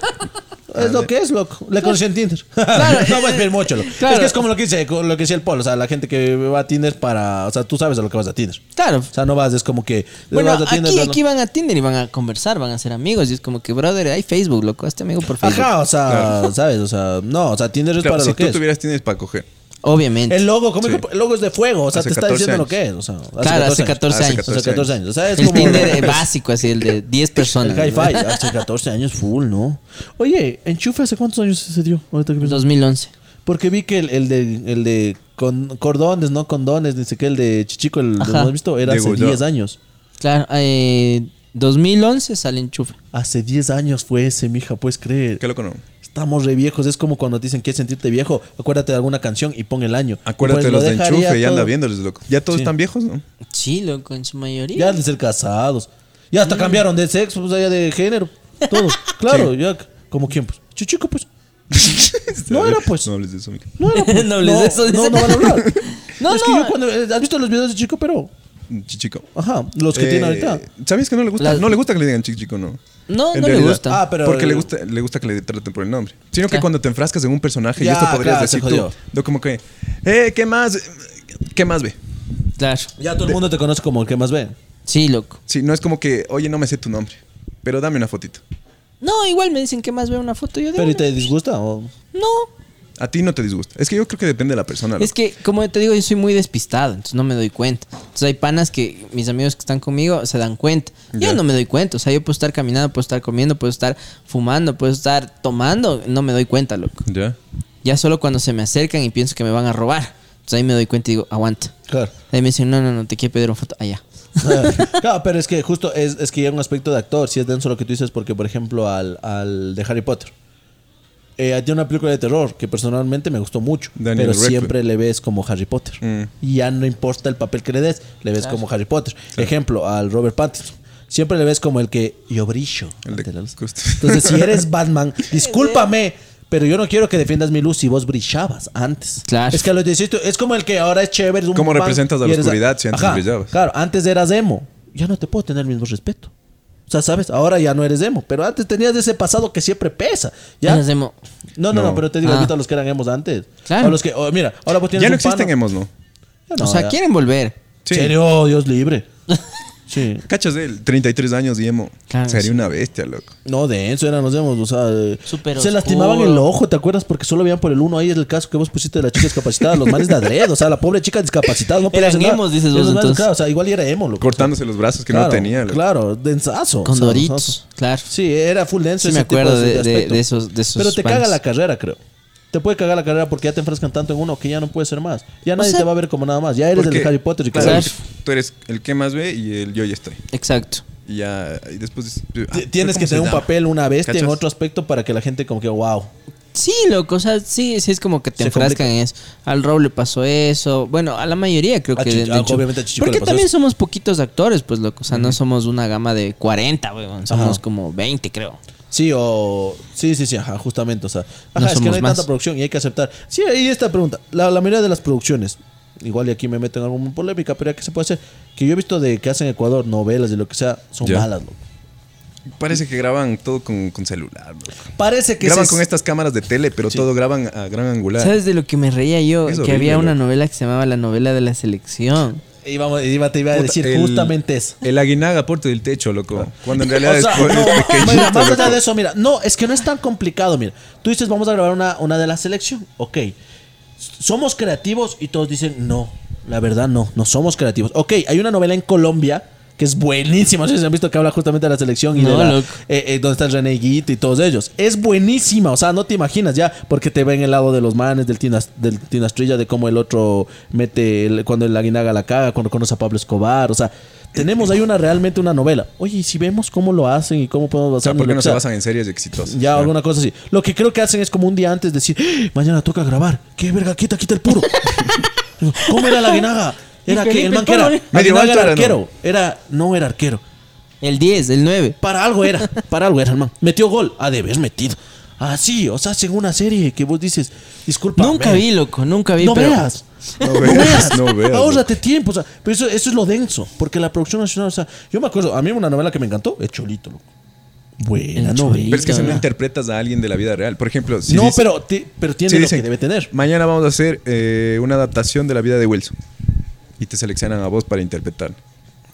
Speaker 2: Es lo que es, loco. Le conocí en Tinder.
Speaker 3: Claro.
Speaker 2: <laughs>
Speaker 3: eh,
Speaker 2: no puedes pedir mucho, loco.
Speaker 3: Claro.
Speaker 2: Es que es como lo que dice, lo que decía el Polo. O sea, la gente que va a Tinder para. O sea, tú sabes a lo que vas a Tinder.
Speaker 3: Claro.
Speaker 2: O sea, no vas, es como que.
Speaker 3: Bueno,
Speaker 2: vas a Tinder,
Speaker 3: aquí,
Speaker 2: no-
Speaker 3: aquí van a Tinder y van a conversar, van a ser amigos. Y es como que, brother, hay Facebook, loco. Este amigo por Facebook.
Speaker 2: Ajá, o sea, ¿sabes? O sea, no, o sea, Tinder es
Speaker 1: Claro,
Speaker 2: para
Speaker 1: si
Speaker 2: lo que
Speaker 1: tú
Speaker 2: es.
Speaker 1: tuvieras Tinder para coger.
Speaker 3: Obviamente.
Speaker 2: El logo, ¿cómo
Speaker 1: Sí.
Speaker 2: dijo? El logo es de fuego. O sea,
Speaker 1: Hace
Speaker 2: te está
Speaker 1: 14
Speaker 2: diciendo lo
Speaker 1: años.
Speaker 2: que es. O sea, hace
Speaker 3: claro, hace 14 años.
Speaker 1: Hace
Speaker 2: Hace 14 años. O sea, es
Speaker 3: El
Speaker 2: como.
Speaker 3: Tinder eh, básico, así, el de 10 personas.
Speaker 2: El hi-fi. Hace 14 años, full, ¿no? Oye, ¿enchufe hace cuántos años se dio? Ahorita que pienso.
Speaker 3: 2011.
Speaker 2: Porque vi que el, el de, el de con cordones, no condones, ni sé qué, el de Chichico, el, lo
Speaker 3: Ajá.
Speaker 2: hemos visto, era
Speaker 1: De
Speaker 2: hace
Speaker 1: Goya.
Speaker 2: 10 años.
Speaker 3: Claro, eh, 2011 sale enchufe.
Speaker 2: Hace 10 años fue ese, mija, puedes creer.
Speaker 1: Qué loco, ¿no?
Speaker 2: Estamos re viejos, es como cuando te dicen quieres sentirte viejo, acuérdate de alguna canción y pon el año. Y
Speaker 1: Acuérdate de
Speaker 2: pones,
Speaker 1: los
Speaker 2: Pues
Speaker 1: de
Speaker 2: "Lo dejaría
Speaker 1: enchufe y anda
Speaker 2: todo".
Speaker 1: viéndoles, loco. Ya todos
Speaker 2: Sí.
Speaker 1: están viejos,
Speaker 2: <laughs>
Speaker 1: ¿no?
Speaker 3: Sí, loco, en su mayoría.
Speaker 2: Ya de ser casados. Ya
Speaker 3: Mm.
Speaker 2: hasta cambiaron de sexo, pues allá de género. Todo.
Speaker 3: <laughs>
Speaker 2: Claro, ya. ¿Como quién? Pues Chichico, pues. No era, pues.
Speaker 1: Este, No hables de eso, Mica.
Speaker 2: No
Speaker 3: <laughs>
Speaker 2: era, pues.
Speaker 3: No hables de eso,
Speaker 2: No, no
Speaker 3: dice.
Speaker 2: van a hablar.
Speaker 3: <laughs> No,
Speaker 2: es que
Speaker 3: no.
Speaker 2: yo cuando. eh, ¿Has visto los videos de Chichico, pero.
Speaker 1: Chichico.
Speaker 2: Ajá, los que
Speaker 1: Eh,
Speaker 2: tiene ahorita.
Speaker 1: ¿Sabías que no le gusta?
Speaker 3: Las-
Speaker 1: No le gusta que le digan chichico, no.
Speaker 3: No,
Speaker 1: En
Speaker 3: no
Speaker 1: realidad.
Speaker 3: le gusta.
Speaker 2: Ah, pero-
Speaker 1: Porque le gusta, le gusta que le traten por el nombre. Sino que
Speaker 3: Claro.
Speaker 1: cuando te enfrascas en un personaje,
Speaker 2: Ya,
Speaker 1: y esto podrías
Speaker 2: claro, se
Speaker 1: decir tú.
Speaker 2: jodió.
Speaker 1: no, Como que, eh, ¿qué más? ¿Qué más ve?
Speaker 3: Claro.
Speaker 2: Ya todo el mundo te conoce como el que más ve.
Speaker 3: Sí, loco.
Speaker 1: Sí, no es como que, oye, no me sé tu nombre, pero dame una fotito.
Speaker 3: No, igual me dicen que más veo una foto. Yo digo,
Speaker 2: Pero ¿y te disgusta? O...
Speaker 3: no,
Speaker 1: A ti no te disgusta. Es que yo creo que depende de la persona.
Speaker 3: Es que, como te digo, yo soy muy despistado, entonces no me doy cuenta. Entonces hay panas que mis amigos que están conmigo se dan cuenta. Yo
Speaker 1: Ya.
Speaker 3: no me doy cuenta. O sea, yo puedo estar caminando, puedo estar comiendo, puedo estar fumando, puedo estar tomando. No me doy cuenta, loco.
Speaker 1: Ya.
Speaker 3: Ya solo cuando se me acercan y pienso que me van a robar. Entonces ahí me doy cuenta y digo, aguanta.
Speaker 2: Claro. <laughs>
Speaker 3: Ahí me dicen, no, no, no, te quiero pedir una foto allá.
Speaker 2: Ah, claro, pero es que justo es, es que ya un aspecto de actor, si es denso lo que tú dices, porque por ejemplo al, al de Harry Potter. Eh, tiene una película de terror que personalmente me gustó mucho,
Speaker 1: Daniel
Speaker 2: pero
Speaker 1: Radcliffe.
Speaker 2: siempre le ves como Harry Potter.
Speaker 1: Mm.
Speaker 2: Y ya no importa el papel que le des, le ves como Harry Potter. Ejemplo, al Robert Pattinson. Siempre le ves como el que yo brillo.
Speaker 1: El de
Speaker 2: ante la luz.
Speaker 1: Ghost.
Speaker 2: Entonces, si
Speaker 1: <laughs>
Speaker 2: eres Batman, discúlpame, pero yo no quiero que defiendas mi luz si vos brillabas antes.
Speaker 3: Claro.
Speaker 2: Es que a los 18 es como el que ahora es chévere. es un
Speaker 1: ¿Cómo
Speaker 2: punk
Speaker 1: representas a
Speaker 2: y
Speaker 1: la
Speaker 2: eres-
Speaker 1: oscuridad si antes brillabas?
Speaker 2: Claro, antes eras emo. Ya no te puedo tener el mismo respeto. O sea, ¿sabes? Ahora ya no eres emo. Pero antes tenías ese pasado que siempre pesa. ¿ya?
Speaker 3: Ya nos demo-
Speaker 2: No, no, no,
Speaker 1: No.
Speaker 2: pero te digo,
Speaker 3: Ah.
Speaker 2: ahorita los que eran emos antes.
Speaker 3: Claro.
Speaker 2: O los que, o mira, ahora vos tienes
Speaker 1: Ya no
Speaker 2: un pana-
Speaker 1: existen hemos, ¿no?
Speaker 2: Ya no,
Speaker 3: o sea,
Speaker 2: ya.
Speaker 3: quieren volver.
Speaker 1: Sí.
Speaker 2: ¿En serio? Dios
Speaker 3: <laughs>
Speaker 2: libre. Sí.
Speaker 1: Cachas de él, 33 años y emo.
Speaker 3: Claro,
Speaker 1: Sería
Speaker 3: sí.
Speaker 1: una bestia, loco.
Speaker 2: No, denso eran los emos, o sea... eh,
Speaker 3: Súper
Speaker 2: se
Speaker 3: oscuro.
Speaker 2: lastimaban el ojo, ¿te acuerdas? Porque solo veían por el uno. Ahí es el caso que vos pusiste de la chica discapacitada. Los manes de adred, o sea, la pobre chica discapacitada. No podía
Speaker 3: Eran
Speaker 2: hacer nada.
Speaker 3: emos, dices vos,
Speaker 2: Esos manes,
Speaker 3: entonces.
Speaker 2: Claro, o sea, igual y era emo, loco.
Speaker 1: Cortándose los brazos que no
Speaker 2: Claro,
Speaker 1: tenía, loco.
Speaker 2: Claro, densazo.
Speaker 3: Con
Speaker 2: o sea,
Speaker 3: Doritos,
Speaker 2: densazo.
Speaker 3: claro.
Speaker 2: Sí, era full denso.
Speaker 3: Sí, me
Speaker 2: ese tipo
Speaker 3: acuerdo de- de-
Speaker 2: aspecto.
Speaker 3: de esos- de esos
Speaker 2: Pero te
Speaker 3: bands.
Speaker 2: caga la carrera, creo. Te puede cagar la carrera porque ya te enfrascan tanto en uno que ya no puede ser más. Ya nadie
Speaker 3: sea,
Speaker 2: te va a ver como nada más. Ya eres el de Harry Potter y
Speaker 1: claro, ah,
Speaker 2: claro.
Speaker 3: Claro.
Speaker 1: porque Tú eres el que más ve y el yo ya estoy.
Speaker 3: Exacto.
Speaker 1: Y ya, y después. dices, ah,
Speaker 2: T- Tienes
Speaker 1: ¿cómo
Speaker 2: que
Speaker 1: se
Speaker 2: tener un
Speaker 1: llama?
Speaker 2: papel, una bestia en
Speaker 1: ¿Cachas?
Speaker 2: otro aspecto para que la gente como que, wow.
Speaker 3: Sí, loco, o sea, sí, sí es como que te
Speaker 2: Se
Speaker 3: enfrascan en eso. Al Rob le pasó eso. Bueno, a la mayoría creo
Speaker 2: A
Speaker 3: que.
Speaker 2: Chichi-
Speaker 3: de hecho.
Speaker 2: obviamente a Chichico le
Speaker 3: Porque
Speaker 2: pasó
Speaker 3: también
Speaker 2: eso.
Speaker 3: somos poquitos actores, pues, loco. O sea, no somos una gama de 40, weón. Somos
Speaker 2: Ajá.
Speaker 3: como 20, creo.
Speaker 2: Sí, o... Sí, sí, sí, ajá, justamente, o sea... Ajá,
Speaker 3: No
Speaker 2: es que no
Speaker 3: somos
Speaker 2: hay
Speaker 3: más.
Speaker 2: tanta producción y hay que aceptar. Sí, ahí esta pregunta. La, la mayoría de las producciones, igual y aquí me meten en alguna polémica, pero ya que se puede hacer, que yo he visto de que hacen en Ecuador, novelas y lo que sea, son
Speaker 1: Ya.
Speaker 2: malas, loco.
Speaker 1: Parece que graban todo con, con celular, loco.
Speaker 2: Parece que
Speaker 1: Graban
Speaker 2: se-
Speaker 1: con estas cámaras de tele, pero todo graban a gran angular.
Speaker 3: ¿Sabes de lo que me reía yo?
Speaker 1: Es
Speaker 3: que
Speaker 1: horrible,
Speaker 3: había una
Speaker 1: loco.
Speaker 3: novela que se llamaba La novela de la selección.
Speaker 2: Íbamos- iba- te iba a
Speaker 1: este Puta,
Speaker 2: decir
Speaker 1: el-
Speaker 2: justamente eso.
Speaker 1: El aguinaga aporte del techo, loco. Cuando en realidad
Speaker 2: O sea,
Speaker 1: es, es
Speaker 2: no,
Speaker 1: pequeñito,
Speaker 2: mira, más allá
Speaker 1: loco.
Speaker 2: de eso, mira, no, es que no es tan complicado, mira. Tú dices, vamos a grabar una, una de la selección, ok. S- Somos creativos y todos dicen, no, la verdad no, no somos creativos. Ok, hay una novela en Colombia que es buenísima, no sé si han visto que habla justamente de la selección y
Speaker 3: No,
Speaker 2: de la-
Speaker 3: loco.
Speaker 2: eh, eh, donde está el Reneguito y todos ellos. Es buenísima, o sea, no te imaginas ya, porque te ven el lado de los manes, del Tinas- del Tinastrilla, de cómo el otro mete, el- cuando el aguinaga la caga, cuando conoce a Pablo Escobar, o sea, tenemos ahí una realmente una novela. Oye, y si vemos cómo lo hacen y cómo podemos
Speaker 1: O sea,
Speaker 2: basarnos
Speaker 1: ¿por
Speaker 2: en lo
Speaker 1: qué no
Speaker 2: que
Speaker 1: se
Speaker 2: sea?
Speaker 1: basan en series exitosas?
Speaker 2: Ya,
Speaker 1: Ah.
Speaker 2: alguna cosa así. Lo que creo que hacen es como un día antes decir, "¡Ah! mañana toca grabar. ¿Qué verga? Quita, quita el puro.
Speaker 3: <laughs>
Speaker 2: Digo, ¿Cómo era la aguinaga? Era
Speaker 3: Y
Speaker 2: que el
Speaker 3: Felipe
Speaker 2: man que era.
Speaker 3: Polo, ¿eh?
Speaker 1: Medio
Speaker 2: Aguinaga
Speaker 1: alto era,
Speaker 2: era
Speaker 1: ¿no?
Speaker 2: arquero. Era, no era arquero.
Speaker 3: El 10, el 9.
Speaker 2: Para algo era, para algo era, hermano. Metió gol, ha de haber metido. Así, o sea, según una serie que vos dices, disculpa.
Speaker 3: Nunca
Speaker 2: ve,
Speaker 3: vi, loco, nunca vi.
Speaker 2: No
Speaker 1: <laughs>
Speaker 3: pero
Speaker 2: veas.
Speaker 1: No veas, no veas. loco.
Speaker 2: Ahórrate tiempo, o sea, pero eso, eso es lo denso, porque la producción nacional, o sea, yo me acuerdo, a mí una novela que me encantó, El Cholito, loco. Buena
Speaker 3: El
Speaker 2: novela.
Speaker 1: Pero es que si no
Speaker 3: Mira.
Speaker 1: interpretas a alguien de la vida real. Por ejemplo, si
Speaker 2: no,
Speaker 1: dice-
Speaker 2: pero, ti- pero tiene
Speaker 1: si
Speaker 2: lo
Speaker 1: dicen,
Speaker 2: que debe tener.
Speaker 1: Mañana vamos a hacer eh, una adaptación de la vida de Wilson. Y te seleccionan a vos para interpretar.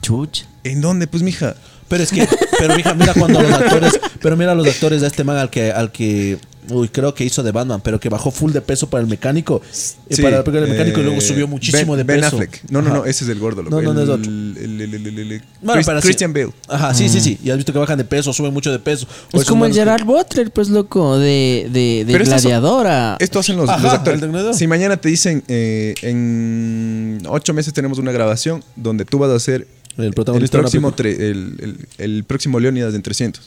Speaker 3: Chucha.
Speaker 1: ¿En dónde? Pues,
Speaker 2: Eh,
Speaker 1: mija.
Speaker 2: Pero es que, pero mija, mira cuando los actores, pero mira los actores de este man al que, al que uy, creo que hizo de Batman, pero que bajó full de peso para el mecánico. eh,
Speaker 1: Sí,
Speaker 2: para la película del mecánico y luego
Speaker 1: eh,
Speaker 2: subió muchísimo
Speaker 1: Ben-
Speaker 2: de
Speaker 1: Ben
Speaker 2: peso.
Speaker 1: Affleck. No, no,
Speaker 2: Ajá.
Speaker 1: no, ese es el gordo. loco.
Speaker 2: No, no, no es
Speaker 1: El-
Speaker 2: otro.
Speaker 1: el- el- el- el- el-
Speaker 2: Bueno,
Speaker 1: Chris-
Speaker 2: pero sí.
Speaker 1: Christian Bale. Mm.
Speaker 2: Ajá, sí, sí, sí. Y has visto que bajan de peso, suben mucho de peso. O
Speaker 3: Es
Speaker 2: esos
Speaker 3: como el
Speaker 2: manes que-
Speaker 3: Gerard Butler, pues loco, de, de, de
Speaker 1: Pero es eso.
Speaker 3: gladiadora.
Speaker 1: Esto hacen los,
Speaker 2: Ah. Ajá,
Speaker 1: los
Speaker 2: el Terminator.
Speaker 1: actores. Si mañana te dicen eh, en ocho meses tenemos una grabación donde tú vas a ser
Speaker 2: El protagonista de
Speaker 1: el
Speaker 2: una
Speaker 1: próximo, tre- el, el- el próximo Leónidas en 300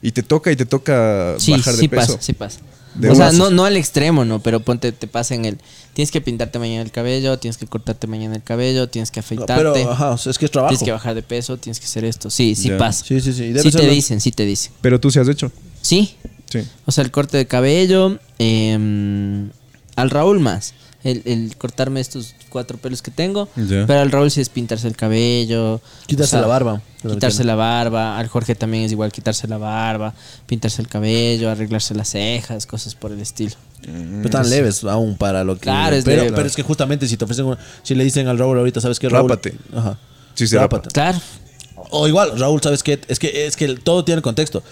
Speaker 1: y te toca y te toca
Speaker 3: sí,
Speaker 1: bajar de
Speaker 3: sí
Speaker 1: peso.
Speaker 3: pasa, sí pasa.
Speaker 1: De
Speaker 3: o sea,
Speaker 1: brazos.
Speaker 3: no, no al extremo, no, pero ponte, te pasa en el. Tienes que pintarte mañana el cabello, tienes que cortarte mañana el cabello, tienes que
Speaker 2: No,
Speaker 3: afeitarte,
Speaker 2: pero, ajá, o sea, es que es trabajo.
Speaker 3: tienes que bajar de peso, tienes que hacer esto. Sí, sí
Speaker 1: Ya.
Speaker 3: pasa.
Speaker 2: Sí, sí, sí. Y debe
Speaker 3: Sí
Speaker 2: ser
Speaker 3: te
Speaker 2: lo-
Speaker 3: dicen, sí te dicen.
Speaker 1: Pero tú sí has hecho.
Speaker 3: Sí,
Speaker 1: Sí.
Speaker 3: o sea, el corte de cabello, em, al Raúl más. El, el cortarme estos cuatro pelos que tengo.
Speaker 1: Ya.
Speaker 3: Pero al Raúl sí es pintarse el cabello.
Speaker 2: Quitarse la barba.
Speaker 3: Quitarse la barba. Al Jorge también es igual quitarse la barba, pintarse el cabello, arreglarse las cejas, cosas por el estilo.
Speaker 2: Pero
Speaker 1: Mm.
Speaker 2: tan leves aún para lo que.
Speaker 3: Claro, es
Speaker 2: pero,
Speaker 3: leve.
Speaker 2: pero es que justamente si te ofrecen una- Si le dicen al Raúl ahorita, ¿sabes qué, Raúl?
Speaker 1: Rápate.
Speaker 2: Ajá.
Speaker 1: Sí, se
Speaker 2: Rápate.
Speaker 1: rapa.
Speaker 3: Claro.
Speaker 2: O igual, Raúl, ¿sabes qué? Es que, es que el- todo tiene contexto.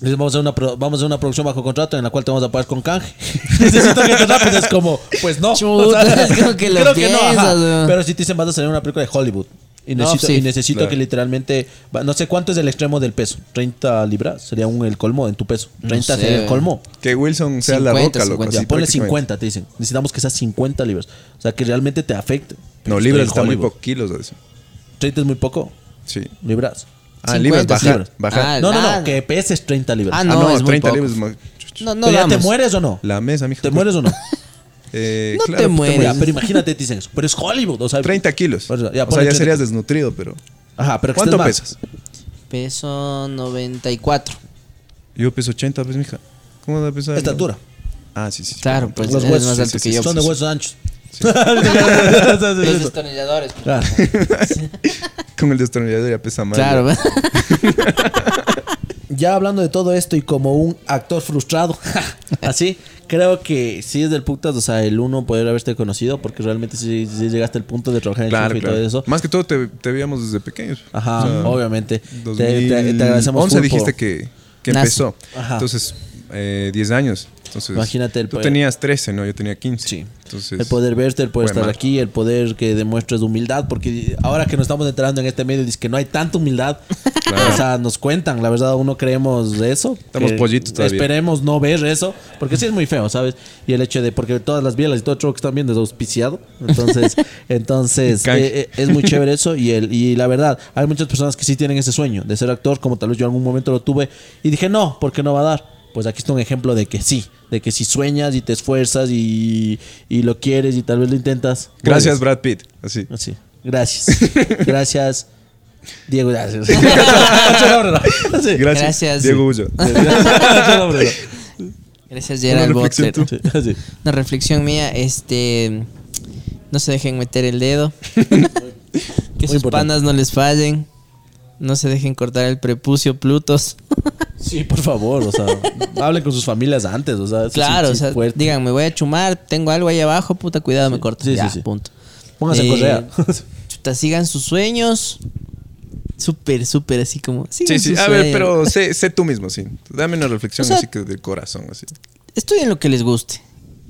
Speaker 2: Dices, Vamos a, hacer una pro- vamos a hacer una producción bajo contrato en la cual te vamos a pagar con canje. <laughs> Necesito que te rápido. Es como, pues no. <laughs>
Speaker 3: Chuta, <laughs> es como que lo
Speaker 2: ajá.
Speaker 3: piensas, weón.
Speaker 2: Pero si te dicen vas a salir en una película de Hollywood. Y
Speaker 3: No,
Speaker 2: necesito,
Speaker 3: sí.
Speaker 2: y necesito
Speaker 1: Claro.
Speaker 2: que literalmente. va- No sé cuánto es el extremo del peso. ¿30 libras? Sería un el colmo en tu peso. ¿30
Speaker 3: sé,
Speaker 2: sería el
Speaker 3: weón.
Speaker 2: colmo?
Speaker 1: Que Wilson sea la
Speaker 3: 50,
Speaker 1: roca, loco.
Speaker 3: 50.
Speaker 2: Ya,
Speaker 1: así
Speaker 2: ponle
Speaker 1: Pues prácticamente.
Speaker 2: 50, te dicen. Necesitamos que seas 50 libras. O sea, que realmente te afecte.
Speaker 1: No,
Speaker 2: Estoy
Speaker 1: libras
Speaker 2: en
Speaker 1: está muy
Speaker 2: Hollywood.
Speaker 1: pocos kilos. de eso.
Speaker 2: 30 es muy poco.
Speaker 1: Sí.
Speaker 2: Libras.
Speaker 1: Ah, libras,
Speaker 3: 50,
Speaker 1: bajar.
Speaker 2: sí.
Speaker 1: bajar.
Speaker 3: Ah,
Speaker 2: No, no,
Speaker 3: nada.
Speaker 2: no, que peses 30 libras.
Speaker 3: Ah,
Speaker 1: Ah,
Speaker 3: no,
Speaker 1: no,
Speaker 3: es muy
Speaker 1: 30
Speaker 3: poco.
Speaker 1: libras. más.
Speaker 3: No, no
Speaker 2: Pero ya te
Speaker 3: damos.
Speaker 2: mueres o no?
Speaker 1: La mesa, mija.
Speaker 2: ¿Te mueres o no?
Speaker 1: Eh,
Speaker 3: No
Speaker 1: claro,
Speaker 3: te
Speaker 1: pues,
Speaker 3: mueres.
Speaker 2: Ya, pero imagínate, te dicen eso. Pero es Hollywood, o sea.
Speaker 1: 30 kilos.
Speaker 2: Por eso, ya,
Speaker 1: o sea,
Speaker 2: ponle
Speaker 1: ya
Speaker 2: 30.
Speaker 1: serías desnutrido, pero.
Speaker 2: Ajá, pero que
Speaker 1: ¿Cuánto
Speaker 2: estés mal.
Speaker 1: pesas?
Speaker 3: Peso 94.
Speaker 1: Yo peso 80, pues, mija. ¿Cómo da pesar?
Speaker 2: Estatura.
Speaker 1: Ah, sí, sí. sí.
Speaker 3: Claro, pues
Speaker 2: Los
Speaker 3: eres
Speaker 2: huesos,
Speaker 3: más
Speaker 2: sí,
Speaker 3: alto
Speaker 1: sí,
Speaker 3: que
Speaker 1: sí,
Speaker 3: yo.
Speaker 2: Son de
Speaker 3: pues.
Speaker 2: huesos anchos.
Speaker 3: Los destornilladores. pues.
Speaker 2: Ah,
Speaker 1: <laughs> Con el destornillador ya pesa más.
Speaker 3: Claro. <laughs>
Speaker 2: Ya hablando de todo esto y como un actor frustrado, <laughs> así, creo que sí es del putas, o sea, el uno poder haberte conocido, porque realmente sí, sí llegaste al punto de trabajar en
Speaker 1: Claro,
Speaker 2: el
Speaker 1: claro.
Speaker 2: y todo eso.
Speaker 1: Más que todo te, te veíamos desde pequeños.
Speaker 2: Ajá,
Speaker 1: O sea,
Speaker 2: obviamente. Te- Te, te,
Speaker 1: 2011
Speaker 2: agradecemos full por-
Speaker 1: dijiste que, que
Speaker 3: Nace.
Speaker 1: empezó.
Speaker 2: Ajá.
Speaker 1: Entonces, eh, 10 años. Entonces,
Speaker 2: Imagínate el
Speaker 1: Tú
Speaker 2: poder.
Speaker 1: tenías 13, ¿no? Yo tenía 15.
Speaker 2: Sí.
Speaker 1: Entonces,
Speaker 2: el poder verte, el poder
Speaker 1: Buen
Speaker 2: estar
Speaker 1: marco.
Speaker 2: aquí, el poder que demuestres humildad, porque ahora que nos estamos enterando en este medio, dice que no hay tanta humildad.
Speaker 1: <laughs> Claro.
Speaker 2: O sea, nos cuentan, la verdad, uno creemos eso.
Speaker 1: Estamos
Speaker 2: que
Speaker 1: pollitos todavía.
Speaker 2: Esperemos no ver eso, porque sí es muy feo, ¿sabes? Y el hecho de, porque todas las bielas y todo el show que están viendo es auspiciado.
Speaker 1: <laughs>
Speaker 2: Entonces, entonces
Speaker 1: Canje.
Speaker 2: eh, eh, es muy chévere eso. Y, el, y la verdad, hay muchas personas que sí tienen ese sueño de ser actor, como tal vez yo en algún momento lo tuve y dije, no, porque no va a dar. Pues aquí está un ejemplo de que sí, de que si sueñas y te esfuerzas y, y lo quieres y tal vez lo intentas.
Speaker 1: Gracias,
Speaker 2: puedes.
Speaker 1: Brad Pitt.
Speaker 2: <laughs>
Speaker 1: Así.
Speaker 2: Así. Gracias.
Speaker 1: <laughs>
Speaker 2: Gracias, Diego. Gracias. <laughs> Sí.
Speaker 1: Gracias,
Speaker 3: Gracias.
Speaker 1: Diego Ullo.
Speaker 2: Ah,
Speaker 1: <laughs> Una
Speaker 3: Gracias, Gerald
Speaker 1: reflexión
Speaker 3: Butler.
Speaker 1: tú.
Speaker 2: <laughs> Sí, así.
Speaker 3: Una reflexión mía, este. No se dejen meter el
Speaker 2: <laughs>
Speaker 3: dedo. que sus
Speaker 2: importante.
Speaker 3: panas no les fallen. No se dejen cortar el prepucio, Plutos.
Speaker 2: Sí, por favor, o
Speaker 3: <laughs>
Speaker 2: sea, hablen con sus familias antes, o sea, eso sí-
Speaker 3: claro,
Speaker 2: sí
Speaker 3: o sea,
Speaker 2: es fuerte.
Speaker 3: digan, me voy a chumar, tengo algo ahí abajo, puta, cuidado, me corto.
Speaker 2: sí, sí,
Speaker 3: ya,
Speaker 2: sí.
Speaker 3: punto.
Speaker 2: Pónganse
Speaker 3: Eh, <laughs>
Speaker 2: correa.
Speaker 3: Chuta, sigan sus sueños. Súper, súper, así como.
Speaker 1: Sí,
Speaker 3: sigan
Speaker 1: sí.
Speaker 3: sus
Speaker 1: A ver,
Speaker 3: sueños.
Speaker 1: pero sé, sé tú mismo, sí. Dame una reflexión
Speaker 3: O sea,
Speaker 1: así que del corazón, así.
Speaker 3: Estudien lo que les guste.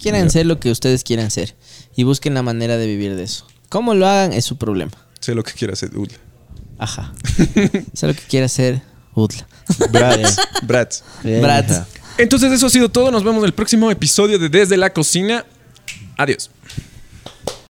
Speaker 3: Quieran ser lo que ustedes quieran ser. Y busquen la manera de vivir de eso. Cómo lo hagan es su problema.
Speaker 1: Sé lo que quieras hacer. Ullo.
Speaker 2: <laughs>
Speaker 3: Ajá. Sé lo que quiera hacer, Udla.
Speaker 1: Brats. Brats.
Speaker 2: <laughs> Bien,
Speaker 3: Brad.
Speaker 2: hija.
Speaker 1: Entonces eso ha sido todo. Nos vemos en el próximo episodio de Desde la Cocina. Adiós.